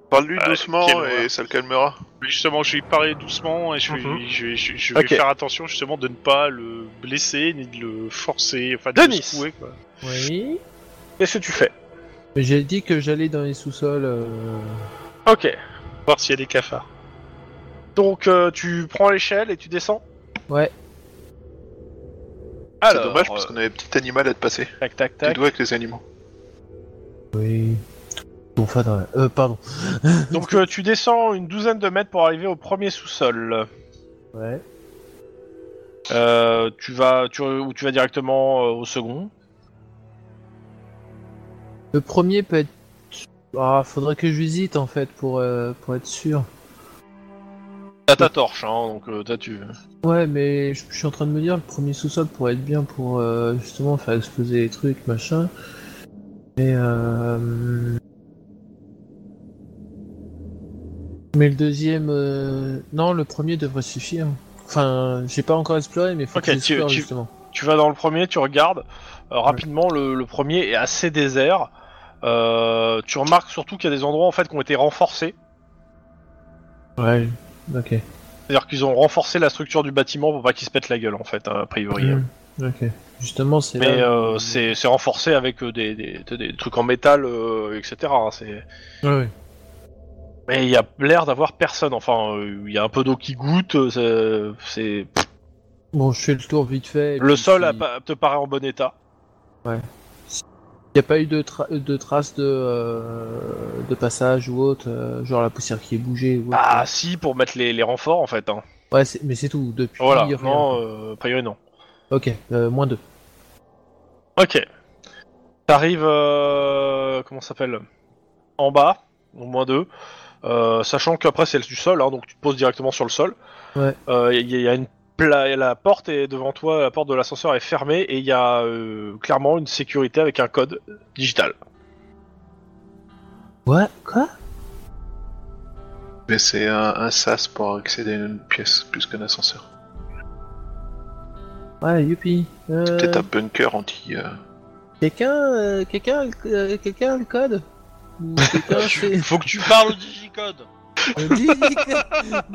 Speaker 3: Parle-lui
Speaker 9: Ah,
Speaker 3: doucement
Speaker 9: quel
Speaker 3: et
Speaker 9: horreur.
Speaker 3: ça le calmera.
Speaker 9: Justement, je vais parler doucement et je vais,
Speaker 2: Mhm.
Speaker 9: je vais- je- je vais
Speaker 2: Ok.
Speaker 9: faire attention justement de ne pas le blesser ni de le forcer, enfin de
Speaker 2: Denis.
Speaker 9: le secouer. Quoi.
Speaker 4: Oui.
Speaker 2: Qu'est-ce que tu fais
Speaker 4: Mais J'ai dit que j'allais dans les sous-sols. euh,
Speaker 2: Ok.
Speaker 9: Voir s'il y a des cafards.
Speaker 2: Donc, euh, tu prends l'échelle et tu descends
Speaker 4: Ouais.
Speaker 3: C'est
Speaker 2: Alors,
Speaker 3: Ah, dommage parce
Speaker 2: euh,
Speaker 3: qu'on avait petit animal à te passer.
Speaker 2: tac, tac,
Speaker 3: T'es
Speaker 2: tac.
Speaker 3: doué avec les animaux.
Speaker 4: Oui. Bon, enfin, dans la- euh, pardon.
Speaker 2: Donc, euh, tu descends une douzaine de mètres pour arriver au premier sous-sol.
Speaker 4: Ouais.
Speaker 2: Euh, tu vas, tu, ou tu vas directement euh, au second.
Speaker 4: Le premier peut être. Ah, faudrait que je visite en fait pour, euh, pour être sûr.
Speaker 2: T'as ta torche, hein, donc euh, t'as tu.
Speaker 4: Ouais, mais je je suis en train de me dire, le premier sous-sol pourrait être bien pour euh, justement faire exploser les trucs, machin. Mais euh, Mais le deuxième, euh, non, le premier devrait suffire. Enfin, j'ai pas encore exploré, mais faut
Speaker 2: Ok,
Speaker 4: que
Speaker 2: tu-
Speaker 4: j'explore,
Speaker 2: tu-
Speaker 4: justement.
Speaker 2: Tu vas dans le premier, tu regardes. euh, rapidement, le, le premier est assez désert. Euh, tu remarques surtout qu'il y a des endroits en fait qui ont été renforcés.
Speaker 4: Ouais, ok.
Speaker 2: C'est-à-dire qu'ils ont renforcé la structure du bâtiment pour pas qu'il se pète la gueule en fait, hein, a priori.
Speaker 4: Mm. Ok. Justement, c'est
Speaker 2: euh. Mais
Speaker 4: là-
Speaker 2: euh, c'est c'est renforcé avec euh, des, des, des- des trucs en métal, euh, etc. hein, c'est-
Speaker 4: euh, Ouais, ouais.
Speaker 2: Mais il y a l'air d'avoir personne. Enfin, euh, il y a un peu d'eau qui goutte. euh, c'est- C'est
Speaker 4: Bon, je fais le tour vite fait. et
Speaker 2: le
Speaker 4: puis
Speaker 2: sol
Speaker 4: si-
Speaker 2: a pas- te paraît en bon état.
Speaker 4: Il n'y a pas eu de, tra- de traces de, euh, de passage ou autre, euh, genre la poussière qui est bougée ou autre.
Speaker 2: Ah si, pour mettre les, les renforts en fait. hein.
Speaker 4: Ouais, c'est- mais c'est tout, depuis.
Speaker 2: Voilà.
Speaker 4: rien.
Speaker 2: Non, euh, a priori non.
Speaker 4: Ok, euh, moins 2.
Speaker 2: Ok. T'arrives, euh, comment ça s'appelle En bas, au moins deux. Euh, sachant qu'après c'est du sol, hein, donc tu te poses directement sur le sol.
Speaker 4: Ouais.
Speaker 2: Euh, Il y, a- il y a une pla- la porte est devant toi, la porte de l'ascenseur est fermée et il y a euh, clairement une sécurité avec un code digital.
Speaker 4: Quoi Quoi
Speaker 3: Mais c'est un, un sas pour accéder à une pièce plus qu'un ascenseur.
Speaker 4: Ouais, youpi. Euh,
Speaker 3: C'est Peut-être un bunker anti. euh,
Speaker 4: Quelqu'un euh, quelqu'un, a le- euh, quelqu'un a le code Ou quelqu'un sait-
Speaker 1: Faut que tu parles au digicode.
Speaker 4: Euh, Digicode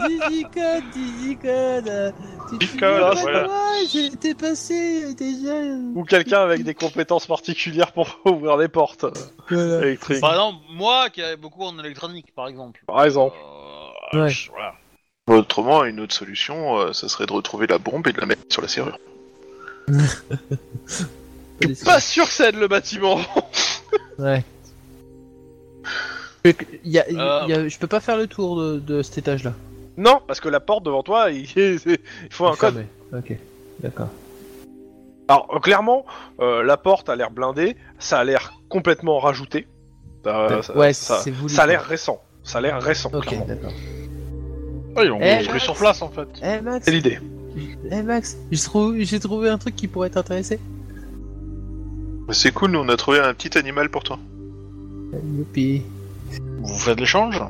Speaker 4: Digicode Digicode euh, tu te
Speaker 9: Digicode,
Speaker 4: souviens pas de
Speaker 9: voilà.
Speaker 4: moi J'étais passé déjà. euh,
Speaker 2: Ou quelqu'un avec des compétences particulières pour ouvrir des portes euh,
Speaker 4: voilà.
Speaker 2: électriques.
Speaker 1: Par exemple, moi qui ai beaucoup en électronique, par exemple.
Speaker 2: Par
Speaker 3: Oh.
Speaker 2: exemple.
Speaker 1: Euh,
Speaker 4: Ouais.
Speaker 1: je- voilà.
Speaker 3: Bon, Autrement, une autre solution, euh, ça serait de retrouver la bombe et de la mettre sur la serrure.
Speaker 2: Pas sûr que ça aide le bâtiment.
Speaker 4: Ouais. Il y a- il y a-
Speaker 1: Euh.
Speaker 4: il y a- je peux pas faire le tour de, de cet étage-là.
Speaker 2: non, parce que la porte devant toi, il, il faut un
Speaker 4: Il est
Speaker 2: code.
Speaker 4: fermé. Ok, d'accord.
Speaker 2: Alors euh, clairement, euh, la porte a l'air blindée, ça a l'air complètement rajouté. Euh, ça,
Speaker 4: ouais,
Speaker 2: ça,
Speaker 4: c'est voulu.
Speaker 2: ça a l'air récent. Ça a l'air récent.
Speaker 4: Ok,
Speaker 2: clairement.
Speaker 4: d'accord.
Speaker 9: Ah, ils l'ont
Speaker 4: Eh,
Speaker 9: construit
Speaker 4: Max.
Speaker 9: sur place en fait.
Speaker 4: Eh Max,
Speaker 2: C'est l'idée.
Speaker 4: eh, Max, j'ai trouvé, j'ai trouvé un truc qui pourrait t'intéresser.
Speaker 3: Bah, C'est cool, nous on a trouvé un petit animal pour toi.
Speaker 4: Youpi.
Speaker 9: Vous faites l'échange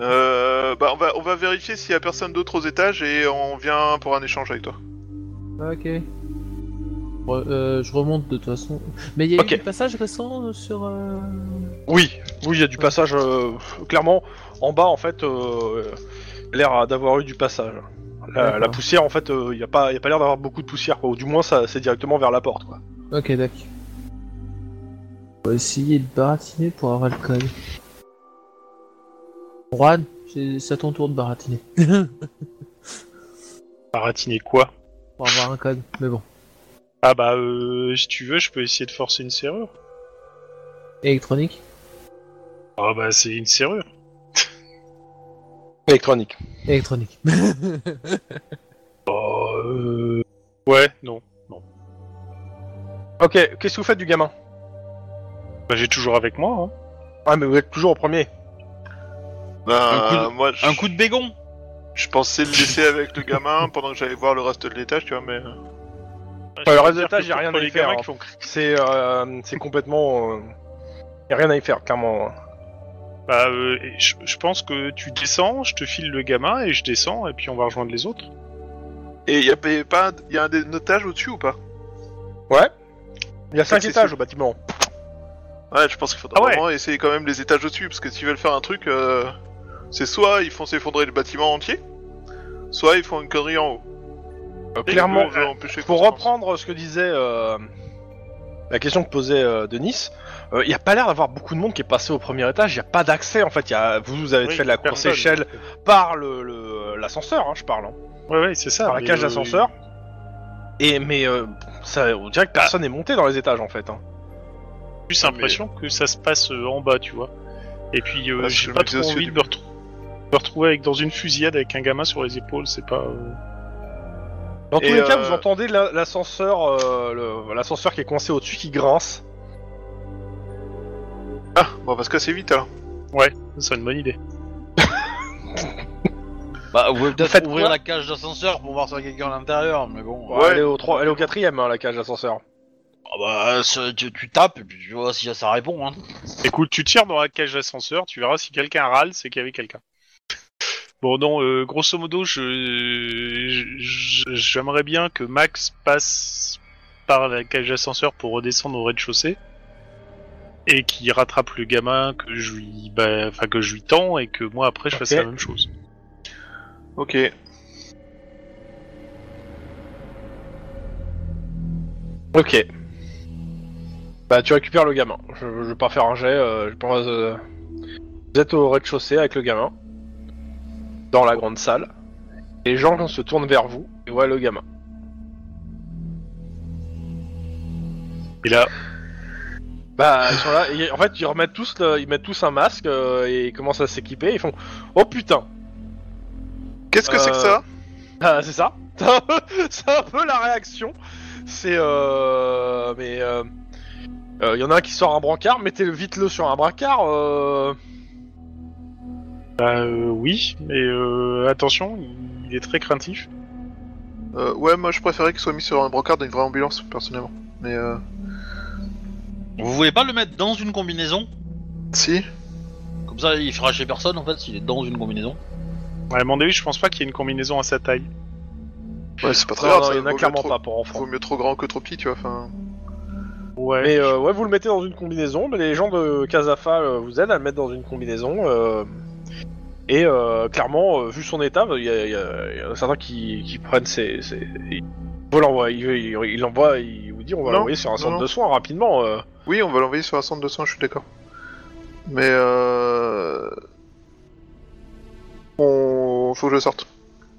Speaker 3: Euh, bah, on, va, on va vérifier s'il y a personne d'autre aux étages et on vient pour un échange avec toi.
Speaker 4: Bah, Ok. Re- euh, je remonte de toute façon. Mais il y a
Speaker 2: Ok.
Speaker 4: eu des passages récents euh, sur. euh,
Speaker 2: Oui, oui, il y a du passage. euh, clairement, en bas, en fait, euh, il a l'air d'avoir eu du passage. La,
Speaker 4: D'accord.
Speaker 2: la poussière, en fait, euh, il n'y a pas, il y a pas l'air d'avoir beaucoup de poussière. Quoi. Ou du moins, ça, c'est directement vers la porte. Quoi.
Speaker 4: Ok, d'accord. On va essayer de baratiner pour avoir le code. Juan, c'est c'est à ton tour de baratiner.
Speaker 9: Baratiner quoi
Speaker 4: pour avoir un code, mais bon.
Speaker 9: Ah bah, euh, si tu veux, je peux essayer de forcer une serrure.
Speaker 4: Électronique
Speaker 9: Ah bah, c'est une serrure.
Speaker 2: Électronique.
Speaker 4: Électronique.
Speaker 9: Euh... Ouais, non.
Speaker 2: Ok, qu'est-ce que vous faites du gamin
Speaker 9: Bah, j'ai toujours avec moi. Hein.
Speaker 2: Ah, mais vous êtes toujours au premier.
Speaker 9: Euh,
Speaker 1: Un
Speaker 3: Ben,
Speaker 1: coup
Speaker 3: moi, je,
Speaker 1: Un coup de bégon.
Speaker 3: je pensais le laisser avec le gamin pendant que j'allais voir le reste de l'étage, tu vois, mais. euh,
Speaker 2: Ouais, le
Speaker 9: Je
Speaker 2: reste
Speaker 9: veux
Speaker 2: de
Speaker 9: dire
Speaker 2: l'étage,
Speaker 9: que
Speaker 2: y a rien
Speaker 9: pour
Speaker 2: à y
Speaker 9: les
Speaker 2: faire.
Speaker 9: gamins
Speaker 2: hein.
Speaker 9: qui font cri-
Speaker 2: C'est, euh, c'est complètement. Il y a rien à y faire, clairement.
Speaker 9: Bah, euh, et je, je pense que tu descends, je te file le gamin et je descends et puis on va rejoindre les autres.
Speaker 3: Et y a, pas- y a pas un- y a un, des- un otage au-dessus ou pas
Speaker 2: Il y a cinq
Speaker 3: Accessible.
Speaker 2: étages au bâtiment.
Speaker 3: Ouais, je pense qu'il faudra
Speaker 9: Ah ouais.
Speaker 3: vraiment essayer quand même les étages au-dessus, parce que s'ils veulent faire un truc, euh, c'est soit ils font s'effondrer le bâtiment entier, soit ils font une connerie en haut.
Speaker 9: Ah,
Speaker 2: clairement,
Speaker 3: on veut empêcher
Speaker 2: Pour
Speaker 3: qu'on se pense.
Speaker 2: reprendre ce que disait euh, la question que posait euh, Denis, euh, il n'y a pas l'air d'avoir beaucoup de monde qui est passé au premier étage. Il n'y a pas d'accès en fait. Il Y a, vous, vous avez
Speaker 9: Oui,
Speaker 2: fait de la course
Speaker 9: personne.
Speaker 2: échelle par le- le- l'ascenseur, hein, je parle, hein,
Speaker 9: Ouais, ouais, c'est ça.
Speaker 2: par la
Speaker 9: mais,
Speaker 2: cage
Speaker 9: euh,
Speaker 2: d'ascenseur. Et mais euh, ça, on
Speaker 9: Ah.
Speaker 2: dirait que personne n'est monté dans les étages en fait. hein.
Speaker 9: J'ai plus l'impression que ça se passe euh, en bas, tu vois. Et puis, euh,
Speaker 3: Ah, c'est
Speaker 9: j'ai
Speaker 3: le
Speaker 9: pas
Speaker 3: mec
Speaker 9: trop
Speaker 3: des
Speaker 9: envie de me, retrou- me retrouver avec, dans une fusillade avec un gamin sur les épaules, c'est pas. euh,
Speaker 2: Dans tous
Speaker 3: Et,
Speaker 2: les cas,
Speaker 3: euh,
Speaker 2: vous entendez la- l'ascenseur, euh, le- l'ascenseur qui est coincé au-dessus qui grince.
Speaker 3: Ah, bon, on va se casser vite alors.
Speaker 9: Ça serait une bonne idée.
Speaker 1: Bah, vous pouvez
Speaker 2: faites
Speaker 1: peut-être ouvrir
Speaker 2: quoi
Speaker 1: la cage d'ascenseur pour voir s'il y a quelqu'un à l'intérieur, mais bon.
Speaker 3: Ouais.
Speaker 2: Elle est au, trois- elle est au quatrième hein, la cage d'ascenseur.
Speaker 1: Ah bah, ça, tu, tu tapes et puis tu vois si ça répond. Hein.
Speaker 9: Écoute, tu tires dans la cage d'ascenseur, tu verras si quelqu'un râle, c'est qu'il y avait quelqu'un. Bon, non, euh, grosso modo, je je- j'aimerais bien que Max passe par la cage d'ascenseur pour redescendre au rez-de-chaussée et qu'il rattrape le gamin que je lui, bah, enfin que je lui tends et que moi après je fasse
Speaker 10: Ok.
Speaker 9: la même chose.
Speaker 3: Ok.
Speaker 2: Ok. Bah tu récupères le gamin. Je, je vais pas faire un jet. euh, je pense. euh, Vous êtes au rez-de-chaussée avec le gamin dans la grande salle. Les gens se tournent vers vous et voient le gamin.
Speaker 9: Et là,
Speaker 2: Bah ils sont là. et en fait ils remettent tous, le- ils mettent tous un masque euh, et ils commencent à s'équiper. Ils font oh putain.
Speaker 3: Qu'est-ce que c'est que
Speaker 2: Euh,
Speaker 3: ça
Speaker 2: Bah c'est ça. C'est un peu- c'est un peu la réaction. C'est euh... mais euh... euh, y en a un qui sort un brancard. Mettez vite le sur un brancard. Euh...
Speaker 9: bah, euh, oui, mais euh, attention, il est très craintif.
Speaker 3: Euh, Ouais, moi je préférais qu'il soit mis sur un brocard d'une vraie ambulance, personnellement. Mais euh...
Speaker 1: Vous voulez pas le mettre dans une combinaison
Speaker 3: Si
Speaker 1: Comme ça, il fera chez personne en fait s'il est dans une combinaison.
Speaker 9: À mon avis, je pense pas qu'il y ait une combinaison à sa taille.
Speaker 3: Ouais, c'est pas très
Speaker 2: Non,
Speaker 3: grave.
Speaker 2: non,
Speaker 3: ça
Speaker 2: il y en a
Speaker 3: vaut mieux
Speaker 2: clairement
Speaker 3: trop-
Speaker 2: pas pour enfants.
Speaker 3: Vaut mieux trop grand que trop petit, tu vois, enfin...
Speaker 9: Ouais.
Speaker 2: Mais euh, ouais, vous le mettez dans une combinaison. Mais les gens de Casafa euh, vous aident à le mettre dans une combinaison. euh, et euh, clairement, euh, vu son état, il y, a- il y a- il y en a certains qui, qui prennent ses. ses- ils vous l'envoient. Ils ils- ils l'envoient. Ils vous disent on va
Speaker 3: Non,
Speaker 2: l'envoyer sur un centre
Speaker 3: non.
Speaker 2: de soins rapidement. euh.
Speaker 3: Oui, on va l'envoyer sur un centre de soins, je suis d'accord. Mais euh... On... Faut que je sorte.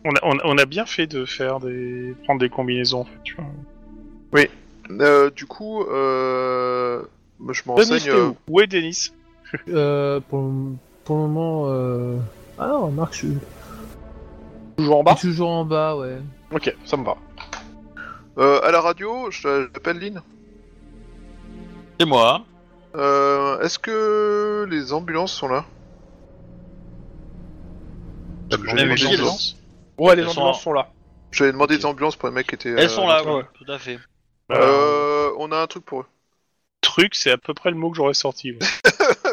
Speaker 9: On a, on, a- on a bien fait de faire des prendre des combinaisons. en fait, tu vois.
Speaker 3: Euh, du coup, euh... moi, je
Speaker 9: Denis,
Speaker 3: m'enseigne...
Speaker 9: t'es où Où est Denis
Speaker 4: Euh, pour, le- pour le moment. Euh... Ah, remarque, je suis
Speaker 2: Toujours en
Speaker 4: je
Speaker 2: bas
Speaker 4: suis toujours en bas, ouais.
Speaker 2: Ok, ça me va.
Speaker 3: Euh, à la radio, je- j'appelle Lynn.
Speaker 1: C'est moi. hein.
Speaker 3: Euh, Est-ce que les ambulances sont là Parce que
Speaker 1: Elles
Speaker 3: j'avais
Speaker 1: sont-
Speaker 3: demandé
Speaker 1: elles
Speaker 3: des-
Speaker 1: sont-
Speaker 2: Ouais, les
Speaker 1: Elles sont
Speaker 2: ambulances
Speaker 1: en-
Speaker 2: sont là.
Speaker 3: J'avais demandé des ambulances pour les mecs qui étaient. euh,
Speaker 1: Elles sont là,
Speaker 3: dans-
Speaker 1: oui, tout à fait.
Speaker 3: Euh, on a un truc pour eux.
Speaker 9: Bah, Truc, c'est à peu près le mot que j'aurais sorti. moi.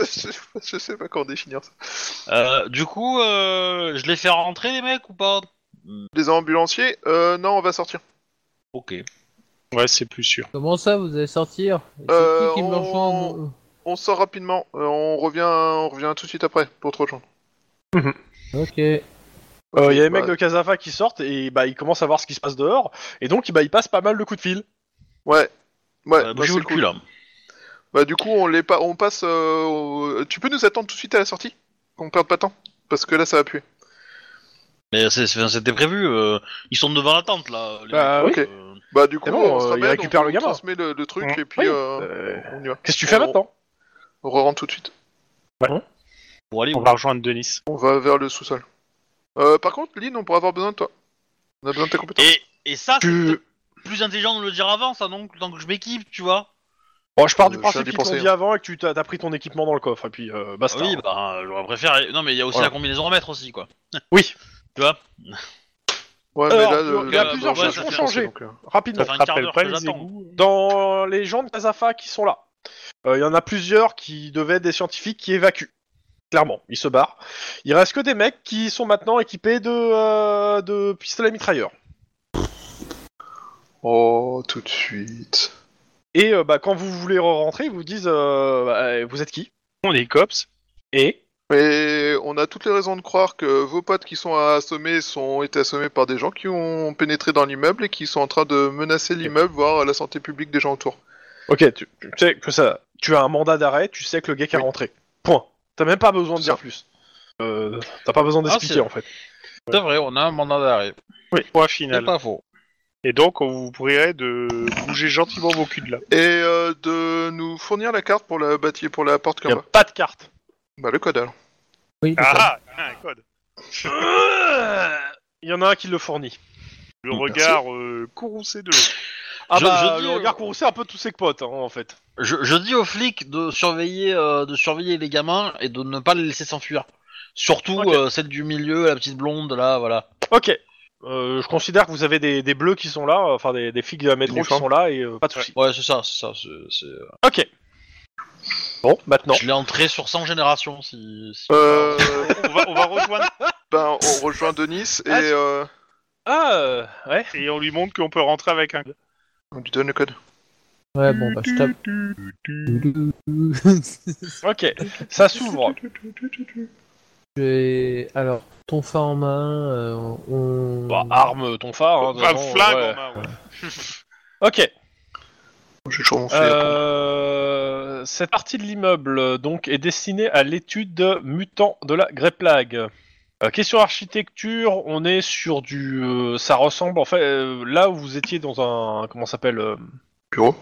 Speaker 3: je, je sais pas comment définir ça.
Speaker 1: Euh, du coup, euh, je les fais rentrer les mecs ou pas
Speaker 3: Les ambulanciers euh, Non, on va sortir.
Speaker 1: Ok.
Speaker 9: ouais, c'est plus sûr.
Speaker 4: Comment ça, vous allez sortir C'est
Speaker 3: Euh,
Speaker 4: qui qui me
Speaker 3: on-
Speaker 4: l'enchante
Speaker 3: On sort rapidement. euh, on revient, on revient tout de suite après pour te rejoindre.
Speaker 4: Ok.
Speaker 2: Euh, Il y a les mecs
Speaker 3: bah-
Speaker 2: de Casafa qui sortent et bah, ils commencent à voir ce qui se passe dehors. Et donc, bah, ils passent pas mal de coups de fil.
Speaker 3: Ouais. Ouais.
Speaker 1: Euh,
Speaker 3: bah,
Speaker 1: bougez-vous
Speaker 3: c'est
Speaker 1: le
Speaker 3: cool.
Speaker 1: cul là.
Speaker 3: Bah, du coup, on les pa- on passe. euh, au- Tu peux nous attendre tout de suite à la sortie Qu'on perde pas de temps parce que là, ça va puer.
Speaker 1: Mais c'est- c'est- c'était prévu. euh, ils sont devant la tente là. Les
Speaker 2: Bah,
Speaker 1: mecs,
Speaker 3: ok.
Speaker 1: euh,
Speaker 3: Bah, du coup,
Speaker 2: C'est bon,
Speaker 3: on se
Speaker 2: euh, il
Speaker 3: ramène,
Speaker 2: récupère
Speaker 3: on,
Speaker 2: le gamin.
Speaker 3: On transmet le, le truc
Speaker 9: Mmh.
Speaker 3: et puis
Speaker 2: Oui.
Speaker 3: euh,
Speaker 2: Euh,
Speaker 3: on y va.
Speaker 2: Qu'est-ce que tu fais
Speaker 3: On-
Speaker 2: maintenant
Speaker 3: On rentre tout de suite.
Speaker 1: pour aller
Speaker 9: On
Speaker 1: où
Speaker 9: va rejoindre Denis.
Speaker 3: On va vers le sous-sol. Euh, par contre, Lynn, on pourra avoir besoin de toi. On a besoin de tes compétences.
Speaker 1: et, et ça, c'est
Speaker 2: Tu-
Speaker 1: peut-être plus intelligent de le dire avant, ça, non Tant que je m'équipe, tu vois.
Speaker 2: Bon, je pars du
Speaker 3: Euh,
Speaker 2: principe
Speaker 3: je suis
Speaker 2: qu'ils t'ont
Speaker 3: indépensé,
Speaker 2: dit avant et que tu t'as t'as pris ton équipement dans le coffre et puis euh, basta.
Speaker 1: Oui, bah, euh, j'aurais préféré. Non, mais il y a aussi
Speaker 2: Voilà.
Speaker 1: la combinaison à mettre aussi, quoi.
Speaker 2: Oui.
Speaker 1: Tu vois
Speaker 3: Ouais,
Speaker 2: Alors,
Speaker 3: le-
Speaker 2: il y a
Speaker 1: euh,
Speaker 2: plusieurs
Speaker 1: bah, ouais,
Speaker 2: choses
Speaker 1: ça
Speaker 2: qui ont
Speaker 1: fait-
Speaker 2: changé
Speaker 3: Donc, euh,
Speaker 1: Ça
Speaker 2: rapidement.
Speaker 1: fait un
Speaker 9: te
Speaker 1: quart
Speaker 9: rappelle
Speaker 1: d'heure
Speaker 9: pas
Speaker 1: que
Speaker 9: les
Speaker 1: j'attends.
Speaker 9: égouts
Speaker 2: Dans les gens de Kazafa qui sont là, euh, il y en a plusieurs qui devaient être des scientifiques qui évacuent. Clairement, ils se barrent. Il reste que des mecs qui sont maintenant équipés de, euh, de pistolets mitrailleurs.
Speaker 3: Oh, tout de suite.
Speaker 2: Et euh, bah, quand vous voulez rentrer, ils vous disent euh, bah, Vous êtes qui
Speaker 9: On est cops.
Speaker 2: Et
Speaker 3: Et on a toutes les raisons de croire que vos potes qui sont assommés sont été assommés par des gens qui ont pénétré dans l'immeuble et qui sont en train de menacer l'immeuble, voire la santé publique des gens autour.
Speaker 2: Ok, tu, tu sais que ça. Tu as un mandat d'arrêt, tu sais que le gars qui est
Speaker 3: Oui.
Speaker 2: rentré. Point. T'as même pas besoin de
Speaker 3: Ça.
Speaker 2: dire plus. Euh, T'as pas besoin d'expliquer
Speaker 1: c'est-
Speaker 2: en fait.
Speaker 1: C'est vrai, on a un mandat d'arrêt.
Speaker 9: Point
Speaker 1: C'est
Speaker 9: final.
Speaker 1: pas faux.
Speaker 9: Et donc, on vous prierait de bouger gentiment vos culs de là.
Speaker 3: Et euh, de nous fournir la carte pour la bâtir pour la porte
Speaker 2: Il n'y
Speaker 3: comme
Speaker 2: a pas de carte.
Speaker 3: Bah le code alors.
Speaker 4: Oui, d'accord.
Speaker 9: Ah, ah, un code.
Speaker 2: Il y en a un qui le fournit.
Speaker 9: Le
Speaker 1: Merci.
Speaker 9: regard euh, courroucé de l'autre.
Speaker 2: Ah
Speaker 1: Je-
Speaker 2: bah,
Speaker 1: je dis,
Speaker 2: le
Speaker 1: euh,
Speaker 2: regard courroucé un peu tous ses potes, hein, en fait.
Speaker 1: Je, je dis aux flics de surveiller, euh, de surveiller les gamins et de ne pas les laisser s'enfuir. Surtout
Speaker 2: Ok.
Speaker 1: euh, celle du milieu, la petite blonde, là, voilà.
Speaker 2: Ok. Euh, je considère que vous avez des, des bleus qui sont là, enfin des, des figues à métro qui
Speaker 3: Uniforme.
Speaker 2: sont là et euh, pas de soucis.
Speaker 1: Ouais, c'est ça, c'est ça. c'est- c'est-
Speaker 2: Ok. Bon, maintenant.
Speaker 1: Je l'ai entré sur 100 générations si. si-
Speaker 3: Euh,
Speaker 9: on, va, on va rejoindre
Speaker 3: ben, on rejoint Denis et
Speaker 2: Ah, c'est-
Speaker 3: euh,
Speaker 2: Ah, euh, ouais.
Speaker 9: et on lui montre qu'on peut rentrer avec un.
Speaker 3: on lui donne le code. Ah
Speaker 4: Ouais, bon, bah, je tape.
Speaker 2: Ok. Ça s'ouvre.
Speaker 4: Je vais- Alors, ton fa en main, euh, on.
Speaker 2: Bah, arme ton phare. hein,
Speaker 9: Enfin,
Speaker 2: devant,
Speaker 9: Bah, flingue
Speaker 2: ouais.
Speaker 9: en main, ouais.
Speaker 2: Ok.
Speaker 3: Je vais toujours mon filet.
Speaker 2: Euh, cette partie de l'immeuble euh, donc est destinée à l'étude de mutants de la Grey Plague. Euh, question architecture, on est sur du, euh, ça ressemble en fait euh, là où vous étiez dans un comment ça s'appelle euh,
Speaker 3: Bureau.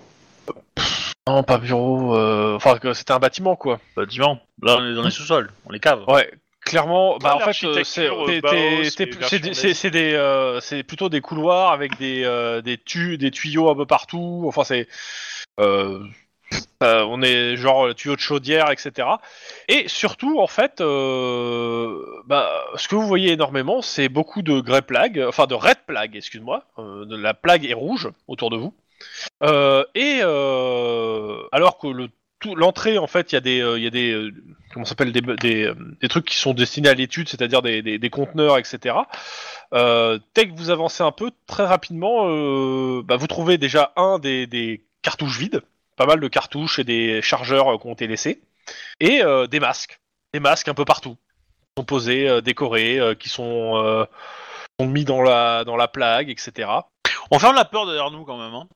Speaker 2: Non, pas bureau. euh, Enfin, que c'était un bâtiment, quoi.
Speaker 1: Bâtiment. Là, on est dans les sous-sols, on les cave.
Speaker 2: Ouais, clairement. Bah,
Speaker 9: Ouais,
Speaker 2: en fait, euh, c'est
Speaker 9: euh, l'architecture,
Speaker 2: t'es-
Speaker 9: euh, Bauhaus,
Speaker 2: t'es-
Speaker 9: les
Speaker 2: t'es-
Speaker 9: versions
Speaker 2: c'est des-
Speaker 9: nazies.
Speaker 2: c'est- c'est des, euh, c'est plutôt des couloirs avec des euh, des, tu- des tuyaux un peu partout. Enfin, c'est euh, euh, on est genre euh, tuyaux de chaudière, etc. Et surtout, en fait, euh, bah, ce que vous voyez énormément, c'est beaucoup de grey plague, enfin de red plague, excuse-moi. Euh, de la plague est rouge autour de vous. Euh, et euh, alors que le tout- l'entrée, en fait, il y a des, euh, il y a des, euh, comment ça s'appelle, des, des, euh, des trucs qui sont destinés à l'étude, c'est-à-dire des, des, des conteneurs, etc. Euh, dès que vous avancez un peu, très rapidement, euh, bah, vous trouvez déjà un des, des cartouches vides, pas mal de cartouches et des chargeurs euh, qui ont été laissés, et euh, des masques, des masques un peu partout, qui sont posés, euh, décorés, euh, qui sont, euh, sont mis dans la, dans la plague, etc.
Speaker 1: On ferme la peur derrière nous quand même. Hein.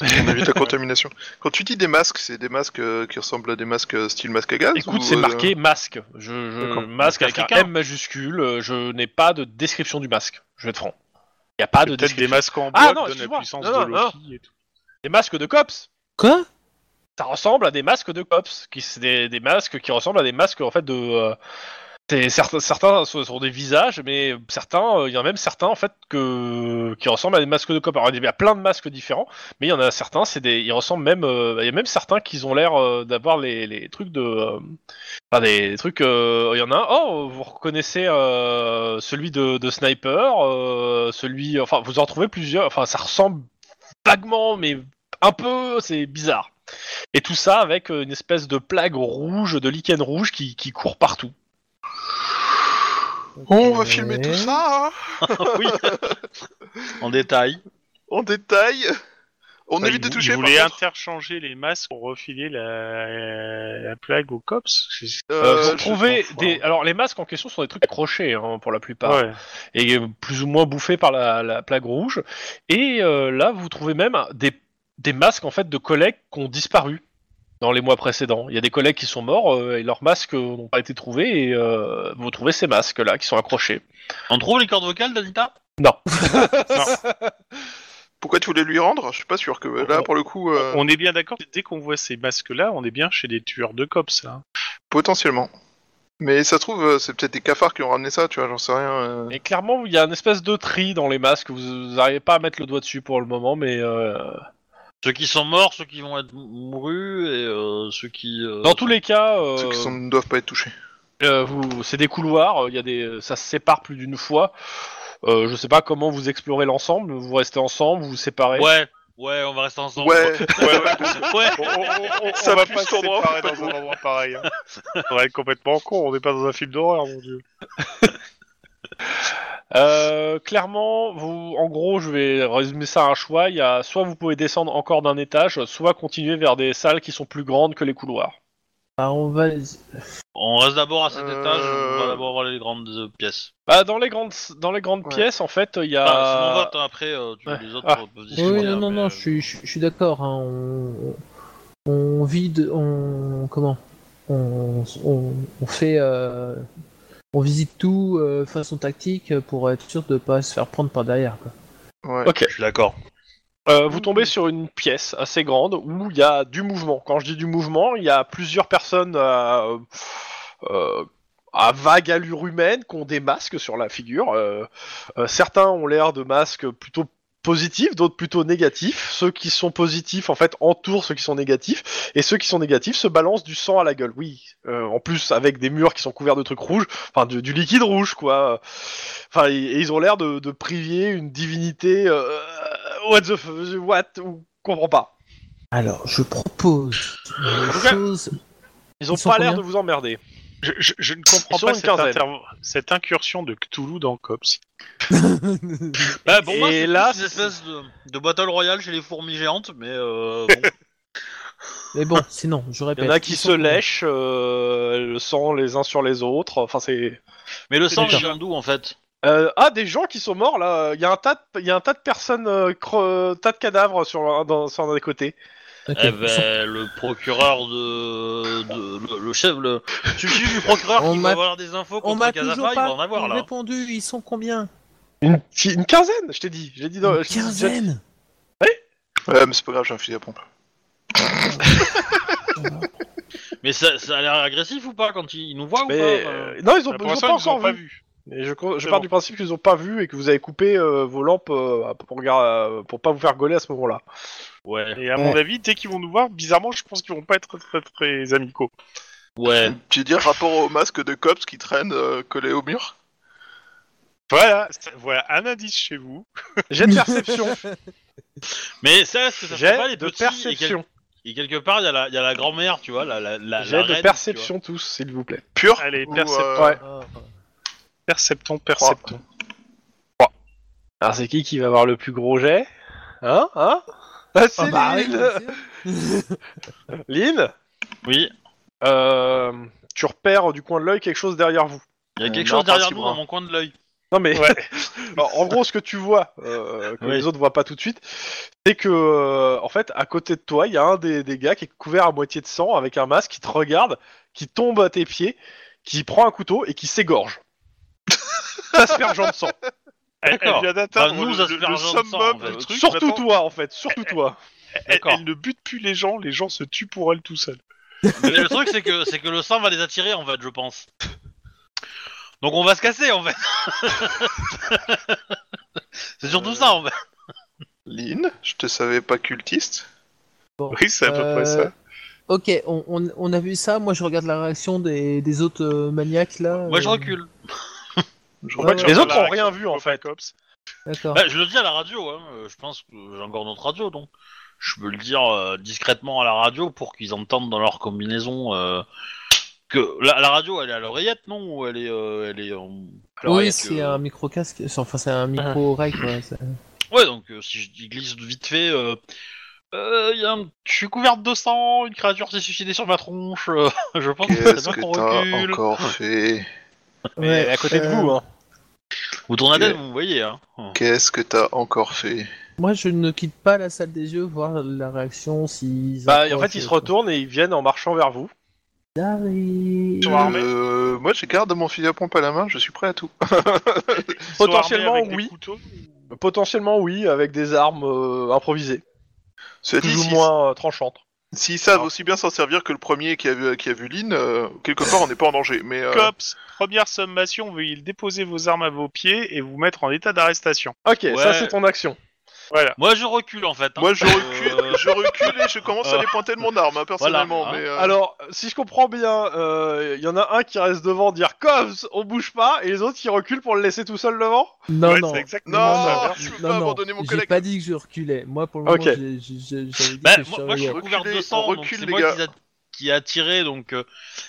Speaker 3: On évite la contamination. Quand tu dis des masques, c'est des masques euh, qui ressemblent à des masques euh, style masque à gaz ou,
Speaker 2: Écoute, c'est
Speaker 3: euh,
Speaker 2: marqué masque. Je, je-
Speaker 3: D'accord.
Speaker 2: masque avec
Speaker 1: Masque
Speaker 2: un
Speaker 1: africain.
Speaker 2: M majuscule. euh, Je n'ai pas de description du masque. Je vais être franc. Il n'y a pas de
Speaker 9: Peut-être
Speaker 2: description.
Speaker 9: des masques en bois
Speaker 2: Ah,
Speaker 9: qui
Speaker 2: non,
Speaker 9: donnent
Speaker 2: excuse-moi.
Speaker 9: la puissance
Speaker 2: Non,
Speaker 9: de
Speaker 2: non,
Speaker 9: Loki et tout.
Speaker 2: Des masques de cops.
Speaker 4: Quoi
Speaker 2: Ça ressemble à des masques de cops. Qui c'est des, des masques qui ressemblent à des masques en fait de. euh, c'est- certains, certains sont, sont des visages, mais certains, euh, il y en a même certains en fait que qui ressemblent à des masques de cops. Alors il y a plein de masques différents, mais il y en a certains, c'est des, ils ressemblent même, euh, il y a même certains qui ont l'air euh, d'avoir les, les trucs de, euh, enfin, des, des trucs. euh, Il y en a un, oh, vous reconnaissez euh, celui de, de sniper, euh, celui, enfin vous en trouvez plusieurs. Enfin ça ressemble vaguement, mais un peu, c'est bizarre. Et tout ça avec euh, une espèce de plague rouge, de lichen rouge qui, qui court partout.
Speaker 3: On va filmer tout ça hein
Speaker 1: oui. en détail.
Speaker 3: en détail. On
Speaker 9: Bah,
Speaker 3: évite
Speaker 9: ils
Speaker 3: de
Speaker 9: vou-
Speaker 3: toucher.
Speaker 9: Ils
Speaker 3: par
Speaker 9: voulaient
Speaker 3: contre.
Speaker 9: interchanger les masques pour refiler la, la plague aux cops. C'est-
Speaker 2: Euh, vous
Speaker 3: Euh,
Speaker 2: retrouvez
Speaker 9: je-
Speaker 2: des. Alors, les masques en question sont des trucs accrochés hein, pour la plupart,
Speaker 9: Ouais.
Speaker 2: et euh, plus ou moins bouffés par la, la plague rouge. Et euh, là, vous trouvez même des, des masques en fait de collègues qui ont disparu dans les mois précédents. Il y a des collègues qui sont morts euh, et leurs masques euh, n'ont pas été trouvés, et euh, vous trouvez ces masques-là qui sont accrochés.
Speaker 1: On trouve les cordes vocales d'Anita
Speaker 3: Pourquoi tu voulais lui rendre Je suis pas sûr que là, pour le coup, euh,
Speaker 9: On est bien d'accord, dès qu'on voit ces masques-là, on est bien chez des tueurs de cops. Là.
Speaker 3: potentiellement. Mais ça se trouve, euh, c'est peut-être des cafards qui ont ramené ça, tu vois, j'en sais rien. euh.
Speaker 2: Et clairement, il y a une espèce de tri dans les masques, vous n'arrivez pas à mettre le doigt dessus pour le moment, mais. euh,
Speaker 1: Ceux qui sont morts, ceux qui vont être mou- mourus et euh, ceux qui. euh,
Speaker 2: Dans tous les cas, euh,
Speaker 3: Ceux qui sont- ne doivent pas être touchés.
Speaker 2: euh, vous- c'est des couloirs, euh, il y a des, ça se sépare plus d'une fois. Euh, je sais pas comment vous explorez l'ensemble, vous restez ensemble, vous vous séparez.
Speaker 1: Ouais, ouais, on va rester ensemble.
Speaker 3: Ouais,
Speaker 1: Ouais.
Speaker 3: Ça
Speaker 9: on va
Speaker 3: pue
Speaker 9: pas
Speaker 3: cet endroit,
Speaker 9: se séparer
Speaker 3: faut pas
Speaker 9: dans un endroit pareil. hein. on va être complètement con, on n'est pas dans un film d'horreur, mon dieu.
Speaker 2: Euh, clairement, vous, en gros, je vais résumer ça à un choix. Il y a soit vous pouvez descendre encore d'un étage, soit continuer vers des salles qui sont plus grandes que les couloirs.
Speaker 4: Bah, on va.
Speaker 1: On reste d'abord à cet
Speaker 3: Euh,
Speaker 1: étage, on va d'abord voir les grandes euh, pièces.
Speaker 2: Bah, dans les grandes, dans les grandes
Speaker 3: Ouais.
Speaker 2: pièces, en fait, il y a.
Speaker 1: Enfin, si on vote, hein, après, euh, tu-
Speaker 2: Ouais.
Speaker 1: les autres
Speaker 2: Ah.
Speaker 1: euh, peuvent
Speaker 4: Oui,
Speaker 1: discuter.
Speaker 4: oui, non,
Speaker 1: hein,
Speaker 4: non,
Speaker 1: mais,
Speaker 4: non,
Speaker 1: euh,
Speaker 4: je suis, je, je suis d'accord. hein, on, on vide, on comment on, on, on fait, euh, on visite tout euh, façon tactique pour être sûr de pas se faire prendre par derrière. Quoi.
Speaker 3: ouais.
Speaker 2: Ok.
Speaker 1: Je suis d'accord.
Speaker 2: Euh, vous tombez sur une pièce assez grande où il y a du mouvement. Quand je dis du mouvement, il y a plusieurs personnes à, euh, euh, à vague allure humaine qui ont des masques sur la figure. Euh, euh, certains ont l'air de masques plutôt positifs, d'autres plutôt négatifs. Ceux qui sont positifs, en fait, entourent ceux qui sont négatifs, et ceux qui sont négatifs se balancent du sang à la gueule. Oui, Euh, en plus avec des murs qui sont couverts de trucs rouges, enfin du, du liquide rouge, quoi. Enfin, et, et ils ont l'air de, de prier une divinité. euh, what the f- what ou comprends pas.
Speaker 4: Alors, je propose une
Speaker 2: Ok.
Speaker 4: chose.
Speaker 2: Ils ont
Speaker 4: Ils sont
Speaker 2: pas l'air de
Speaker 4: combien
Speaker 2: vous emmerder.
Speaker 9: Je, je- je ne
Speaker 2: Ils
Speaker 9: comprends
Speaker 2: sont
Speaker 9: pas
Speaker 2: une
Speaker 9: cette,
Speaker 2: quinzaine.
Speaker 9: interv- cette incursion de Cthulhu dans Cops.
Speaker 1: Bah, pour moi,
Speaker 2: Et
Speaker 1: c'est
Speaker 2: là,
Speaker 1: là, une espèce de, de battle royale chez les fourmis géantes, mais euh, bon.
Speaker 4: Mais bon, sinon, je
Speaker 2: Il
Speaker 4: répète.
Speaker 2: y en a qui
Speaker 4: ils
Speaker 2: se
Speaker 4: sont combien
Speaker 2: lèchent euh, le sang les uns sur les autres. Enfin, c'est
Speaker 1: mais le sang
Speaker 2: D'accord.
Speaker 1: il vient d'où en fait
Speaker 2: Euh, ah, des gens qui sont morts là. Il y a un tas, de, il y a un tas de personnes, euh, cre- tas de cadavres sur un, dans, sur un des côtés.
Speaker 4: Ok,
Speaker 1: Eh
Speaker 4: ils sont-
Speaker 1: ben, le procureur de, de- le, le chef, le substitut du procureur
Speaker 4: On
Speaker 1: qui
Speaker 4: m'a-
Speaker 1: va avoir des infos
Speaker 4: On
Speaker 1: contre
Speaker 4: m'a
Speaker 1: Casafa,
Speaker 4: toujours
Speaker 1: il
Speaker 4: pas
Speaker 1: va en avoir là.
Speaker 4: répondu. Ils sont combien
Speaker 2: Une, ti- une quinzaine, je t'ai dit. Je l'ai dit dans.
Speaker 4: Une
Speaker 2: je t'ai dit-
Speaker 4: quinzaine.
Speaker 3: Ouais, mais c'est pas grave, j'ai un fusil à pompe.
Speaker 1: Mais ça, ça a l'air agressif ou pas quand il, il nous voit
Speaker 2: Mais,
Speaker 1: ou pas enfin
Speaker 2: euh, non, ils ont,
Speaker 9: Pour
Speaker 2: ils ont
Speaker 9: l'instant,
Speaker 2: pas
Speaker 9: ils nous ont
Speaker 2: encore
Speaker 9: pas
Speaker 2: vu.
Speaker 9: vu.
Speaker 2: Mais je, co- je
Speaker 9: C'est
Speaker 2: pars
Speaker 9: bon.
Speaker 2: du principe qu'ils ont pas vu et que vous avez coupé euh, vos lampes euh, pour, gar- euh, pour pas vous faire gauler à ce moment-là.
Speaker 1: Ouais,
Speaker 9: Et à mon avis, dès qu'ils vont nous voir, bizarrement, je pense qu'ils vont pas être très, très amicaux.
Speaker 1: ouais.
Speaker 3: Tu dis rapport au masque de cops qui traîne euh, collé au mur
Speaker 9: Voilà, c'est- voilà un indice chez vous.
Speaker 2: J'ai de perception.
Speaker 1: Mais ça, est-ce que ça serait
Speaker 2: J'ai
Speaker 1: pas les
Speaker 2: de
Speaker 1: petits et, quel-
Speaker 2: perception.
Speaker 1: et quelque part, il y a la, il y a la grand-mère, tu vois, la, la, la,
Speaker 2: J'ai
Speaker 1: la reine,
Speaker 2: de
Speaker 1: tu
Speaker 2: perception tous, s'il vous plaît.
Speaker 3: Pur
Speaker 9: Allez,
Speaker 3: Ou,
Speaker 9: percep-
Speaker 3: euh,
Speaker 2: Ouais.
Speaker 9: perceptons, perceptons.
Speaker 2: Alors c'est qui qui va avoir le plus gros jet Hein Hein Ah, c'est
Speaker 4: Ah bah, oui,
Speaker 2: Lynn
Speaker 4: bien sûr.
Speaker 2: Lynn
Speaker 1: vois. Oui,
Speaker 2: Euh, tu repères du coin de l'œil quelque chose derrière vous.
Speaker 1: il y a
Speaker 3: Euh,
Speaker 1: quelque
Speaker 3: non,
Speaker 1: chose derrière
Speaker 3: principe,
Speaker 1: nous
Speaker 3: hein.
Speaker 1: dans mon coin de l'œil.
Speaker 2: Non mais
Speaker 9: Ouais.
Speaker 2: Alors, en gros ce que tu vois euh, que
Speaker 1: Oui.
Speaker 2: les autres voient pas tout de suite, c'est que euh, en fait à côté de toi il y a un des, des gars qui est couvert à moitié de sang avec un masque qui te regarde, qui tombe à tes pieds, qui prend un couteau et qui s'égorge. T'aspergeant de sang. Eh,
Speaker 9: Elle, elle
Speaker 1: D'accord.
Speaker 9: vient d'atteindre
Speaker 1: Bah, nous,
Speaker 9: le, le- le
Speaker 1: aspergeons de sang,
Speaker 9: summum
Speaker 1: en fait.
Speaker 9: du truc.
Speaker 2: surtout
Speaker 9: Maintenant,
Speaker 2: toi en fait, surtout toi.
Speaker 9: elle,
Speaker 1: D'accord.
Speaker 9: elle ne bute plus les gens, les gens se tuent pour elle tout seul.
Speaker 1: Mais le truc, c'est que, c'est que le sang va les attirer, en fait, je pense. Donc on va se casser, en fait. c'est surtout ça, en fait.
Speaker 3: Lynn, je te savais pas cultiste.
Speaker 9: Oui, c'est à peu près
Speaker 4: Euh,
Speaker 9: ça.
Speaker 4: Ok, on, on- on a vu ça. Moi, je regarde la réaction des, des autres euh, maniaques là.
Speaker 1: Moi, je
Speaker 4: euh,
Speaker 1: recule.
Speaker 3: Je
Speaker 4: Ouais,
Speaker 3: crois que
Speaker 4: ouais.
Speaker 2: Les autres
Speaker 9: Voilà,
Speaker 2: ont rien vu en
Speaker 9: Copa
Speaker 2: fait.
Speaker 9: Cops.
Speaker 4: D'accord.
Speaker 1: Bah, je le dis à la radio, hein. euh, je pense que j'ai encore notre radio, donc je peux le dire euh, discrètement à la radio pour qu'ils entendent dans leur combinaison euh, que la, la radio, elle est à l'oreillette, non Ou elle est, euh, elle est. en- à
Speaker 4: oui,
Speaker 1: l'oreillette,
Speaker 4: c'est
Speaker 1: euh,
Speaker 4: un micro casque. Enfin, c'est un
Speaker 2: Ah.
Speaker 4: micro oreille quoi. ça.
Speaker 1: Ouais, donc euh, si je dis- glisse vite fait, euh, euh, y a un- je suis couverte de sang, une créature s'est suicidée sur ma tronche, euh, je pense que c'est
Speaker 3: Qu'est-ce
Speaker 1: bien
Speaker 3: que
Speaker 1: qu'on
Speaker 3: t'as
Speaker 1: recule.
Speaker 3: encore fait
Speaker 2: Mais à côté de
Speaker 4: Euh,
Speaker 2: vous hein.
Speaker 1: Vous tournez la tête, vous voyez, hein.
Speaker 3: Qu'est-ce que t'as encore fait
Speaker 4: Moi, je ne quitte pas la salle des yeux voir la réaction s'ils.
Speaker 2: Bah en
Speaker 4: approchent,
Speaker 2: fait ils se
Speaker 4: euh,
Speaker 2: retournent et ils viennent en marchant vers vous.
Speaker 4: quoi. Darry.
Speaker 9: Ils sont armés.
Speaker 3: Euh, Moi, je garde mon fusil à pompe à la main, je suis prêt à tout.
Speaker 9: Ils sont armés
Speaker 2: Potentiellement,
Speaker 9: avec des
Speaker 2: oui.
Speaker 9: couteaux.
Speaker 2: Potentiellement oui, avec des armes euh, improvisées,
Speaker 3: Cela dit,
Speaker 2: plus ou
Speaker 3: si-
Speaker 2: moins euh, tranchantes.
Speaker 3: s'ils savent aussi bien s'en servir que le premier qui a vu, qui a vu Lynn, euh, quelque part, on n'est pas en danger. Mais euh,
Speaker 9: Cops, première sommation, veuillez déposer vos armes à vos pieds et vous mettre en état d'arrestation.
Speaker 2: Ok, ça
Speaker 1: Ouais.
Speaker 2: c'est ton action.
Speaker 9: Voilà.
Speaker 1: Moi, je recule, en fait. hein.
Speaker 3: moi, je recule,
Speaker 1: Euh,
Speaker 3: je recule et je commence à les pointer de mon arme, hein, personnellement.
Speaker 1: Voilà, hein.
Speaker 3: mais, euh,
Speaker 2: Alors, si je comprends bien, il y en a un qui reste devant dire Cops, on bouge pas, et les autres qui reculent pour le laisser tout seul devant
Speaker 4: Non,
Speaker 9: Ouais,
Speaker 4: non.
Speaker 9: c'est exactement
Speaker 3: Non,
Speaker 9: ça.
Speaker 3: je veux
Speaker 4: non,
Speaker 3: pas
Speaker 4: non,
Speaker 3: abandonner mon
Speaker 4: J'ai
Speaker 3: collègue.
Speaker 4: pas dit que je reculais. Moi, pour le
Speaker 2: Ok.
Speaker 4: moment, j'ai- j'ai- j'ai- j'avais dit
Speaker 1: bah,
Speaker 4: que je
Speaker 1: moi, moi, je
Speaker 4: surveillais.
Speaker 1: suis couverte de
Speaker 3: Reculez,
Speaker 1: sang,
Speaker 3: on
Speaker 1: donc
Speaker 3: recule,
Speaker 1: c'est
Speaker 3: les
Speaker 1: moi
Speaker 3: gars.
Speaker 1: qui, a- qui a tiré, donc euh,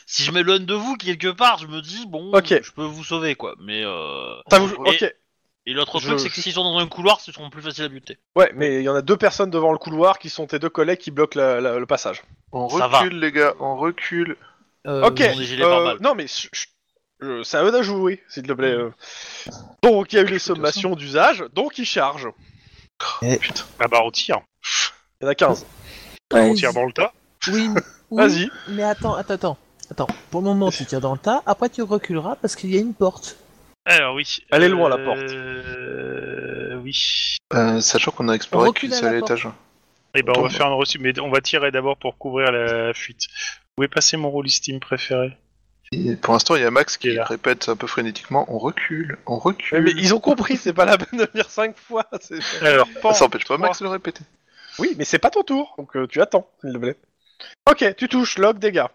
Speaker 1: si je m'éloigne de vous, quelque part, je me dis, bon,
Speaker 2: Ok.
Speaker 1: je peux vous sauver, quoi. Mais, euh,
Speaker 2: Ça vous-
Speaker 1: Et-
Speaker 2: Ok,
Speaker 1: Et l'autre
Speaker 2: Je-
Speaker 1: truc, c'est que s'ils sont dans un couloir, ce seront plus faciles à buter.
Speaker 2: ouais, mais il y en a deux personnes devant le couloir qui sont tes deux collègues qui bloquent la- la- le passage.
Speaker 3: on
Speaker 1: ça va.
Speaker 3: recule, les gars, on recule.
Speaker 4: Euh,
Speaker 2: ok,
Speaker 1: on est gilets pare-balles.
Speaker 2: non mais chut, chut, euh, c'est à eux de jouer, s'il te plaît. euh. Donc il y a eu les sommations d'usage, donc ils chargent.
Speaker 9: Ah bah on tire.
Speaker 2: Il y en a 15.
Speaker 9: On
Speaker 4: ouais,
Speaker 9: tire dans le tas.
Speaker 4: Oui, oui,
Speaker 2: Vas-y.
Speaker 4: Mais attends, attends, attends. Attends, pour le moment tu tires dans le tas, après tu reculeras parce qu'il y a une porte.
Speaker 9: Alors oui.
Speaker 2: Elle est loin, la porte.
Speaker 9: Euh, Oui.
Speaker 3: Euh, sachant qu'on a
Speaker 4: On
Speaker 3: exploré
Speaker 4: recule
Speaker 3: qu'une
Speaker 4: à la
Speaker 3: seule
Speaker 4: porte.
Speaker 3: étage.
Speaker 9: Eh ben on va
Speaker 3: Attends.
Speaker 9: faire un reçu, mais on va tirer d'abord pour couvrir la fuite. Où est passé mon rôle Steam préféré
Speaker 3: Et pour l'instant, il y a Max qui
Speaker 9: Il est là.
Speaker 3: répète un peu frénétiquement on recule, on recule.
Speaker 2: Ouais, mais ils ont compris, c'est pas la peine de venir cinq fois. c'est-
Speaker 9: Alors,
Speaker 3: Ah, Ça
Speaker 9: pense.
Speaker 3: s'empêche pas, Max, de le répéter.
Speaker 2: Oui, mais c'est pas ton tour, donc euh, tu attends, s'il te plaît. Ok, tu touches, log dégâts.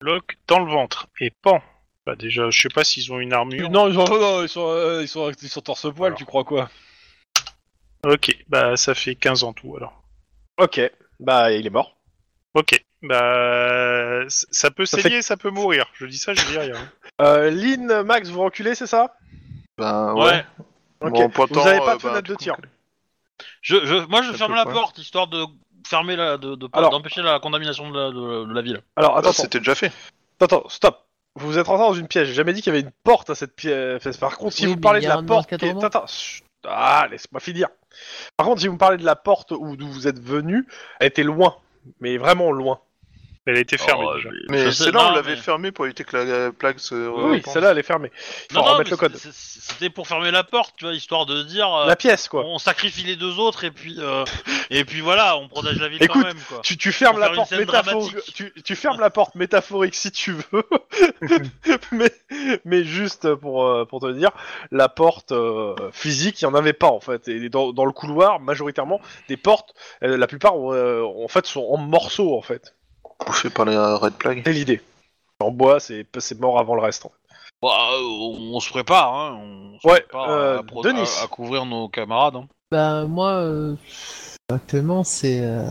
Speaker 9: Locke dans le ventre et pan. Bah déjà, je sais pas s'ils ont une armure.
Speaker 2: Non, ils sont, non, ils sont, euh, ils sont, ils sont torse-poil,
Speaker 9: Alors.
Speaker 2: tu crois quoi
Speaker 9: Ok, bah ça fait 15 en tout alors.
Speaker 2: Ok, bah il est mort.
Speaker 9: Ok, bah c- ça peut
Speaker 2: Ça fait-
Speaker 9: saigner, ça peut mourir. Je dis ça, je dis rien. hein.
Speaker 2: Euh, Lynn, Max, vous reculez, c'est ça
Speaker 3: Ben ouais.
Speaker 2: Ok.
Speaker 3: Bon, en pointant,
Speaker 2: vous avez pas
Speaker 3: euh,
Speaker 2: de
Speaker 3: bah,
Speaker 2: fenêtre
Speaker 3: du
Speaker 2: de
Speaker 3: coup,
Speaker 2: tir.
Speaker 1: Je, je, moi, je
Speaker 3: Ça
Speaker 1: ferme
Speaker 3: peut
Speaker 1: la
Speaker 3: pas.
Speaker 1: porte histoire de fermer la, de, de pas-
Speaker 2: Alors-
Speaker 1: d'empêcher la contamination de la, de- de la ville.
Speaker 2: Alors attends,
Speaker 3: Bah, C'était déjà fait.
Speaker 2: attends, attends, stop. Vous êtes rentré dans une piège. J'ai jamais dit qu'il y avait une porte à cette piège. Par contre, si
Speaker 4: Oui,
Speaker 2: vous
Speaker 4: mais
Speaker 2: parlez
Speaker 4: il y
Speaker 2: de
Speaker 4: a
Speaker 2: la
Speaker 4: un
Speaker 2: porte,
Speaker 4: mort
Speaker 2: qui est-
Speaker 4: quatre-vingts.
Speaker 2: attends, attends, chut. ah, laisse-moi finir. Par contre, si vous me parlez de la porte où d'où vous êtes venu, elle était loin, mais vraiment loin.
Speaker 9: Elle a été fermée
Speaker 1: Oh,
Speaker 9: déjà.
Speaker 1: Je
Speaker 3: Mais
Speaker 1: sais-
Speaker 3: celle-là,
Speaker 1: non,
Speaker 3: on l'avait
Speaker 1: mais-
Speaker 3: fermée pour éviter que la plaque se.
Speaker 2: oui,
Speaker 3: repense.
Speaker 2: celle-là, elle est fermée. Il faut
Speaker 1: Non, non,
Speaker 2: remettre le
Speaker 1: mais
Speaker 2: code.
Speaker 1: c'est- c'est- C'était pour fermer la porte, tu vois, histoire de dire. euh,
Speaker 2: La pièce, quoi.
Speaker 1: On sacrifie les deux autres et puis euh, et puis voilà, on protège la ville
Speaker 2: Écoute,
Speaker 1: quand même quoi.
Speaker 2: Tu, tu fermes
Speaker 1: Pour
Speaker 2: la
Speaker 1: faire une
Speaker 2: porte
Speaker 1: scène
Speaker 2: métaphorique.
Speaker 1: dramatique.
Speaker 2: Tu, tu fermes la porte métaphorique si tu veux, mais, mais juste pour euh, pour te dire, la porte euh, physique, il y en avait pas en fait. Et dans, dans le couloir, majoritairement, des portes, euh, la plupart euh, en fait sont en morceaux en fait.
Speaker 3: Bouffée par la Red Plague.
Speaker 2: C'est l'idée. En bois, c'est c'est mort avant le reste. en fait.
Speaker 1: Bah, euh, on, on se prépare, hein, on se
Speaker 2: Ouais,
Speaker 1: prépare
Speaker 2: euh,
Speaker 1: à, pro-
Speaker 2: Denis.
Speaker 1: à- à couvrir nos camarades. hein.
Speaker 4: Bah moi, euh, actuellement c'est... euh,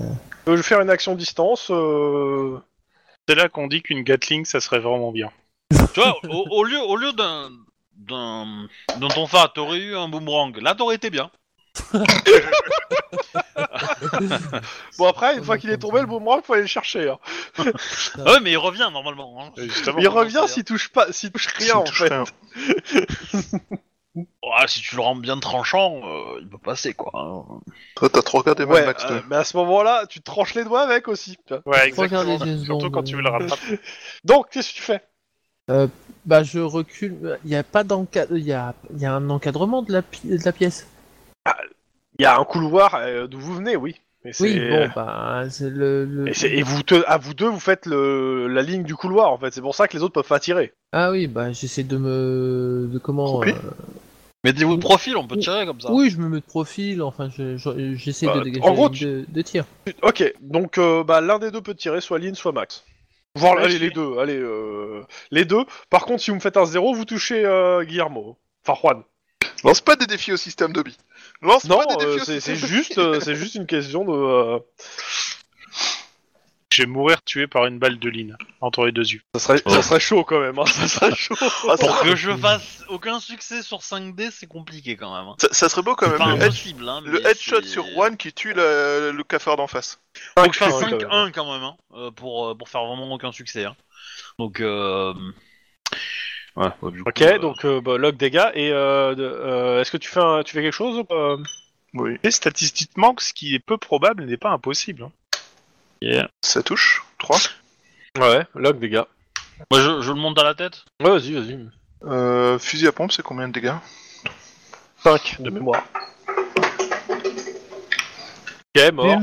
Speaker 2: Je vais faire une action distance. euh,
Speaker 9: C'est là qu'on dit qu'une Gatling, ça serait vraiment bien.
Speaker 1: tu vois, au, au lieu au lieu d'un d'un dont ton fa, t'aurais eu un boomerang. Là, t'aurais été bien.
Speaker 2: Bon après, une fois qu'il est tombé, le boomerang, faut aller le chercher. hein.
Speaker 1: Ah Ouais, mais il revient normalement. hein.
Speaker 9: Justement.
Speaker 2: Il revient s'il touche pas, s'il touche rien
Speaker 3: Ça
Speaker 2: en
Speaker 3: touche
Speaker 2: fait.
Speaker 3: rien.
Speaker 1: Ouais, si tu le rends bien tranchant, euh, il peut passer quoi. hein.
Speaker 3: Toi, t'as trop regardé Mad
Speaker 2: Ouais,
Speaker 3: Max, toi.
Speaker 2: euh, mais à ce moment-là, tu tranches les doigts avec aussi. tu vois.
Speaker 9: Ouais,
Speaker 4: Faut regarder
Speaker 9: exactement.
Speaker 4: James
Speaker 9: Surtout
Speaker 4: Bond,
Speaker 9: quand tu veux le
Speaker 4: euh.
Speaker 9: rattraper.
Speaker 2: Donc, qu'est-ce que tu fais
Speaker 4: Bah je recule, il y a pas d'encadrement, il y a... il y a un encadrement de la, pi- de la pièce.
Speaker 2: Il y a un couloir euh, d'où vous venez, oui. Mais c'est-
Speaker 4: Oui, bon, bah c'est le... le-
Speaker 2: Et, c'est- et vous te- à vous deux, vous faites le... la ligne du couloir, en fait. C'est pour ça que les autres peuvent pas tirer.
Speaker 4: Ah oui, bah j'essaie de me... de comment...
Speaker 3: Couper
Speaker 4: euh,
Speaker 1: Mettez-vous de profil, on peut tirer comme ça.
Speaker 4: Oui, je me mets de profil, enfin je- je- j'essaie
Speaker 2: Bah,
Speaker 4: de dégager
Speaker 2: en gros,
Speaker 4: une de, de tir.
Speaker 2: Ok, donc euh, bah, l'un des deux peut tirer, soit Lynn, soit Max. Voir
Speaker 9: Ouais,
Speaker 2: allez,
Speaker 9: je
Speaker 2: les
Speaker 9: suis.
Speaker 2: deux, allez, euh, les deux. Par contre, si vous me faites un zéro, vous touchez euh, Guillermo. Enfin, Juan.
Speaker 3: Lance pas des défis au système de bi. Lance
Speaker 2: Non,
Speaker 3: pas des
Speaker 2: euh,
Speaker 3: défis au
Speaker 2: c'est c'est
Speaker 3: système
Speaker 2: juste, euh, c'est juste une question de. euh,
Speaker 9: Je vais mourir tué par une balle de ligne entre les deux yeux. Oh.
Speaker 2: Ça, serait, ça serait chaud quand même. hein, ça serait chaud.
Speaker 3: Ah,
Speaker 1: Pour que je fasse aucun succès sur 5D, c'est compliqué quand même. hein.
Speaker 3: Ça, ça serait beau quand
Speaker 1: C'est
Speaker 3: même.
Speaker 1: pas
Speaker 3: Le, head-
Speaker 1: impossible. Hein,
Speaker 3: le
Speaker 1: mais
Speaker 3: headshot
Speaker 1: c'est-
Speaker 3: sur Juan qui tue la- le cafard d'en face.
Speaker 1: Faut que je fasse
Speaker 2: Ouais, quand même.
Speaker 1: 5-1 quand même, hein, euh, pour, euh, pour faire vraiment aucun succès. hein. Donc, euh... Ouais, bah, du coup,
Speaker 2: Ok,
Speaker 1: euh,
Speaker 2: donc euh, bah, log dégâts et euh, de- euh, est-ce que tu fais un- tu fais quelque chose ou pas
Speaker 3: Oui.
Speaker 9: Et statistiquement, ce qui est peu probable n'est pas impossible. hein.
Speaker 3: Ça touche 3.
Speaker 2: Ouais, log dégâts.
Speaker 1: Moi, je, je le monte à la tête
Speaker 2: Ouais, vas-y, vas-y.
Speaker 3: Euh, fusil à pompe, c'est combien de dégâts
Speaker 2: 5 de mémoire. Ok, mort.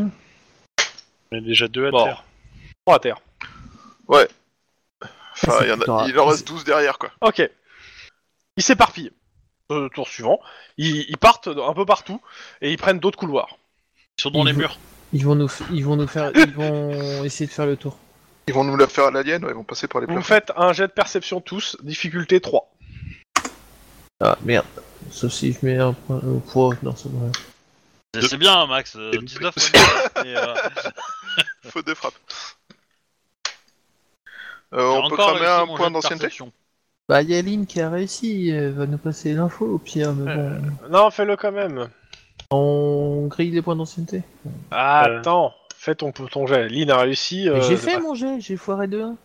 Speaker 9: On est déjà deux à
Speaker 2: Mort.
Speaker 9: terre.
Speaker 2: 3 à terre.
Speaker 3: Enfin, il, y en a-
Speaker 4: T'auras-
Speaker 3: il en reste 12 derrière quoi.
Speaker 2: Ok. Ils s'éparpillent. Euh, tour suivant. Ils, ils partent un peu partout et ils prennent d'autres couloirs.
Speaker 1: Ils sont dans les
Speaker 4: Mhm.
Speaker 1: murs.
Speaker 4: Ils vont nous, f- ils vont nous faire, ils vont essayer de faire le tour.
Speaker 3: Ils vont nous la faire à l'alien, ouais, ils vont passer par les
Speaker 2: Vous me
Speaker 3: plafonds.
Speaker 2: faites un jet de perception tous, difficulté 3.
Speaker 4: Ah merde. Sauf si je mets un point au poids, non c'est vrai.
Speaker 1: C'est c'est bien, Max. euh,
Speaker 9: C'est
Speaker 1: 19 ouais, et, euh,
Speaker 3: Faute de frappe. Euh,
Speaker 1: j'ai
Speaker 3: on peut
Speaker 1: encore
Speaker 3: cramer
Speaker 1: réussi
Speaker 3: un
Speaker 1: mon
Speaker 3: point
Speaker 1: jet de
Speaker 3: d'ancienneté
Speaker 1: perception.
Speaker 4: Bah y a Lynn qui a réussi, elle va nous passer l'info au pire, mais bon.
Speaker 2: Non, fais-le quand
Speaker 4: Euh.
Speaker 2: même.
Speaker 4: On grille les points d'ancienneté.
Speaker 9: Euh.
Speaker 2: Attends, fais ton, ton jet. Lynn a réussi. euh,
Speaker 4: Mais j'ai
Speaker 2: c'est
Speaker 4: fait
Speaker 3: bah.
Speaker 2: pas-
Speaker 4: mon jet, j'ai foiré de 1.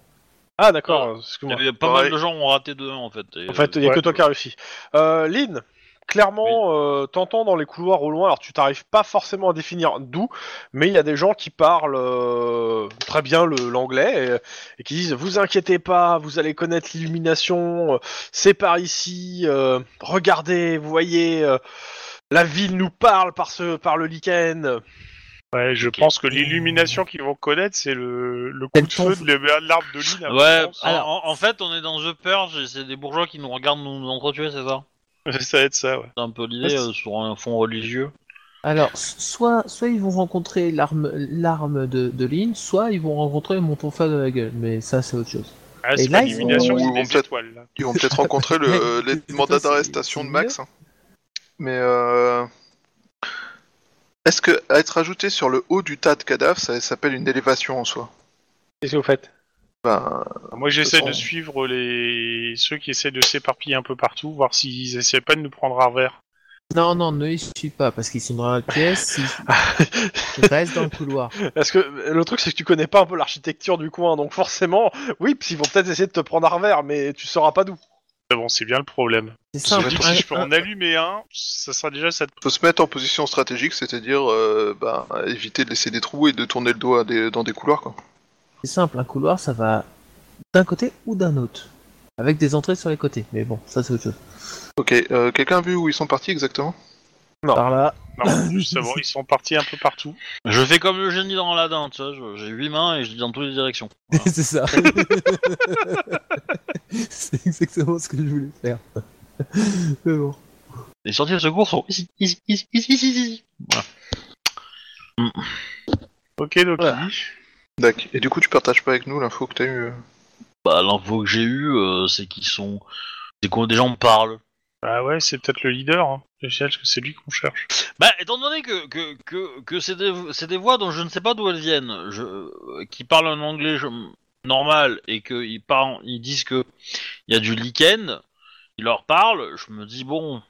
Speaker 2: Ah d'accord, excuse-moi.
Speaker 1: Il y a pas
Speaker 3: Ouais.
Speaker 1: mal de gens ont raté 2 en fait. et,
Speaker 2: En fait, il n'y a
Speaker 9: Ouais.
Speaker 2: que toi qui as réussi. Euh, Lynn, clairement, euh, t'entends dans les couloirs au loin, alors tu t'arrives pas forcément à définir d'où, mais il y a des gens qui parlent euh, très bien le- l'anglais et, et qui disent Vous inquiétez pas, vous allez connaître l'illumination, euh, c'est par ici, euh, regardez, vous voyez, euh, la ville nous parle par, ce, par le lichen.
Speaker 9: Ouais, je pense que l'illumination qu'ils vont connaître, c'est le, le coup
Speaker 4: Quel
Speaker 9: de feu de l'ar- l'arbre de l'île.
Speaker 1: Ouais, en,
Speaker 4: alors-
Speaker 1: en- en fait, on est dans The Purge et c'est des bourgeois qui nous regardent nous, nous entretuer, c'est ça
Speaker 9: Ça va être ça, ouais.
Speaker 1: C'est un peu l'idée euh, sur un fond religieux.
Speaker 4: Alors, s- soit, soit ils vont rencontrer l'arme, l'arme de, de Lynn, soit ils vont rencontrer mon tonfa de la gueule, mais ça c'est autre chose.
Speaker 9: Ah,
Speaker 4: Et
Speaker 9: c'est
Speaker 4: là,
Speaker 9: pas
Speaker 4: ils sont-
Speaker 9: l'illumination,
Speaker 3: Ils
Speaker 9: c'est
Speaker 3: vont
Speaker 9: des
Speaker 3: peut-être-
Speaker 9: étoiles. là.
Speaker 3: Ils vont peut-être rencontrer le,
Speaker 4: Mais-
Speaker 3: euh, les
Speaker 4: putain,
Speaker 3: mandats
Speaker 4: c'est-
Speaker 3: d'arrestation
Speaker 4: c'est
Speaker 3: de Max. hein. Mais euh, est-ce que être ajouté sur le haut du tas de cadavres, ça s'appelle une élévation en soi
Speaker 10: Qu'est-ce que vous faites
Speaker 3: Ben,
Speaker 9: Bah, Moi, j'essaie
Speaker 3: sont-
Speaker 9: de suivre les ceux qui essaient de s'éparpiller un peu partout, voir s'ils essaient pas de nous prendre à revers.
Speaker 4: Non, non, ne les suis pas, parce qu'ils sont dans la pièce, ils ils restent dans le couloir.
Speaker 2: Parce que euh, le truc, c'est que tu connais pas un peu l'architecture du coin, donc forcément, oui, pis ils vont peut-être essayer de te prendre à revers, mais tu sauras pas d'où.
Speaker 9: Mais bon, c'est bien le problème.
Speaker 4: C'est
Speaker 9: Si
Speaker 4: simple.
Speaker 9: je peux en allumer un, ça sera déjà ça. de-
Speaker 3: faut se mettre en position stratégique, c'est-à-dire euh, ben, éviter de laisser des trous et de tourner le dos à des- dans des couloirs. Quoi.
Speaker 4: C'est simple, un couloir ça va d'un côté ou d'un autre. Avec des entrées sur les côtés, mais bon, ça c'est autre chose.
Speaker 3: Ok, euh, quelqu'un a vu où ils sont partis exactement
Speaker 4: Par là,
Speaker 9: Non, juste savoir, ils sont partis un peu partout.
Speaker 1: Je fais comme le génie dans Aladdin, tu vois, je- j'ai huit mains et je dis dans toutes les directions.
Speaker 4: c'est ça. c'est exactement ce que je voulais faire. Mais bon.
Speaker 1: Les sorties de secours sont ici, ici, ici, ici, ici, ici.
Speaker 9: Ok, donc.
Speaker 3: D'accord. Et du coup, tu partages pas avec nous l'info que t'as eue euh
Speaker 1: Bah, l'info que j'ai eue, euh, c'est qu'ils sont. C'est qu'on des gens parlent.
Speaker 9: Ah ouais, c'est peut-être le leader. Hein. Je cherche que c'est lui qu'on cherche.
Speaker 1: Bah, étant donné que, que, que, que c'est des, c'est des voix dont je ne sais pas d'où elles viennent, je, euh, qui parlent un anglais je- normal et qu'ils parlent, ils disent que il y a du lichen, ils leur parlent, je me dis bon,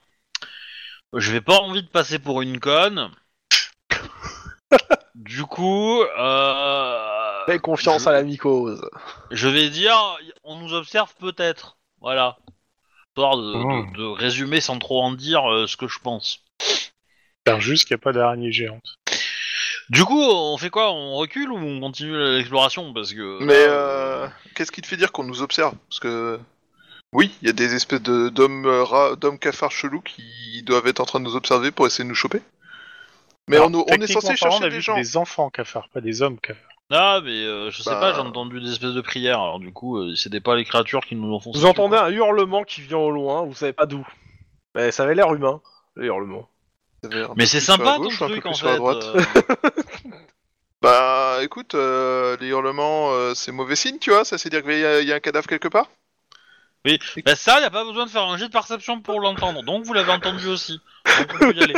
Speaker 1: je vais pas envie de passer pour une conne. du coup, euh,
Speaker 2: Fais confiance
Speaker 1: je-
Speaker 2: à la mycose.
Speaker 1: je vais dire, on nous observe peut-être. Voilà. Histoire de, de- de résumer sans trop en dire euh, ce que je pense.
Speaker 9: Faire juste qu'il n'y a pas d'araignée géante.
Speaker 1: Du coup, on fait quoi On recule ou on continue l'exploration Parce que.
Speaker 3: Mais euh, qu'est-ce qui te fait dire qu'on nous observe Parce que oui, il y a des espèces de d'hommes euh, rats- d'hommes cafards chelous qui doivent être en train de nous observer pour essayer de nous choper. Mais
Speaker 9: Alors,
Speaker 3: on, on est
Speaker 9: techniquement
Speaker 3: censé
Speaker 9: parlant, on a
Speaker 3: chercher
Speaker 9: vu
Speaker 3: des gens.
Speaker 9: des enfants cafards, pas des hommes cafards.
Speaker 1: Ah, mais euh, je sais
Speaker 3: Bah.
Speaker 1: pas, j'ai entendu des espèces de prières. Alors, du coup, euh, c'était pas les créatures qui nous enfoncent.
Speaker 2: Vous entendez un hurlement qui vient au loin, vous savez pas d'où. Mais ça avait l'air humain, le hurlement.
Speaker 1: Mais c'est
Speaker 3: sur la
Speaker 1: sympa
Speaker 3: gauche,
Speaker 1: ton
Speaker 3: un peu
Speaker 1: truc
Speaker 3: plus
Speaker 1: en
Speaker 3: sur la
Speaker 1: fait.
Speaker 3: droite.
Speaker 1: euh,
Speaker 3: Bah écoute, euh, les hurlements, euh, c'est mauvais signe, tu vois. Ça, c'est dire qu'il y, a- il y a un cadavre quelque part.
Speaker 1: bah, ça, y a pas besoin de faire un jet de perception pour l'entendre. Donc, vous l'avez entendu aussi. Donc, on peut y aller.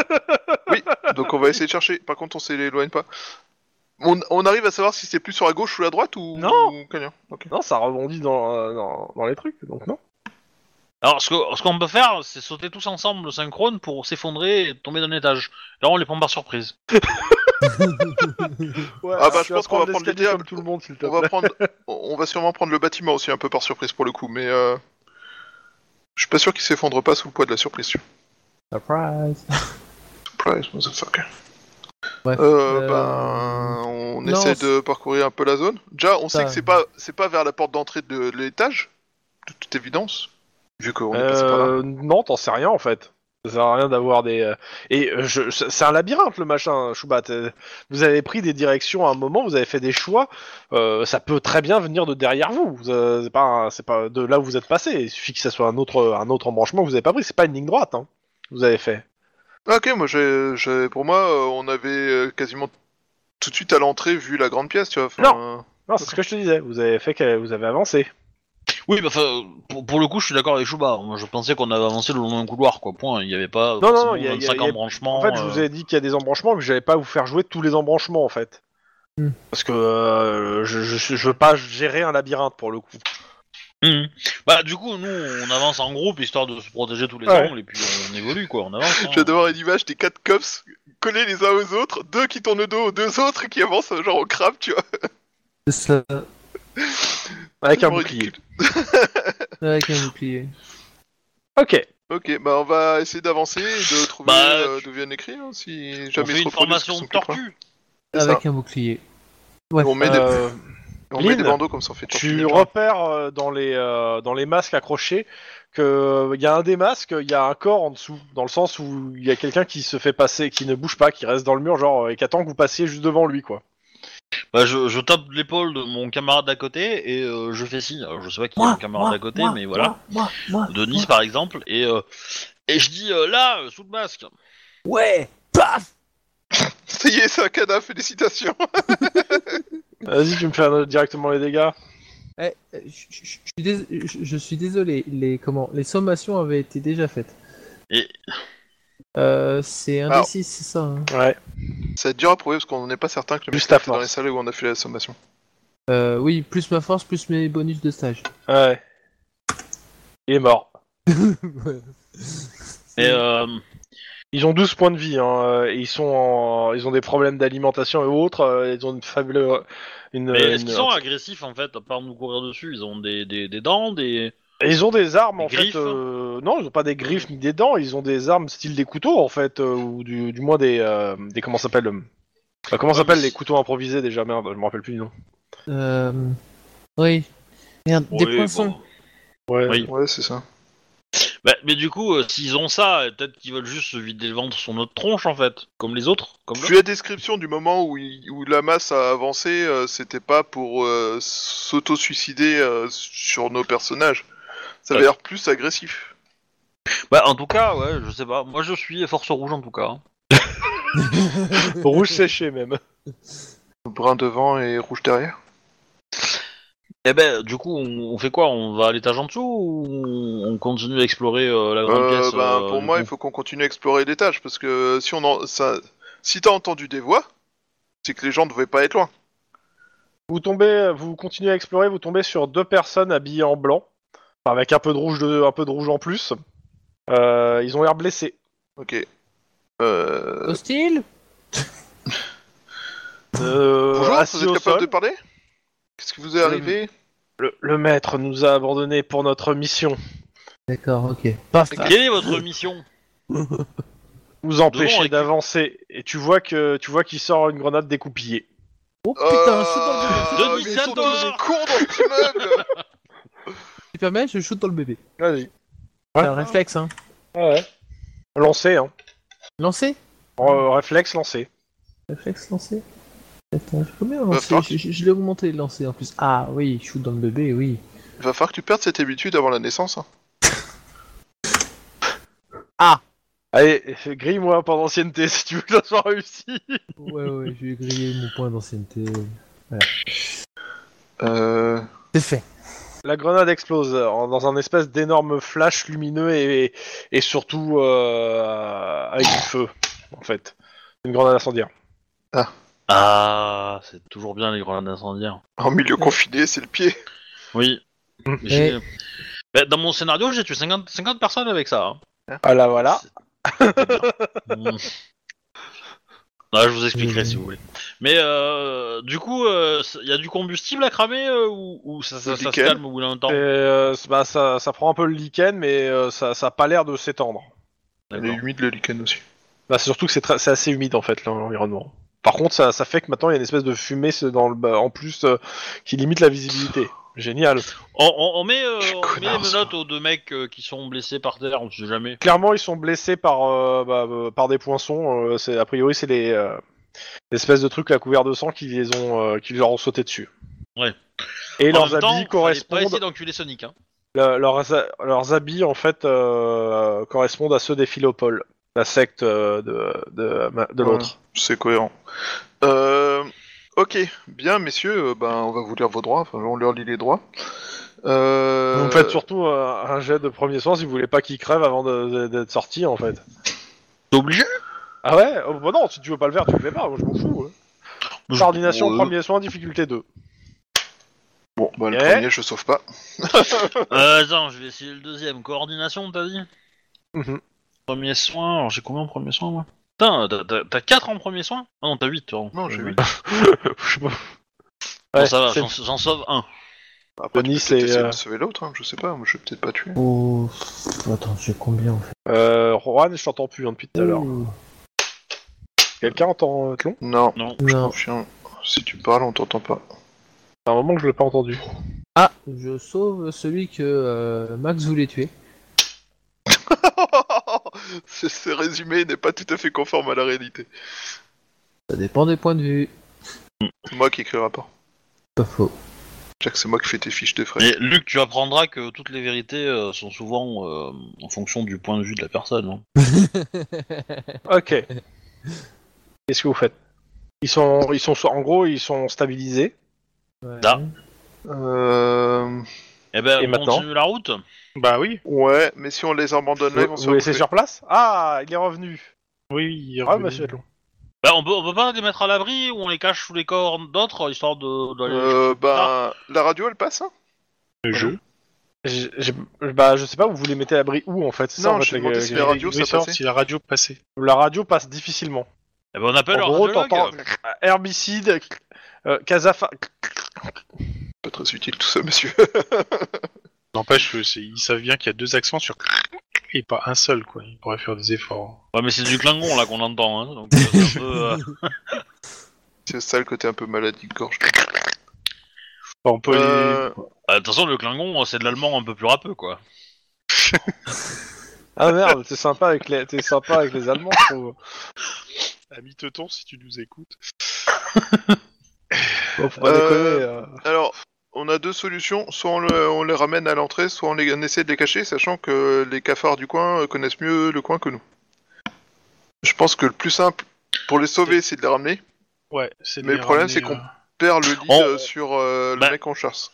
Speaker 3: Donc on va essayer de chercher. Par contre, on s'éloigne pas. On, on arrive à savoir si c'est plus sur la gauche ou la droite ou
Speaker 2: Non.
Speaker 3: ou combien. Ok.
Speaker 2: Non, ça rebondit dans, euh, dans, dans les trucs, donc non.
Speaker 1: Alors, ce que- ce qu'on peut faire, c'est sauter tous ensemble le synchrone pour s'effondrer et tomber d'un étage. Là, on les prend par surprise.
Speaker 2: Ouais,
Speaker 3: Ah bah,
Speaker 2: alors
Speaker 3: je
Speaker 2: tu
Speaker 3: pense
Speaker 2: vas
Speaker 3: qu'on va prendre
Speaker 2: l'escalier
Speaker 3: le diable.
Speaker 2: comme tout le monde, s'il te
Speaker 3: On va
Speaker 2: plaît.
Speaker 3: prendre, on va sûrement prendre le bâtiment aussi un peu par surprise pour le coup, mais euh, je suis pas sûr qu'il s'effondre pas sous le poids de la surprise.
Speaker 4: Surprise.
Speaker 3: Surprise, motherfucker.
Speaker 4: Bref,
Speaker 3: Euh,
Speaker 4: euh,
Speaker 3: ben, on
Speaker 4: non,
Speaker 3: essaie
Speaker 4: c'est-
Speaker 3: de parcourir un peu la zone. Déjà, on sait
Speaker 4: Ça-
Speaker 3: que c'est pas, c'est pas vers la porte d'entrée de, de l'étage, de toute évidence, vu qu'on est passé par là.
Speaker 2: Euh, non, t'en sais rien en fait. Ça sert à rien d'avoir des. euh, Et euh, je... c'est c'est un labyrinthe le machin, Choubat. Euh, Vous avez pris des directions à un moment, vous avez fait des choix. euh, ça peut très bien venir de derrière vous. Vous, euh, C'est pas, un- c'est pas de là où vous êtes passé. Il suffit que ça soit un autre, un autre embranchement que vous avez pas pris. C'est pas une ligne droite. Hein, que vous avez fait.
Speaker 4: Euh.
Speaker 3: Ok, moi, j'ai, j'ai- pour moi, euh, on avait euh, quasiment tout de suite à l'entrée vu la grande pièce, tu vois. enfin, euh,
Speaker 2: Non, c'est ce que je te disais. Vous avez fait que vous avez avancé.
Speaker 1: Oui, bah, enfin, pour, pour le coup, je suis d'accord avec Chouba. Moi, je pensais qu'on avait avancé le long d'un couloir, quoi. Point. Il n'y avait pas
Speaker 2: non,
Speaker 1: forcément
Speaker 2: il y a- il y a-
Speaker 1: 25
Speaker 2: il y a-
Speaker 1: embranchements.
Speaker 2: En fait, je vous
Speaker 1: euh.
Speaker 2: ai dit qu'il y a des embranchements, mais que j'allais pas vous faire jouer tous les embranchements en fait.
Speaker 4: Hmm.
Speaker 2: Parce que euh, je, je, je veux pas gérer un labyrinthe pour le coup.
Speaker 1: Mhm. Bah, du coup, nous, on avance en groupe histoire de se protéger tous les
Speaker 2: Ouais.
Speaker 1: angles et puis on évolue, quoi. On avance. hein.
Speaker 3: Je vais devoir une image des quatre cops collés les uns aux autres, deux qui tournent le dos aux deux autres qui avancent euh, genre au crabe, tu vois.
Speaker 4: C'est ça,
Speaker 2: Avec un
Speaker 3: Tellement
Speaker 2: bouclier.
Speaker 3: ridicule.
Speaker 4: avec un bouclier.
Speaker 2: Ok.
Speaker 3: Ok, bah on va essayer d'avancer et de trouver
Speaker 1: Bah,
Speaker 3: euh, d'où viennent les cris, hein, si
Speaker 1: On
Speaker 3: jamais
Speaker 1: fait
Speaker 3: ils se
Speaker 1: une
Speaker 3: reproduisent,
Speaker 1: formation
Speaker 3: parce
Speaker 1: de
Speaker 3: qu'ils sont quatre, hein.
Speaker 1: tortue.
Speaker 3: C'est ça.
Speaker 4: Avec un bouclier. Ouais.
Speaker 3: On met, des,
Speaker 2: Euh,
Speaker 3: on met des
Speaker 2: Lynn,
Speaker 3: bandeaux comme ça, on fait tortue. hein.
Speaker 2: tu
Speaker 3: des gens.
Speaker 2: repères euh, dans les euh, dans les masques accrochés que il y a un des masques, il y a un corps en dessous, dans le sens où il y a quelqu'un qui se fait passer, qui ne bouge pas, qui reste dans le mur, genre et qui attend que vous passiez juste devant lui, quoi.
Speaker 1: Bah, je, je tape l'épaule de mon camarade d'à côté et euh, je fais signe. Alors, je sais pas qui est mon camarade d'à côté, mais voilà.
Speaker 4: Moi, moi,
Speaker 1: de Nice par exemple, et, euh, et je dis euh, là, euh, sous le masque.
Speaker 4: Ouais, paf
Speaker 3: Ça y est, c'est un cadavre, félicitations
Speaker 2: Vas-y, tu me fais un- directement les dégâts.
Speaker 4: Eh, eh, je- je- je- je suis dés- je- je suis désolé, les, comment, les sommations avaient été déjà faites.
Speaker 1: Et-
Speaker 4: Euh, c'est un
Speaker 3: Alors.
Speaker 4: D6, c'est ça hein
Speaker 2: Ouais.
Speaker 3: Ça va être dur à prouver parce qu'on n'est pas certain que le mec
Speaker 2: Juste à
Speaker 3: était dans
Speaker 2: force.
Speaker 3: les salles où on a fait la sommation.
Speaker 4: Euh, Oui, plus ma force, plus mes bonus de stage.
Speaker 2: Ouais. Il est mort.
Speaker 1: Et euh,
Speaker 2: Ils ont 12 points de vie, hein, euh, et ils sont en- ils ont des problèmes d'alimentation et autres, euh, ils ont une faible une,
Speaker 1: mais est-ce
Speaker 2: une-
Speaker 1: qu'ils sont agressifs en fait, à part nous courir dessus Ils ont des, des, des dents, des.
Speaker 2: Ils ont des armes en
Speaker 1: Des griffes
Speaker 2: fait. euh, Non, ils ont pas des griffes ni des dents. Ils ont des armes style des couteaux en fait, euh, ou du, du moins des euh, des comment ça s'appelle euh, euh, Comment ça s'appelle les couteaux improvisés déjà Merde, je me rappelle plus du nom.
Speaker 4: Euh, oui. Merde, des
Speaker 1: Oui,
Speaker 4: poinçons.
Speaker 1: bon.
Speaker 2: Ouais.
Speaker 1: Oui.
Speaker 3: Ouais, c'est ça.
Speaker 1: Bah, mais du coup, euh, s'ils ont ça, euh, peut-être qu'ils veulent juste se vider le ventre sur notre tronche en fait, comme les autres. Comme
Speaker 3: Vu la description du moment où, il- où la masse a avancé, euh, c'était pas pour euh, s'auto-suicider euh, sur nos personnages. Ça avait
Speaker 1: Ouais.
Speaker 3: l'air plus agressif.
Speaker 1: Bah, en tout cas, ouais, je sais pas. Moi, je suis force rouge en tout cas. hein.
Speaker 2: Rouge séché même.
Speaker 3: Brun devant et rouge derrière.
Speaker 1: Eh ben, du coup, on, on fait quoi On va à l'étage en dessous ou on continue à explorer euh, la grande
Speaker 3: Euh,
Speaker 1: pièce
Speaker 3: ben,
Speaker 1: euh,
Speaker 3: pour
Speaker 1: du
Speaker 3: moi,
Speaker 1: coup
Speaker 3: il faut qu'on continue à explorer l'étage parce que euh, si on en, ça, si t'as entendu des voix, c'est que les gens devaient pas être loin.
Speaker 2: Vous tombez, euh, vous continuez à explorer, vous tombez sur deux personnes habillées en blanc, enfin, avec un peu de rouge de, un peu de rouge en plus. Euh, ils ont l'air blessés.
Speaker 3: Ok. Euh...
Speaker 4: Hostile
Speaker 2: Euh,
Speaker 3: Bonjour,
Speaker 2: assis
Speaker 3: vous êtes
Speaker 2: au
Speaker 3: capable
Speaker 2: sol.
Speaker 3: de parler Qu'est-ce qui vous est arrivé
Speaker 2: Le, le maître nous a abandonnés pour notre mission.
Speaker 4: D'accord, ok. Paf
Speaker 1: Quelle est votre mission
Speaker 2: Vous
Speaker 1: Devant,
Speaker 2: empêcher
Speaker 1: avec-
Speaker 2: d'avancer. Et tu vois que tu vois qu'il sort une grenade découpillée.
Speaker 4: Oh putain, je shoot dans le bébé
Speaker 1: Euh, Denis
Speaker 3: Ah, mais ils sont
Speaker 1: Sador
Speaker 3: tous cons dans cet immeuble
Speaker 4: Si tu permets, je shoot dans le bébé.
Speaker 2: Vas-y.
Speaker 4: C'est un réflexe, hein.
Speaker 2: Ah Ouais. Lancé, hein.
Speaker 4: Lancer
Speaker 2: Euh, réflexe lancé.
Speaker 4: Réflexe, lancer Attends, j'ai combien
Speaker 1: Euh,
Speaker 3: Va
Speaker 4: lancé
Speaker 3: falloir
Speaker 4: Je, je- je l'ai augmenté, le lancer en plus. Ah oui, shoot dans le bébé, oui.
Speaker 3: Il va falloir que tu perdes cette habitude avant la naissance. hein.
Speaker 2: Allez, euh, grille-moi un point d'ancienneté si tu veux que ça soit réussi.
Speaker 4: Ouais, ouais, je vais griller mon point d'ancienneté.
Speaker 3: Euh...
Speaker 4: C'est fait.
Speaker 2: La grenade explose euh, en- dans un espèce d'énorme flash lumineux et, et, et surtout euh, avec du feu, en fait. Une grenade incendiaire.
Speaker 1: Ah, c'est toujours bien les grenades incendiaires.
Speaker 3: En milieu confiné, c'est le pied.
Speaker 1: Oui.
Speaker 2: Mm.
Speaker 1: J'ai- Bah, dans mon scénario, j'ai tué 50, 50 personnes avec ça. hein.
Speaker 2: Ah là voilà.
Speaker 1: Mm. Ah, je vous expliquerai
Speaker 4: Mm.
Speaker 1: si vous voulez. Mais euh, du coup, il y a du combustible à cramer euh, ou, ou ça, ça-
Speaker 3: Du
Speaker 1: ça se
Speaker 3: lichen.
Speaker 1: calme au bout d'un temps
Speaker 2: Et, euh, c- bah, ça, ça prend un peu le lichen, mais euh, ça n'a pas l'air de s'étendre.
Speaker 3: Il est
Speaker 1: D'accord.
Speaker 3: humide le lichen aussi.
Speaker 2: Bah, c'est surtout que c'est, très- c'est assez humide en fait l'en- l'environnement. Par contre, ça, ça fait que maintenant il y a une espèce de fumée c'est dans le, bah, en plus euh, qui limite la visibilité. Génial.
Speaker 1: On, on- on met, euh,
Speaker 3: Quel
Speaker 1: on met
Speaker 3: connard,
Speaker 1: les menottes aux deux mecs euh, qui sont blessés par terre, on sait jamais.
Speaker 2: Clairement, ils sont blessés par, euh, bah, euh, par des poinçons. euh, c'est, a priori, c'est les euh, espèces de trucs à couvert de sang qui, les ont, euh, qui leur ont sauté dessus.
Speaker 1: Ouais.
Speaker 2: Et
Speaker 1: en
Speaker 2: leurs
Speaker 1: même temps,
Speaker 2: habits
Speaker 1: fallait pas
Speaker 2: correspondent.
Speaker 1: essayer d'enculer Sonic. Hein.
Speaker 2: le- leurs, a- leurs habits en fait euh, correspondent à ceux des Philopoles, la secte euh, de, de, de l'autre.
Speaker 3: C'est cohérent. Euh... Ok, bien messieurs, euh, ben, on va vous lire vos droits, enfin on leur lit les droits. Euh...
Speaker 2: Vous faites surtout euh, un jet de premier soin si vous voulez pas qu'il crève avant de- de- d'être sorti en fait.
Speaker 1: T'es obligé
Speaker 2: Ah ouais Oh, bah Non, si tu veux pas le faire, tu le fais pas, moi je m'en fous. hein. Coordination,
Speaker 1: Ouais.
Speaker 2: premier soin, difficulté 2.
Speaker 3: Bon, bah, le
Speaker 2: Eh
Speaker 3: premier je sauve pas.
Speaker 1: Euh, attends, je vais essayer le deuxième. Coordination, t'as dit
Speaker 2: Mhm.
Speaker 1: Premier soin, alors j'ai combien en premier soin moi Putain, t'as- t'as- t'as 4 en premier soin Ah non, t'as 8. Toi.
Speaker 3: Non, j'ai
Speaker 1: Euh,
Speaker 3: huit.
Speaker 1: bon,
Speaker 2: Je sais pas. Ouais,
Speaker 1: ça va,
Speaker 2: c'est-
Speaker 1: j'en- j'en sauve un.
Speaker 3: Après,
Speaker 2: Denis,
Speaker 3: tu peux peut-être
Speaker 2: c'est,
Speaker 3: essayer
Speaker 2: euh,
Speaker 3: de sauver l'autre, hein, je sais pas, moi, je vais peut-être pas tuer.
Speaker 4: Oh. Attends, j'ai combien en fait Oh,
Speaker 2: euh, Juan, je t'entends plus hein, depuis tout à l'heure.
Speaker 4: Ouh.
Speaker 2: Quelqu'un entend euh, Tlon
Speaker 3: Non,
Speaker 1: Non.
Speaker 4: Non.
Speaker 3: Oh, chien, si tu parles, on t'entend pas.
Speaker 2: C'est un moment que je l'ai pas entendu.
Speaker 4: Ah, je sauve celui que euh, Max voulait tuer.
Speaker 3: ce, ce résumé n'est pas tout à fait conforme à la réalité.
Speaker 4: Ça dépend des points de vue.
Speaker 3: C'est moi qui écris le rapport.
Speaker 4: Pas faux.
Speaker 3: Jack, c'est moi qui fais tes fiches de frais.
Speaker 1: Mais Luc, tu apprendras que toutes les vérités euh, sont souvent euh, en fonction du point de vue de la personne. hein.
Speaker 2: Ok. Qu'est-ce que vous faites ils sont, ils sont, en gros, ils sont stabilisés.
Speaker 4: Ouais.
Speaker 1: Ah.
Speaker 3: Euh...
Speaker 1: Eh ben,
Speaker 2: Et
Speaker 1: on
Speaker 2: maintenant
Speaker 1: continue la route
Speaker 9: Bah oui,
Speaker 3: Ouais, mais si on les abandonne là, ils vont se
Speaker 2: Vous laissez
Speaker 3: retrouver.
Speaker 2: sur place Ah, il est revenu.
Speaker 9: oui, il est
Speaker 2: Ah,
Speaker 9: revenu.
Speaker 2: monsieur.
Speaker 1: bah, on, peut, on peut pas les mettre à l'abri ou on les cache sous les corps d'autres, histoire de... d'aller-
Speaker 3: Euh, bah, la radio, elle passe hein
Speaker 9: Le jeu.
Speaker 2: J'ai- j'ai- Bah, je sais pas, vous vous les mettez à l'abri où en fait c'est ça,
Speaker 3: Non,
Speaker 2: en fait,
Speaker 3: je
Speaker 2: la-
Speaker 3: suis demandé
Speaker 2: la-
Speaker 3: si
Speaker 2: la-
Speaker 3: les radios,
Speaker 9: Oui,
Speaker 3: ça
Speaker 9: savoir
Speaker 3: passait.
Speaker 9: si la radio passait.
Speaker 2: la radio passe difficilement.
Speaker 1: Eh ben, on appelle
Speaker 2: en
Speaker 1: leur
Speaker 2: gros,
Speaker 1: radiologue.
Speaker 2: t'entends herbicide, euh, casafa-
Speaker 3: Pas très utile tout ça, monsieur.
Speaker 9: N'empêche, que c'est- ils savent bien qu'il y a deux accents sur et pas un seul, quoi. Ils pourraient faire des efforts. hein.
Speaker 1: Ouais, mais c'est du Klingon, là, qu'on entend, hein, donc euh, c'est un peu... euh,
Speaker 3: C'est ça le côté un peu maladie de gorge.
Speaker 9: Enfin, on peut les-
Speaker 3: Euh,
Speaker 1: bah, De toute façon, le Klingon, c'est de l'allemand un peu plus râpeux, quoi.
Speaker 2: Ah merde, t'es sympa avec les, t'es sympa avec les Allemands, je trouve.
Speaker 9: Ami Teuton, si tu nous écoutes.
Speaker 2: Bon, faut pas
Speaker 3: Euh,
Speaker 2: déconner, euh.
Speaker 3: Alors, on a deux solutions. Soit on, le- on les ramène à l'entrée, soit on, les, on essaie de les cacher, sachant que les cafards du coin euh, connaissent mieux le coin que nous. Je pense que le plus simple pour les sauver, c'est de les ramener.
Speaker 9: Ouais, c'est de
Speaker 3: Mais
Speaker 9: les
Speaker 3: le problème,
Speaker 9: ramener,
Speaker 3: c'est qu'on-
Speaker 9: euh,
Speaker 3: Père le lead
Speaker 1: On-
Speaker 3: euh, sur euh, le
Speaker 1: Bah.
Speaker 3: mec en chasse.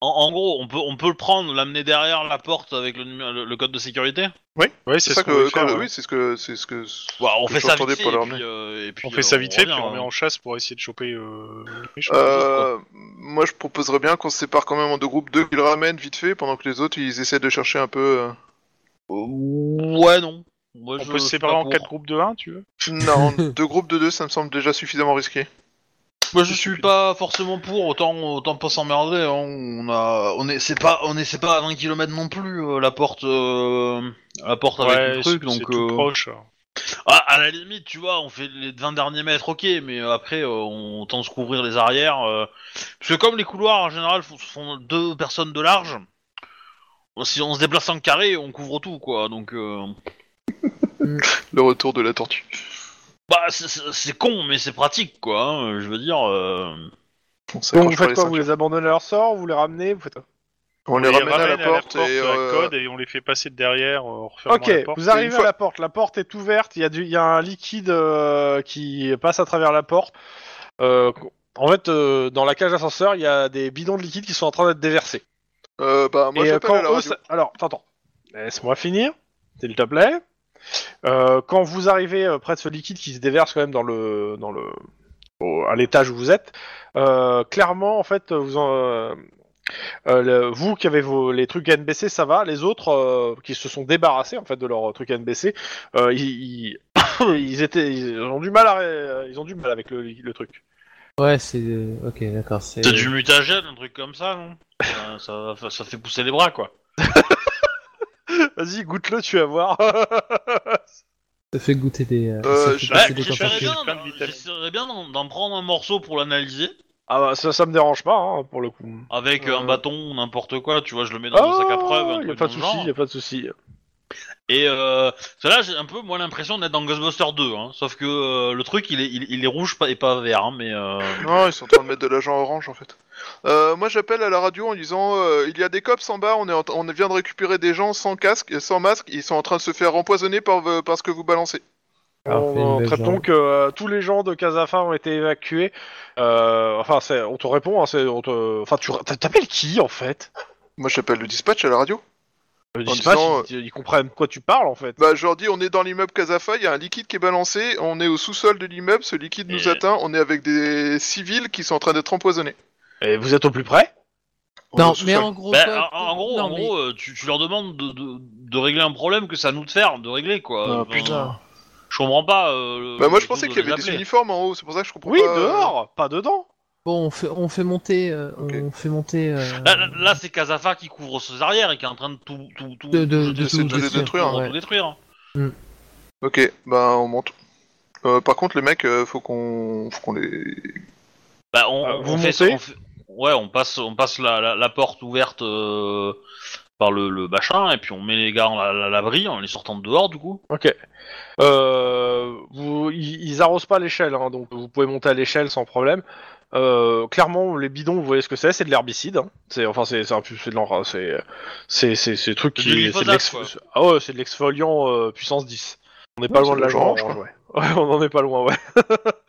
Speaker 1: En, en gros, on peut, on peut le prendre, l'amener derrière la porte avec le, numé- le- le code de sécurité
Speaker 9: Ouais,
Speaker 3: C'est
Speaker 9: c'est
Speaker 3: ça
Speaker 9: ce qu'on
Speaker 3: que.
Speaker 9: veut faire,
Speaker 3: quand-
Speaker 9: ouais.
Speaker 3: Oui, c'est ce que. C'est ce que.
Speaker 1: Ouais, On
Speaker 3: Que
Speaker 1: fait ça vite
Speaker 3: j'entendais
Speaker 1: fait,
Speaker 3: pour
Speaker 1: et
Speaker 3: le
Speaker 1: puis,
Speaker 3: ramener.
Speaker 1: euh, et puis,
Speaker 9: On
Speaker 1: euh,
Speaker 9: fait ça vite fait, puis
Speaker 1: revient,
Speaker 9: on met
Speaker 1: hein.
Speaker 9: en chasse pour essayer de choper euh, les méchants.
Speaker 3: Euh, moi, je propose bien qu'on se sépare quand même en deux groupes, deux qui le ramènent vite fait, pendant que les autres ils essaient de chercher un peu. euh,
Speaker 1: Euh, Ouais, non. Moi,
Speaker 9: On
Speaker 1: je-
Speaker 9: peut
Speaker 1: je
Speaker 9: se
Speaker 1: suis
Speaker 9: séparer
Speaker 1: pas
Speaker 9: en
Speaker 1: pour.
Speaker 9: quatre groupes de 1, tu veux
Speaker 3: Non, deux groupes de deux, ça me semble déjà suffisamment risqué.
Speaker 1: Moi, je suis pas forcément pour, autant, autant pas s'emmerder. hein. On a, on est, c'est pas, on est, c'est pas à 20 km non plus, euh, la porte, euh, la porte avec le
Speaker 9: c'est-
Speaker 1: truc, donc.
Speaker 9: c'est tout
Speaker 1: euh,
Speaker 9: proche.
Speaker 1: ah, à la limite, tu vois, on fait les 20 derniers mètres, ok, mais euh, après, euh, on tente de se couvrir les arrières. euh, parce que comme les couloirs en général font, font deux personnes de large, si on se déplace en carré, on couvre tout, quoi. Donc. euh,
Speaker 3: Le retour de la tortue.
Speaker 1: Bah, c'est- c'est c'est con, mais c'est pratique, quoi. hein, je veux dire. euh,
Speaker 3: On
Speaker 2: Donc
Speaker 3: s'accroche
Speaker 2: vous
Speaker 3: pas
Speaker 2: faites
Speaker 3: les
Speaker 2: quoi
Speaker 3: ceintures.
Speaker 2: Vous les abandonnez à leur sort Vous les ramenez vous faites-
Speaker 3: On les
Speaker 9: On
Speaker 3: ramène à la porte
Speaker 9: porte,
Speaker 3: et.
Speaker 9: à
Speaker 3: euh,
Speaker 9: code et on les fait passer de derrière euh, en refermant
Speaker 2: Ok,
Speaker 9: la porte.
Speaker 2: vous arrivez
Speaker 3: une fois-
Speaker 2: à la porte. La porte est ouverte. Il y, a du- il y a un liquide euh, qui passe à travers la porte. Euh, en fait, euh, dans la cage d'ascenseur, il y a des bidons de liquide qui sont en train d'être déversés.
Speaker 3: euh, bah, moi
Speaker 2: et euh,
Speaker 3: j'appelle
Speaker 2: quand
Speaker 3: à la
Speaker 2: eux,
Speaker 3: radio.
Speaker 2: ça- alors, t'entends, laisse-moi finir, s'il te plaît. Euh, quand vous arrivez euh, près de ce liquide qui se déverse quand même dans le, dans le, au- à l'étage où vous êtes, euh, clairement, en fait, vous, en- euh, euh, le- vous qui avez vos, les trucs NBC, ça va. Les autres euh, qui se sont débarrassés en fait de leurs trucs NBC, euh, ils, ils, ils étaient, ils ont du mal, à, ré- ils ont du mal avec le, le truc.
Speaker 4: Ouais, c'est. euh, Ok, d'accord. C'est
Speaker 1: C'est du mutagène, un truc comme ça, non ça, ça, ça- ça fait pousser les bras, quoi.
Speaker 2: Vas-y, goûte-le, tu vas voir.
Speaker 4: Ça fait goûter des. euh,
Speaker 3: Euh,
Speaker 4: ça fait
Speaker 3: je-
Speaker 1: Ouais,
Speaker 4: passer des
Speaker 1: j'essaierais bien,
Speaker 4: corps
Speaker 9: plein de vitamines.
Speaker 1: j'essaierais bien d'en- d'en prendre un morceau pour l'analyser,
Speaker 2: ah bah ça, ça me dérange pas hein, pour le coup.
Speaker 1: avec
Speaker 2: Euh.
Speaker 1: un bâton ou n'importe quoi, tu vois, je le mets dans mon sac à preuve, un
Speaker 2: Ah, y a
Speaker 1: truc
Speaker 2: pas
Speaker 1: dans
Speaker 2: de
Speaker 1: le
Speaker 2: souci,
Speaker 1: genre.
Speaker 2: y a pas de souci.
Speaker 1: Et euh, là j'ai un peu, moi, l'impression d'être dans Ghostbusters 2, hein, sauf que euh, le truc, il est, il, il est rouge pas- et pas vert, hein, mais... Euh...
Speaker 2: Ah,
Speaker 3: Non, ils sont en train de mettre de l'agent orange en fait. Euh, moi j'appelle à la radio en disant euh, il y a des cops en bas, on, est en- on vient de récupérer des gens sans casque, et sans masque, ils sont en train de se faire empoisonner par, v- par ce que vous balancez.
Speaker 4: Parfait,
Speaker 2: On- on
Speaker 4: une belle
Speaker 2: traite
Speaker 4: jambe.
Speaker 2: donc euh, tous les gens de Casafa ont été évacués. Euh, enfin, c'est- on te répond. hein, c'est- on te- Enfin, tu t'appelles qui en fait
Speaker 3: Moi j'appelle le dispatch à la radio.
Speaker 2: Le
Speaker 3: En
Speaker 2: dispatch,
Speaker 3: disant,
Speaker 2: ils, ils comprennent de quoi tu parles en fait.
Speaker 3: Bah je leur dis on est dans l'immeuble Casafa, il y a un liquide qui est balancé, on est au sous-sol de l'immeuble, ce liquide nous
Speaker 1: Et-
Speaker 3: atteint, on est avec des civils qui sont en train d'être empoisonnés.
Speaker 2: Et vous êtes au plus près
Speaker 3: On est
Speaker 4: Non,
Speaker 3: au sous-sol.
Speaker 4: mais en gros.
Speaker 1: Ben,
Speaker 4: quoi,
Speaker 1: en, en gros,
Speaker 4: non,
Speaker 1: en
Speaker 4: mais-
Speaker 1: gros euh, tu, tu leur demandes de, de, de régler un problème que c'est à nous de faire, de régler, quoi.
Speaker 2: Oh,
Speaker 1: Enfin, Je comprends pas... euh, le-
Speaker 3: Bah moi je
Speaker 1: le
Speaker 3: pensais
Speaker 1: truc
Speaker 3: qu'il
Speaker 1: de
Speaker 3: y
Speaker 1: les
Speaker 3: avait des
Speaker 1: appeler.
Speaker 3: uniformes en haut, c'est pour ça que je comprends
Speaker 2: Oui,
Speaker 3: pas. euh,
Speaker 2: dehors, pas dedans.
Speaker 4: Bon, on fait, on fait monter. euh,
Speaker 3: Ok.
Speaker 4: On fait monter. euh,
Speaker 1: Là, là- là, c'est Kazafa qui couvre ses arrières et qui est en train de tout, tout, tout,
Speaker 4: De- de-
Speaker 1: tout jeter
Speaker 4: de
Speaker 1: ses-
Speaker 4: tout
Speaker 1: de- de-
Speaker 3: détruire,
Speaker 1: de
Speaker 4: ouais.
Speaker 1: tout détruire. hein.
Speaker 3: Ok, bah on monte. Euh, par contre les mecs, euh, faut qu'on faut qu'on les
Speaker 1: Bah, on,
Speaker 2: Euh,
Speaker 1: on
Speaker 2: vous
Speaker 1: fait,
Speaker 2: montez
Speaker 1: on fait- ouais, on passe, on passe la, la, la porte ouverte euh, par le, le machin, et puis on met les gars en la- la- l'abri en les sortant de dehors, du coup.
Speaker 2: Ok. Euh, vous, ils, ils arrosent pas l'échelle, hein, donc vous pouvez monter à l'échelle sans problème. Euh, clairement, les bidons, vous voyez ce que c'est, c'est de l'herbicide. hein. C'est enfin, c'est c'est un peu- c'est de l'en- c'est c'est c'est c'est truc
Speaker 1: C'est
Speaker 2: qui
Speaker 1: du
Speaker 2: c'est de
Speaker 1: glyphosate,
Speaker 2: l'ex-
Speaker 1: quoi.
Speaker 2: ah ouais, c'est de l'exfoliant euh, puissance 10. On n'est pas
Speaker 3: Ouais,
Speaker 2: loin
Speaker 3: c'est
Speaker 2: de la
Speaker 3: de l'orange,
Speaker 2: orange, ouais. Ouais, on en est pas loin, ouais.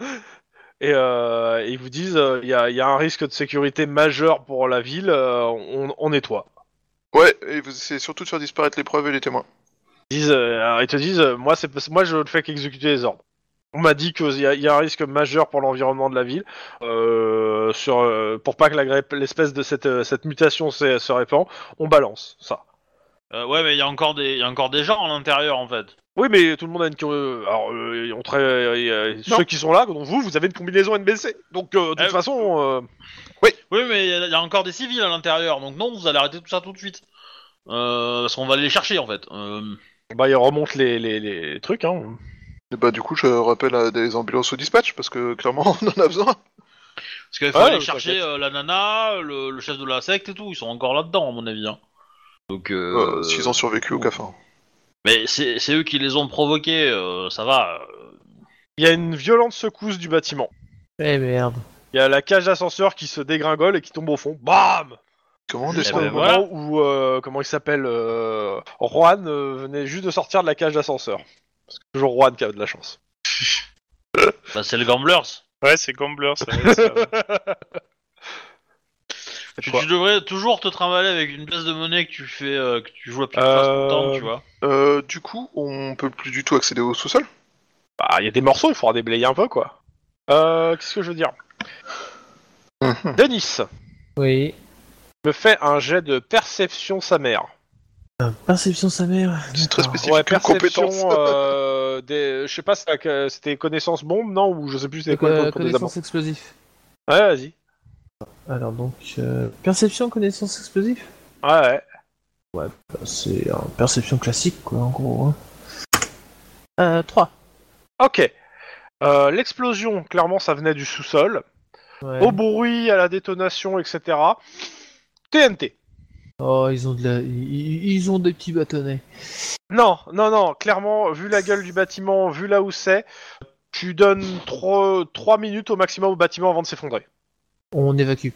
Speaker 2: Et euh, ils vous disent, euh, il y, a, il y a un risque de sécurité majeur pour la ville. euh, on, on nettoie.
Speaker 3: Ouais, et vous essayez surtout de faire disparaître les preuves et les témoins.
Speaker 2: Ils disent, euh, alors, ils te disent, euh, moi, c'est parce- moi je ne fais qu'exécuter les ordres. On m'a dit qu'il y, a- il y a un risque majeur pour l'environnement de la ville, euh, sur, euh, pour pas que la grippe- l'espèce de cette, euh, cette mutation se, se répand, on balance ça.
Speaker 1: Euh, ouais, mais il y a encore des, il y a encore des gens à l'intérieur, en fait.
Speaker 2: Oui, mais tout le monde a une. euh, Alors, euh, on tra- euh, euh, ceux qui sont là, dont vous, vous avez une combinaison NBC. Donc, euh, de toute
Speaker 1: Euh,
Speaker 2: façon, euh,
Speaker 1: Oui, mais il y a- il y, a encore des civils à l'intérieur, donc non, vous allez arrêter tout ça tout de suite. Euh, parce qu'on va les chercher, en fait. Euh,
Speaker 2: bah, ils remontent les, les, les trucs. Hein.
Speaker 3: Et bah, du coup, je rappelle à des ambulances au dispatch parce que clairement, on en a besoin.
Speaker 1: parce qu'il faut
Speaker 2: Ouais,
Speaker 1: aller
Speaker 2: ouais,
Speaker 1: chercher
Speaker 2: t'inquiète.
Speaker 1: euh, la nana, le, le chef de la secte et tout, ils sont encore là-dedans, à mon avis. hein. Donc, euh,
Speaker 3: Euh, S'ils ont survécu au hein. cafard.
Speaker 1: Mais c'est c'est eux qui les ont provoqués, euh, ça va. euh.
Speaker 2: Il y a une violente secousse du bâtiment.
Speaker 4: Eh merde.
Speaker 2: Il y a la cage d'ascenseur qui se dégringole et qui tombe au fond. Bam
Speaker 3: Comment on
Speaker 2: Juste
Speaker 3: descend
Speaker 2: au
Speaker 1: ben,
Speaker 2: moment
Speaker 1: voilà.
Speaker 2: où, euh, comment il s'appelle, euh, Juan euh, venait juste de sortir de la cage d'ascenseur. Parce que toujours Juan qui a de la chance.
Speaker 1: Bah, c'est les gamblers.
Speaker 9: Ouais, c'est Gambler, ça. ouais, ça.
Speaker 1: Tu,
Speaker 2: Quoi
Speaker 1: tu devrais toujours te trimballer avec une pièce de monnaie que tu fais, euh, que tu joues à plus face tout le temps,
Speaker 2: Euh,
Speaker 1: tu vois.
Speaker 3: Euh, Du coup, on peut plus du tout accéder au sous-sol.
Speaker 2: Bah, il y a des morceaux, il faudra déblayer un peu, quoi. Euh, qu'est-ce que je veux dire Denis
Speaker 4: Oui.
Speaker 2: me fait un jet de perception sa mère.
Speaker 4: Euh, Perception sa mère.
Speaker 3: C'est très
Speaker 4: D'accord.
Speaker 3: spécifique.
Speaker 2: Ouais,
Speaker 3: comme
Speaker 2: perception,
Speaker 3: compétence.
Speaker 2: euh, des- je sais pas, c'est la- c'était connaissance bombe, non Ou je sais plus c'était
Speaker 4: C'est
Speaker 2: quoi pour- pour des amants.
Speaker 4: Euh, connaissance explosif.
Speaker 2: Ouais, vas-y.
Speaker 4: Alors donc, euh, perception, connaissance explosif
Speaker 2: Ouais, ouais.
Speaker 4: Bah, C'est un perception classique, quoi, en gros. hein. Euh, 3.
Speaker 2: Ok. Euh, L'explosion, clairement, ça venait du sous-sol. au bruit, à la détonation, etc. TNT.
Speaker 4: Oh, ils ont, de la- i- i- ils ont des petits bâtonnets.
Speaker 2: Non, non, non, clairement, vu la gueule du bâtiment, vu là où c'est, tu donnes 3, minutes au maximum au bâtiment avant de s'effondrer.
Speaker 4: On évacue.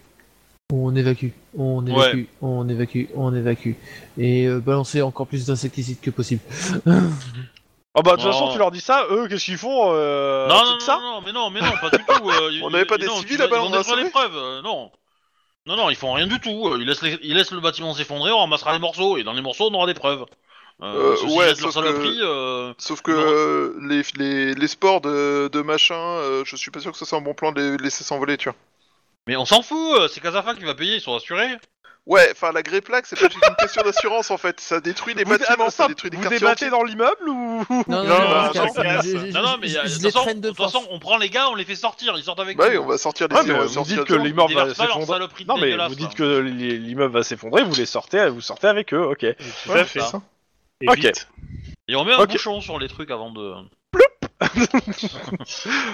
Speaker 4: On évacue. On évacue. On évacue. On évacue. Et euh, balancer encore plus d'insecticides que possible.
Speaker 2: Ah bah, de toute
Speaker 1: Non.
Speaker 2: façon, tu leur dis ça, eux, qu'est-ce qu'ils font euh,
Speaker 1: non,
Speaker 2: tout
Speaker 1: non,
Speaker 2: ça
Speaker 1: non, non, mais non, mais non, pas du tout. euh,
Speaker 3: On
Speaker 1: ils-
Speaker 3: n'avait pas
Speaker 1: ils-
Speaker 3: des
Speaker 1: non,
Speaker 3: civils
Speaker 1: ils-
Speaker 3: là-bas,
Speaker 1: ils
Speaker 3: on
Speaker 1: vont
Speaker 3: a
Speaker 1: détruire les
Speaker 3: sauvé.
Speaker 1: preuves, euh, non. Non, non, ils font rien du tout. euh, Ils laissent, les- ils laissent le bâtiment s'effondrer, on ramassera les morceaux, et dans les morceaux, on aura des preuves.
Speaker 3: Euh,
Speaker 1: ceux-ci
Speaker 3: ouais,
Speaker 1: jettent leur
Speaker 3: sauf que-
Speaker 1: saloperie, euh,
Speaker 3: Sauf que
Speaker 1: Non.
Speaker 3: euh, les, les, les sports de, de machin, euh, je suis pas sûr que ce soit un bon plan de les laisser s'envoler, tu vois.
Speaker 1: Mais on s'en fout, euh, c'est Casafa qui va payer, ils sont assurés.
Speaker 3: Ouais, enfin la gré plaque, c'est pas juste une question d'assurance en fait. Ça détruit les
Speaker 2: Vous-
Speaker 3: bâtiments,
Speaker 2: ah,
Speaker 3: ça
Speaker 2: ça,
Speaker 3: détruit des
Speaker 2: vous
Speaker 3: quartiers.
Speaker 2: débattez
Speaker 3: entiers.
Speaker 2: dans l'immeuble ou
Speaker 4: Non, je-
Speaker 9: non, non, non,
Speaker 4: je- je-
Speaker 9: non,
Speaker 4: je-
Speaker 1: Non, non, mais
Speaker 4: je-
Speaker 1: euh,
Speaker 4: je
Speaker 1: de
Speaker 4: les
Speaker 1: toute façon-
Speaker 4: traîne
Speaker 1: de
Speaker 4: de
Speaker 1: toute façon, on prend les gars, on les fait sortir, ils sortent avec
Speaker 3: Bah oui,
Speaker 1: nous.
Speaker 3: on va sortir des
Speaker 2: Ouais, Ah, mais
Speaker 3: on va
Speaker 2: vous
Speaker 3: sortir
Speaker 2: dites que
Speaker 3: des gens.
Speaker 1: Ils
Speaker 2: l'immeuble va
Speaker 1: déversent pas leur
Speaker 2: s'effondrer.
Speaker 1: saloperie
Speaker 2: Non, mais
Speaker 1: dégueulasse, hein.
Speaker 2: vous
Speaker 1: là.
Speaker 2: dites que l'i- l'immeuble va s'effondrer, vous les sortez, vous sortez avec eux, ok.
Speaker 9: Tout
Speaker 1: Ouais,
Speaker 9: à fait.
Speaker 1: c'est ça.
Speaker 9: Et
Speaker 2: Ok.
Speaker 9: vite.
Speaker 1: Et on met un
Speaker 2: Ok.
Speaker 1: bouchon sur les trucs avant de.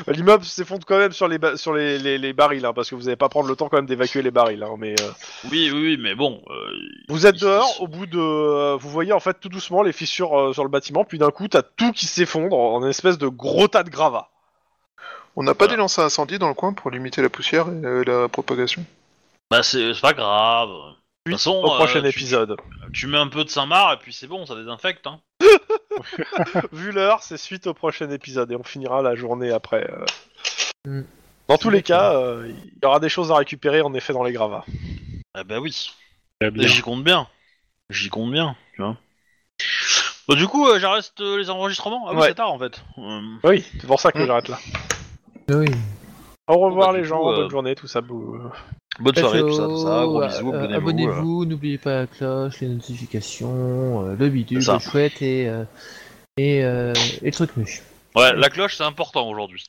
Speaker 2: L'immeuble s'effondre quand même sur les, ba- sur les, les- les barils, hein, parce que vous n'allez pas prendre le temps quand même d'évacuer les barils, hein, mais... euh,
Speaker 1: Oui, oui, oui, mais bon. euh,
Speaker 2: Vous êtes
Speaker 1: Ils-
Speaker 2: dehors, au bout de... euh, vous voyez en fait tout doucement les fissures euh, sur le bâtiment, puis d'un coup t'as tout qui s'effondre en une espèce de gros tas de gravats.
Speaker 3: On n'a pas
Speaker 1: Voilà.
Speaker 3: des lancers à incendie dans le coin pour limiter la poussière et euh, la propagation.
Speaker 1: Bah, c'est c'est pas grave. De toute façon,
Speaker 2: Au
Speaker 1: euh,
Speaker 2: prochain
Speaker 1: tu-
Speaker 2: épisode.
Speaker 1: Tu, mets un peu de Saint-Marc et puis c'est bon, ça désinfecte. Hein.
Speaker 2: Vu l'heure, c'est suite au prochain épisode et on finira la journée après. euh.
Speaker 4: Mm.
Speaker 2: Dans tous les
Speaker 4: D'accord.
Speaker 2: cas, euh, il y aura des choses à récupérer en effet dans les gravats.
Speaker 1: Eh bah oui.
Speaker 9: Très
Speaker 1: Et
Speaker 9: bien.
Speaker 1: J'y compte bien. J'y compte bien, tu vois. Bah, du coup, euh, j'arrête euh, les enregistrements. Ah oui,
Speaker 2: Ouais.
Speaker 1: c'est tard en fait. Euh,
Speaker 2: Oui, c'est pour ça que j'arrête là.
Speaker 4: Oui.
Speaker 2: Au revoir
Speaker 1: Bon, bah,
Speaker 2: les
Speaker 1: du
Speaker 2: gens,
Speaker 1: coup, euh,
Speaker 2: bonne journée, tout ça. bou-
Speaker 1: bonne soirée, tout ça, tout ça. Gros
Speaker 4: Ciao,
Speaker 1: bisous, abonnez-vous.
Speaker 4: euh,
Speaker 1: euh.
Speaker 4: Abonnez-vous, n'oubliez pas la cloche, les notifications, euh, le bidule,
Speaker 1: C'est ça.
Speaker 4: le chouette et, euh, et, euh, et le truc mûche.
Speaker 1: Ouais, la cloche, c'est important aujourd'hui.